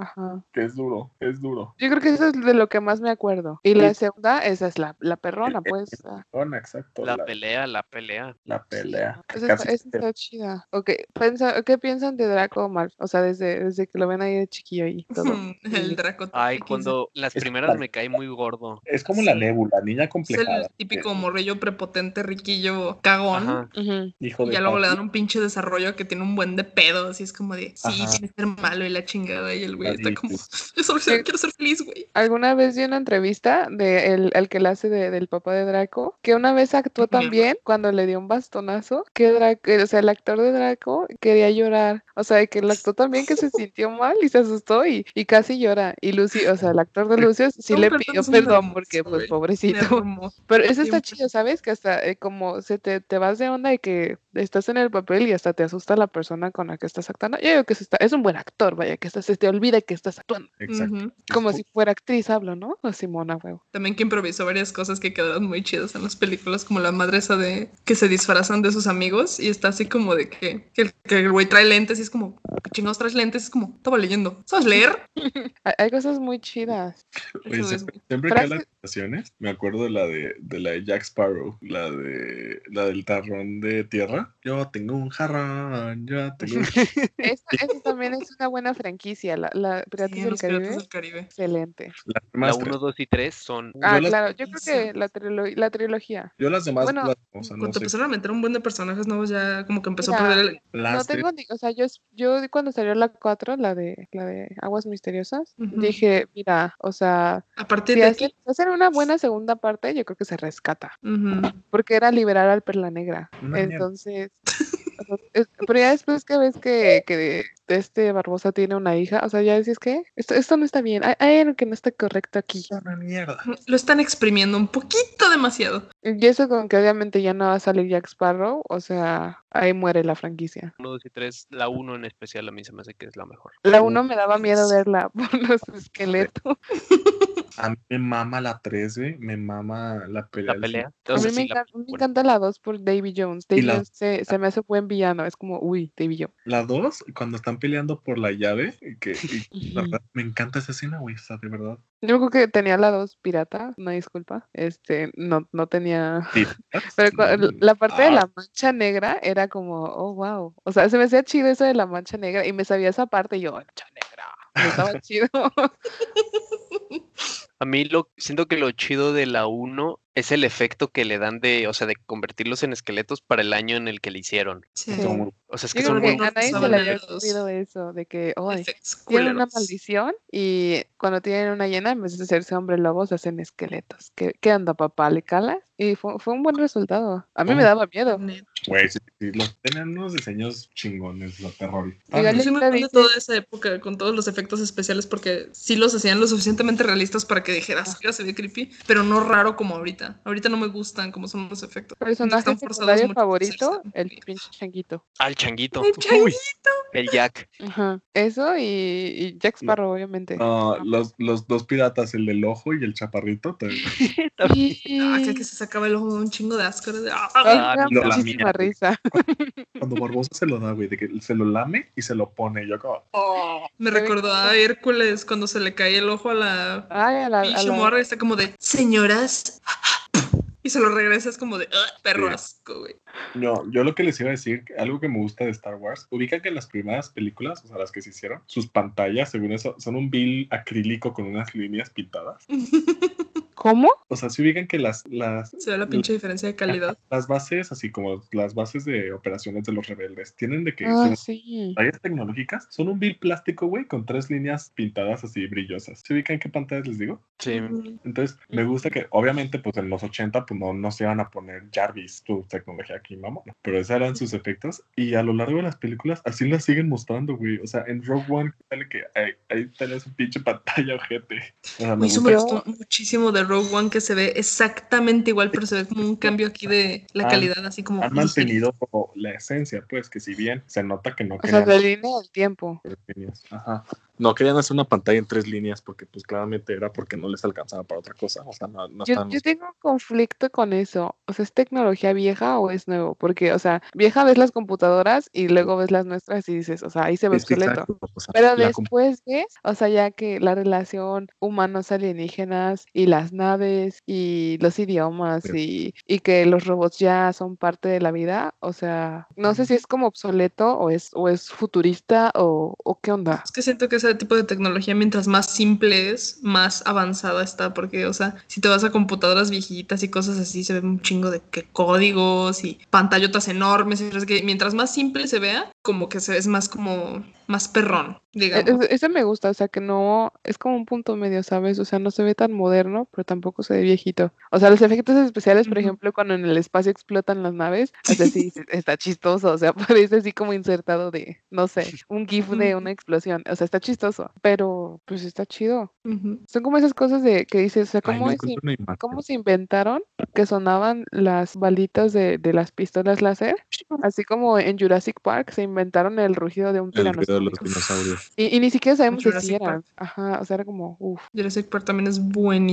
S1: Ajá.
S3: que es duro, es duro.
S1: Yo creo que eso es de lo que más me acuerdo. Y la segunda, esa es la, la perrona,
S3: El-
S1: pues. ah.
S3: Bueno, exacto, la,
S5: La pelea, la pelea.
S3: la pelea. que
S1: Esa está,
S3: casi
S1: esa
S3: se-
S1: está chida. Ok, piensa- ¿qué piensan de Draco Malfoy? O sea, desde, desde que lo ven ahí de chiquillo y todo.
S7: (laughs) "Hmm, el Draco.
S5: Ay,
S7: Tolkien,
S5: cuando las
S3: Es
S5: primeras
S3: la-
S5: me cae muy gordo.
S3: Es como la
S7: Sí.
S3: nébula, niña
S7: Es el
S3: complejada.
S7: típico morrillo prepotente, riquillo, cagón.
S5: Ajá.
S1: Ujú.
S3: Hijo
S7: Y
S3: de
S7: ya luego le
S3: papi,
S7: dan un pinche desarrollo que tiene un buen de pedo. Así es como de, sí,
S3: Ajá.
S7: tienes que ser malo y la chingada. Y el güey está
S3: Así,
S7: como,
S3: pues.
S7: (laughs) yo solo
S1: Sí.
S7: quiero ser feliz, güey.
S1: Alguna vez vi una entrevista de el, al que la hace de- del papá de Draco, que una vez actuó
S7: Mierda.
S1: tan bien cuando le dio un bastonazo, que Draco, o sea, el actor de Draco quería llorar. O sea, que lo actuó tan bien que se sintió mal y se asustó y, y casi llora. Y Lucy, o sea, el actor de Lucio sí
S7: No,
S1: le
S7: pero
S1: pidió
S7: entonces es
S1: perdón
S7: hermoso,
S1: porque, pues,
S7: güey.
S1: pobrecito.
S7: Hermoso.
S1: (laughs) Pero eso
S7: Sí,
S1: está
S7: un
S1: chido, ¿sabes? Que hasta eh, como se te, te vas de onda y que estás en el papel y hasta te asusta la persona con la que estás actuando. Yo digo que se está, es un buen actor, vaya, que hasta se te olvida que estás actuando.
S3: Exacto.
S7: Ujú.
S1: Como si fuera actriz, hablo, ¿no? O Simona, huevo.
S7: También que improvisó varias cosas que quedaron muy chidas en las películas, como la madre esa de que se disfrazan de sus amigos y está así como de que, que el- que el güey trae lentes y es como, ¿qué chingados traes lentes? Es como, estaba leyendo. ¿Sabes leer?
S1: Hay, hay cosas muy chidas.
S3: Oye,
S7: Eso es,
S3: siempre, siempre que
S1: Frase-
S3: hablan de estaciones, me acuerdo de la de, de la de Jack Sparrow, la de la del tarrón de tierra. Yo tengo un jarrón, yo tengo un
S1: Esa, esa también es una buena franquicia, la, la Piratas
S7: Sí,
S1: del
S7: los
S1: Caribe.
S7: Piratas del Caribe.
S1: Excelente.
S3: Las
S5: La
S3: demás tres.
S5: 1, 2 y 3 son
S1: Ah,
S3: las-
S1: claro, yo creo que
S7: buenísimas.
S1: la, trilo- la trilogía.
S3: Yo las demás
S1: Bueno,
S3: las- o sea, no
S7: Cuando
S3: sé.
S7: empezaron a meter un buen de personajes nuevos, ya como que empezó a
S1: Mira,
S7: perder el.
S1: No
S3: Las tres.
S1: tengo ni, o sea, yo, es- yo cuando salió la 4, la de, la de Aguas Misteriosas,
S7: Ujú.
S1: dije, mira, o sea,
S7: A partir
S1: si
S7: de
S1: hacen,
S7: aquí.
S1: si hacen una buena segunda parte, yo creo que se rescata,
S7: Ujú.
S1: porque era liberar al Perla Negra.
S3: Una mierda.
S1: Entonces, o sea, es- pero ya después que ves que, que este Barbosa tiene una hija, o sea, ya decís que esto, esto no está bien, hay, hay algo que no está correcto aquí.
S3: Una mierda.
S7: Lo están exprimiendo un poquito demasiado.
S1: Y eso con que obviamente ya no va a salir Jack Sparrow, o sea, ahí muere la franquicia.
S5: 1, 2 y 3. La 1 en especial a mí se me hace que es la mejor.
S1: La
S3: Uh,
S1: 1 me daba miedo verla (laughs) por los esqueletos.
S3: A mí me mama la 3, güey. Me mama la pelea.
S5: La
S3: del
S5: pelea.
S1: A
S5: o
S1: mí
S5: sea,
S1: me,
S5: sí, la-
S1: encan- me
S5: buena.
S1: encanta la 2 por Davy Jones. Davy
S3: la-
S1: Jones se, se me hace buen villano. Es como, uy, Davy Jones.
S3: fin. La 2, cuando están peleando por la llave, y que
S1: (laughs)
S3: y la
S1: Ujú.
S3: verdad, me encanta esa escena, güey. O sea, de
S1: (laughs)
S3: verdad.
S1: Yo creo que tenía la 2 pirata, no disculpa. Este, no, no tenía.
S3: Sí.
S1: Pero cua- l-
S7: Mm,
S1: la parte de
S3: Ah.
S1: la mancha negra era como, oh, wow. O sea, se me hacía chido eso de la mancha negra. Y me sabía esa parte y yo, mancha negra. Me estaba
S7: (laughs)
S1: chido.
S5: A mí lo siento que lo chido de la 1 es el efecto que le dan de, o sea, de convertirlos en esqueletos para el año en el que le hicieron.
S7: Sí.
S3: Estuvo muy
S5: O sea, es que
S1: Yo
S5: son
S1: creo
S5: muy
S1: que
S7: muy
S1: a nadie se le
S7: buenos.
S1: había ocurrido eso, de que, ay,
S7: Efectos
S1: tienen una
S7: culeros.
S1: maldición y cuando tienen una llena, en vez de hacerse hombre lobos, hacen esqueletos. ¿Qué, qué onda, papá? ¿Le calas? Y fue, fue un buen resultado. A mí me
S3: Oh.
S1: daba miedo.
S3: Güey, sí, sí, lo- tenían unos diseños chingones, la terror. Ah,
S1: Igual
S7: Yo
S1: le-
S7: soy muy
S1: Ahorita
S7: fan de
S1: dices-
S7: toda esa época con todos los efectos especiales porque sí los hacían lo suficientemente realistas para que dijeras
S1: Ajá.
S7: que se ve creepy, pero no raro como ahorita. Ahorita no me gustan como son los efectos.
S1: Personaje
S7: Están forzados
S1: secundario
S7: mucho a
S1: favorito,
S7: hacerse
S1: el
S7: creepy.
S1: pinche changuito.
S5: Al changuito.
S7: El
S5: Uy,
S7: changuito.
S5: el Jack.
S1: Ajá. Eso y, y Jack
S3: No.
S1: Sparrow, obviamente.
S3: No, los, los dos piratas, el del ojo y el chaparrito. también.
S7: (laughs) Ah,
S1: Y...
S7: aquel que se sacaba el ojo un chingo de asco. era de- ah,
S1: Ay,
S7: ah,
S1: me da
S3: lo lamía,
S1: muchísima
S3: güey.
S1: risa.
S3: Cuando Barbosa se lo da, güey, de que se lo lame y se lo pone. Yo como,
S7: me recordó a Hércules cuando se le cae el ojo a la
S1: Ay, a la, a
S7: pinche
S1: la-
S7: morra y está como de señoras. Y se lo regresas como de "Ah, perro
S3: Sí.
S7: asco, güey. (laughs)
S3: No, yo lo que les iba a decir, algo que me gusta de Star Wars, ubica que las primeras películas, o sea, las que se hicieron, sus pantallas, según eso, son un vil acrílico con unas líneas pintadas.
S1: ¿Cómo?
S3: O sea, si ubican que las, las,
S7: Se ve la pinche diferencia de calidad.
S3: las bases, así como las bases de operaciones de los rebeldes, tienen de que
S1: Ah,
S3: sus
S1: sí.
S3: pantallas tecnológicas son un vil plástico, güey, con tres líneas pintadas así brillosas. ¿Se ubican qué pantallas les digo?
S5: Sí.
S3: Entonces, me gusta que, obviamente, pues en los 80, pues no, no se iban a poner Jarvis, tu tecnología aquí, mamá. Pero esos eran sus efectos. Y a lo largo de las películas, así las siguen mostrando, güey. O sea, en Rogue One, sale que ahí, ahí tenés un pinche pantalla, ojete. O sea, me
S7: Güey, eso
S3: gusta.
S7: me
S1: Yo-
S7: gustó muchísimo de Rogue One que se ve exactamente igual, pero se ve como un cambio aquí de la
S3: Han-
S7: calidad, así como.
S3: Han mantenido como la esencia, pues, que si bien se nota que no
S1: O sea,
S3: querían
S1: la línea del tiempo.
S3: hacer líneas. Ajá. No querían hacer una pantalla en tres líneas porque, pues, claramente era porque no les alcanzaba para otra cosa. O sea, no, no
S1: Yo,
S3: estaban
S1: yo tengo un conflicto con eso. O sea, ¿es tecnología vieja o es nuevo? Porque, o sea, vieja ves las computadoras y luego ves las nuestras y dices, o sea, ahí se ve
S3: Sí, sí,
S1: obsoleto.
S3: exacto. O sea,
S1: Pero
S3: la compu-
S1: después ves, o sea, ya que la relación humanos alienígenas y las naves y los idiomas
S3: Pero-
S1: y, y que los robots ya son parte de la vida, o sea, no sé si es como obsoleto o es, o es futurista o, o qué onda.
S7: Es que siento que ese tipo de tecnología, mientras más simple es, más avanzada está. Porque, o sea, si te vas a computadoras viejitas y cosas así, se ve un chingo de que códigos y pantallotas enormes. y no sé qué. mientras más simple se vea, como que se es más como más perrón,
S1: E-
S7: digamos.
S1: Eso, eso me gusta, o sea, que no, es como un punto medio, ¿sabes? O sea, no se ve tan moderno, pero tampoco se ve viejito. O sea, los efectos especiales, por
S7: Ujú.
S1: ejemplo, cuando en el espacio explotan las naves, o sea, sí,
S3: (laughs)
S1: se- está chistoso, o sea, (laughs) parece así como insertado de, no sé, un GIF de
S3: (laughs)
S7: Ujú.
S1: una explosión, o sea, está chistoso, pero pues está chido.
S7: Ujú.
S1: Son como esas cosas de que dices, o sea,
S3: Ay,
S1: ¿cómo,
S3: no
S1: es,
S3: encuentro una imagen.
S1: cómo se inventaron que sonaban las balitas de, de las pistolas láser? Así como en Jurassic Park se inventaron el rugido de un
S3: El ruido de
S1: tiranosaurio.
S3: los
S7: (laughs)
S3: dinosaurios.
S1: Y, y ni siquiera sabemos si sí
S7: Jurassic Park.
S1: eran. Ajá, o sea, era como, uff.
S7: Jurassic Park también es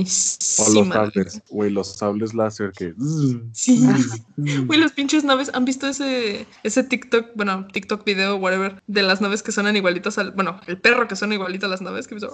S3: O los
S7: buenísima. la
S3: sables. Güey, los sables láser que. (laughs)
S7: Sí.
S3: Mm.
S7: Güey, las pinches naves, ¿han visto ese, ese TikTok, bueno, TikTok video, whatever, de las naves que suenan igualitas al, bueno, el perro que suena igualito a las naves, que
S3: (laughs)
S7: hizo...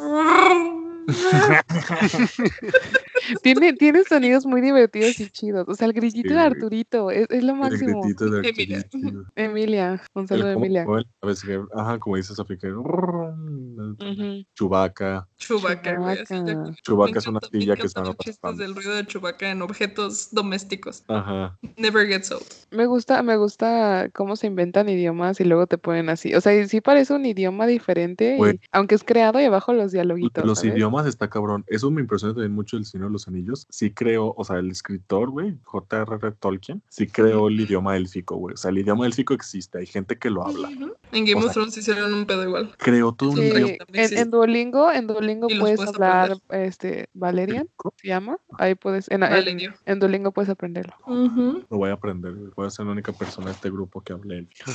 S1: Tiene, tiene sonidos muy divertidos
S7: (laughs)
S1: y chidos. O sea, el grillito de
S3: güey.
S1: Arturito es, es lo
S3: El
S1: máximo.
S3: gritito de
S7: Emilia.
S3: Arturito.
S1: Emilia, un
S3: El
S1: saludo a
S3: cómo
S1: Emilia.
S3: mueve la cabeza que- Ajá, como dices, Sofi, que.
S1: Ujú.
S3: (laughs) Chubaca.
S7: Chewbacca, güey, así ya-
S1: Chewbacca.
S7: Me
S3: Chubaca es una
S7: encanta, me
S3: silla que
S7: encantan
S3: suena
S7: los chistes
S3: bastante.
S7: del ruido de Chewbacca en objetos domésticos.
S3: Ajá.
S7: Never gets old.
S1: Me gusta, me gusta cómo se inventan idiomas y luego te ponen así. O sea, y sí parece un idioma diferente,
S3: Güey.
S7: Pues
S1: y, aunque es creado y abajo los
S3: Lo de
S1: dialoguitos,
S3: Los
S1: ¿sabes?
S3: idiomas está cabrón. Eso me impresiona también mucho el Señor de los Anillos. Sí creó, o sea, el escritor, güey, J.R.R. Tolkien, sí creó el idioma élfico, güey. O sea, el idioma élfico existe, hay gente que lo habla.
S7: Ujú. En Game
S3: O
S7: of
S3: sea-
S7: Thrones hicieron un pedo igual.
S3: Creó todo un
S7: Sí.
S3: idioma
S1: Sí,
S7: también
S1: en,
S7: existe.
S1: en Duolingo, en Duolingo
S7: Y los
S1: puedes
S7: puedes
S1: hablar,
S7: aprender.
S1: este, Valerian,
S3: élfico.
S1: se llama. Ahí puedes, en, en,
S7: Valerio.
S1: en Duolingo puedes aprenderlo.
S7: Ujú.
S3: Lo voy a aprender, güey. voy a ser la única persona de este grupo que hable élfico.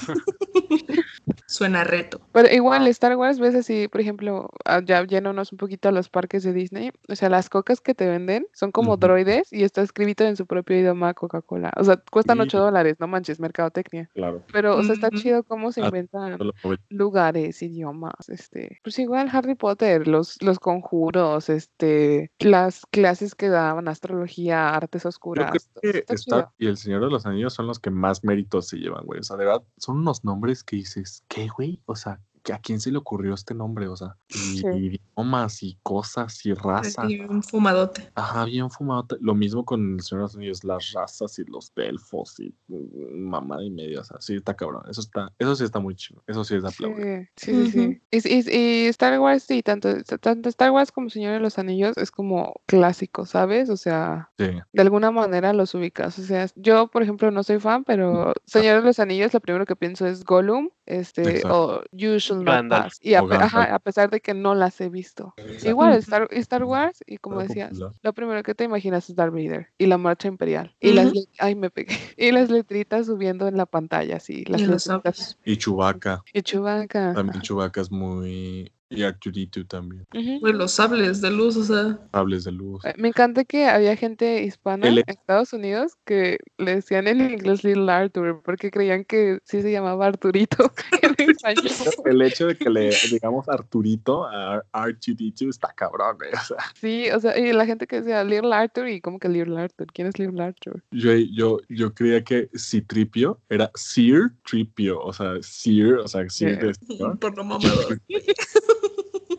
S7: Suena reto.
S1: Pero igual, Star Wars, ves así, por ejemplo, ah, ya yéndonos un poquito a los parques de Disney, o sea, las cocas que te venden son como
S3: Ujú.
S1: droides y está escrito en su propio idioma Coca-Cola. O sea, cuestan
S3: Sí.
S1: 8 dólares, no manches, mercadotecnia.
S3: Claro.
S1: Pero, o sea, está
S7: Ujú.
S1: chido cómo se
S3: Ah,
S1: inventan
S3: Solo aprovecho.
S1: lugares, idiomas, este, pues igual Harry Potter, los, los conjuros, este, las clases que daban, astrología, artes
S3: Yo creo
S1: oscuras, todo eso
S3: que
S1: está
S3: Star
S1: chido.
S3: y el Señor de los Anillos son los que más méritos se llevan, güey. O sea, de verdad, son unos nombres que dices, ¿qué, güey? O sea, ¿que ¿a quién se le ocurrió este nombre? O sea, y
S6: Sí.
S3: idiomas y cosas y razas.
S7: Y un fumadote.
S3: Ajá, bien fumado. Lo mismo con el Señor de los Anillos, las razas y los elfos y mm, mamada y media. O sea, sí, está cabrón. Eso está, eso sí está muy chido. Eso sí es de
S1: Sí,
S3: aplaudir.
S1: sí, sí, sí.
S6: Ujú.
S1: Y, s- y s- y Star Wars, sí, tanto, tanto Star Wars como Señor de los Anillos es como clásico, ¿sabes? O sea,
S3: Sí.
S1: de alguna manera los ubicas. O sea, yo, por ejemplo, no soy fan, pero Señor de los Anillos, lo primero que pienso es Gollum, este,
S3: Exacto.
S1: o You Shall Not
S5: Gandalf.
S1: Pass. Y a,
S3: O
S1: pe- ajá,
S3: Gandalf.
S1: a pesar de que no las he visto. Igual, Star, Star Wars, y como
S3: Era
S1: decías,
S3: popular.
S1: lo primero que te imaginas es Darth Vader y la marcha imperial. Y las,
S6: Ujú.
S1: le- ay, me pegué. (laughs) Y las letritas subiendo en la pantalla, sí, las
S7: Y los
S1: letritas.
S3: Y Chewbacca.
S1: Y Chewbacca.
S3: También Chewbacca es muy. Y Arturito también.
S1: Ujú.
S7: Güey, los sables de luz, o sea.
S3: Sables de luz.
S1: Eh, Me encanta que había gente hispana
S3: El-
S1: en Estados Unidos que le decían en inglés Little Arthur porque creían que sí se llamaba Arturito (laughs)
S3: (laughs)
S1: en español.
S3: (laughs) El hecho de que le digamos Arturito a R2D2 está cabrón, güey. O sea,
S1: Sí, o sea, y la gente que decía Little Arthur y como que Little Arthur, ¿quién es Little Arthur?
S3: yo, yo, yo creía que Citripio era Sir Tripio, o sea, Sir, o sea, Sir de señor.
S7: Por lo mamador.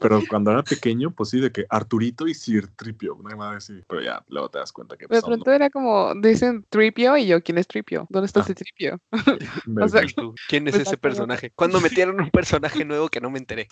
S3: Pero cuando era pequeño, pues sí, de que Arturito y Sir Tripio, una madre así. Pero ya luego te das cuenta que
S1: De
S3: pues, son
S1: pronto era como, dicen Tripio y yo, ¿quién es Tripio? ¿Dónde está
S3: Ah.
S1: ese Tripio?
S3: nombres,
S1: o sea,
S3: güey.
S5: ¿Y tú? ¿Quién es
S1: Pues,
S5: ese
S1: acá-
S5: personaje? ¿Cuándo metieron un personaje nuevo que no me enteré?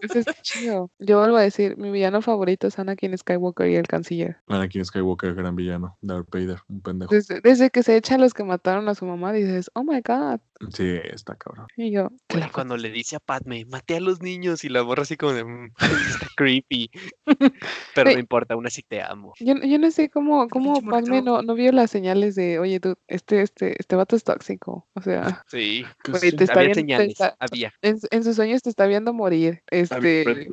S1: Eso está chido. Yo vuelvo a decir, mi villano favorito es Anakin Skywalker y el canciller.
S3: Anakin Skywalker, gran villano, Darth Vader, un pendejo.
S1: Desde, desde que se echan los que mataron a su mamá, dices, oh my god.
S3: Sí, está cabrón.
S1: Y yo,
S5: Güey,
S1: (laughs) claro.
S5: cuando le dice a Padme, maté a los niños y la borra así como de, "Mm, (laughs) está
S1: (laughs)
S5: creepy. Pero
S1: Güey.
S5: no importa, aún así te amo.
S1: Yo, no- yo no sé cómo,
S7: Pinche
S1: cómo
S7: morrito.
S1: Padme no, no vio las señales de, oye, tú, este, este, este vato es tóxico. O
S7: (laughs)
S1: sea,
S5: Sí,
S1: güey, te está viendo,
S5: había
S1: te
S5: señales,
S1: está-
S5: había.
S1: en, su- en sus sueños te está viendo morir. Este,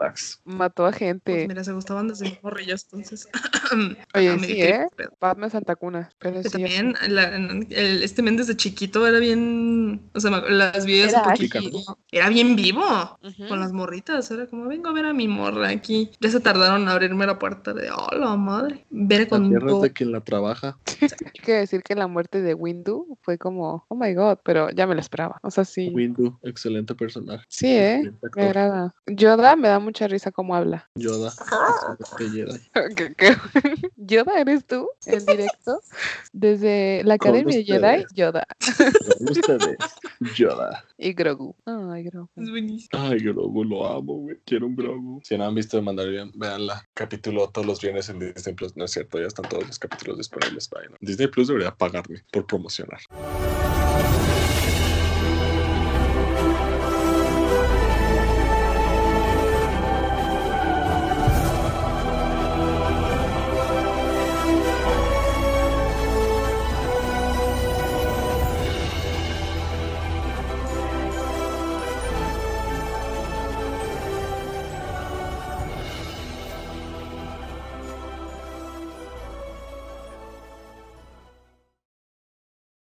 S1: mató a
S7: Pues
S1: gente.
S7: mira, se gustaban desde morrillas, entonces. (clears throat)
S1: Oye,
S7: Ajá,
S1: sí,
S7: medio creepy
S1: ¿eh?
S7: pedo.
S1: Padme Santa Cuna. Pero
S7: Que
S1: sí,
S7: Pues también la- el- este men desde chiquito era bien. O sea, me- las vi hace
S1: Era
S7: poquito.
S3: Pícaro.
S7: Era bien vivo.
S1: ujú.
S7: Con las morritas, era como, vengo a ver a mi morra aquí. Ya se tardaron en abrirme la puerta de, oh, la madre. Veré con todo.
S3: quien la trabaja.
S1: hay que decir que la muerte de Windu fue como, oh my god, pero ya me lo esperaba. O sea, sí.
S3: Windu, excelente personaje.
S1: Sí, ¿eh?
S3: excelente actor.
S1: Me agrada. Yoda me da mucha risa cómo habla. (laughs)
S3: Yoda. excelente Jedi.
S1: ¿Qué- qué? (laughs) Yoda eres tú en directo desde la
S3: Con
S1: Academia de Jedi,
S3: ustedes.
S1: Yoda
S3: Con ustedes, Yoda.
S1: y Grogu. Ay, Grogu.
S7: Es buenísimo.
S3: Ay, Grogu, lo amo, güey. Quiero un Grogu. Si no han visto el Mandalorian, veanla. Capítulo todos los viernes en Disney Plus. No es cierto, ya están todos los capítulos disponibles. Vayan. Disney Plus debería pagarme por promocionar.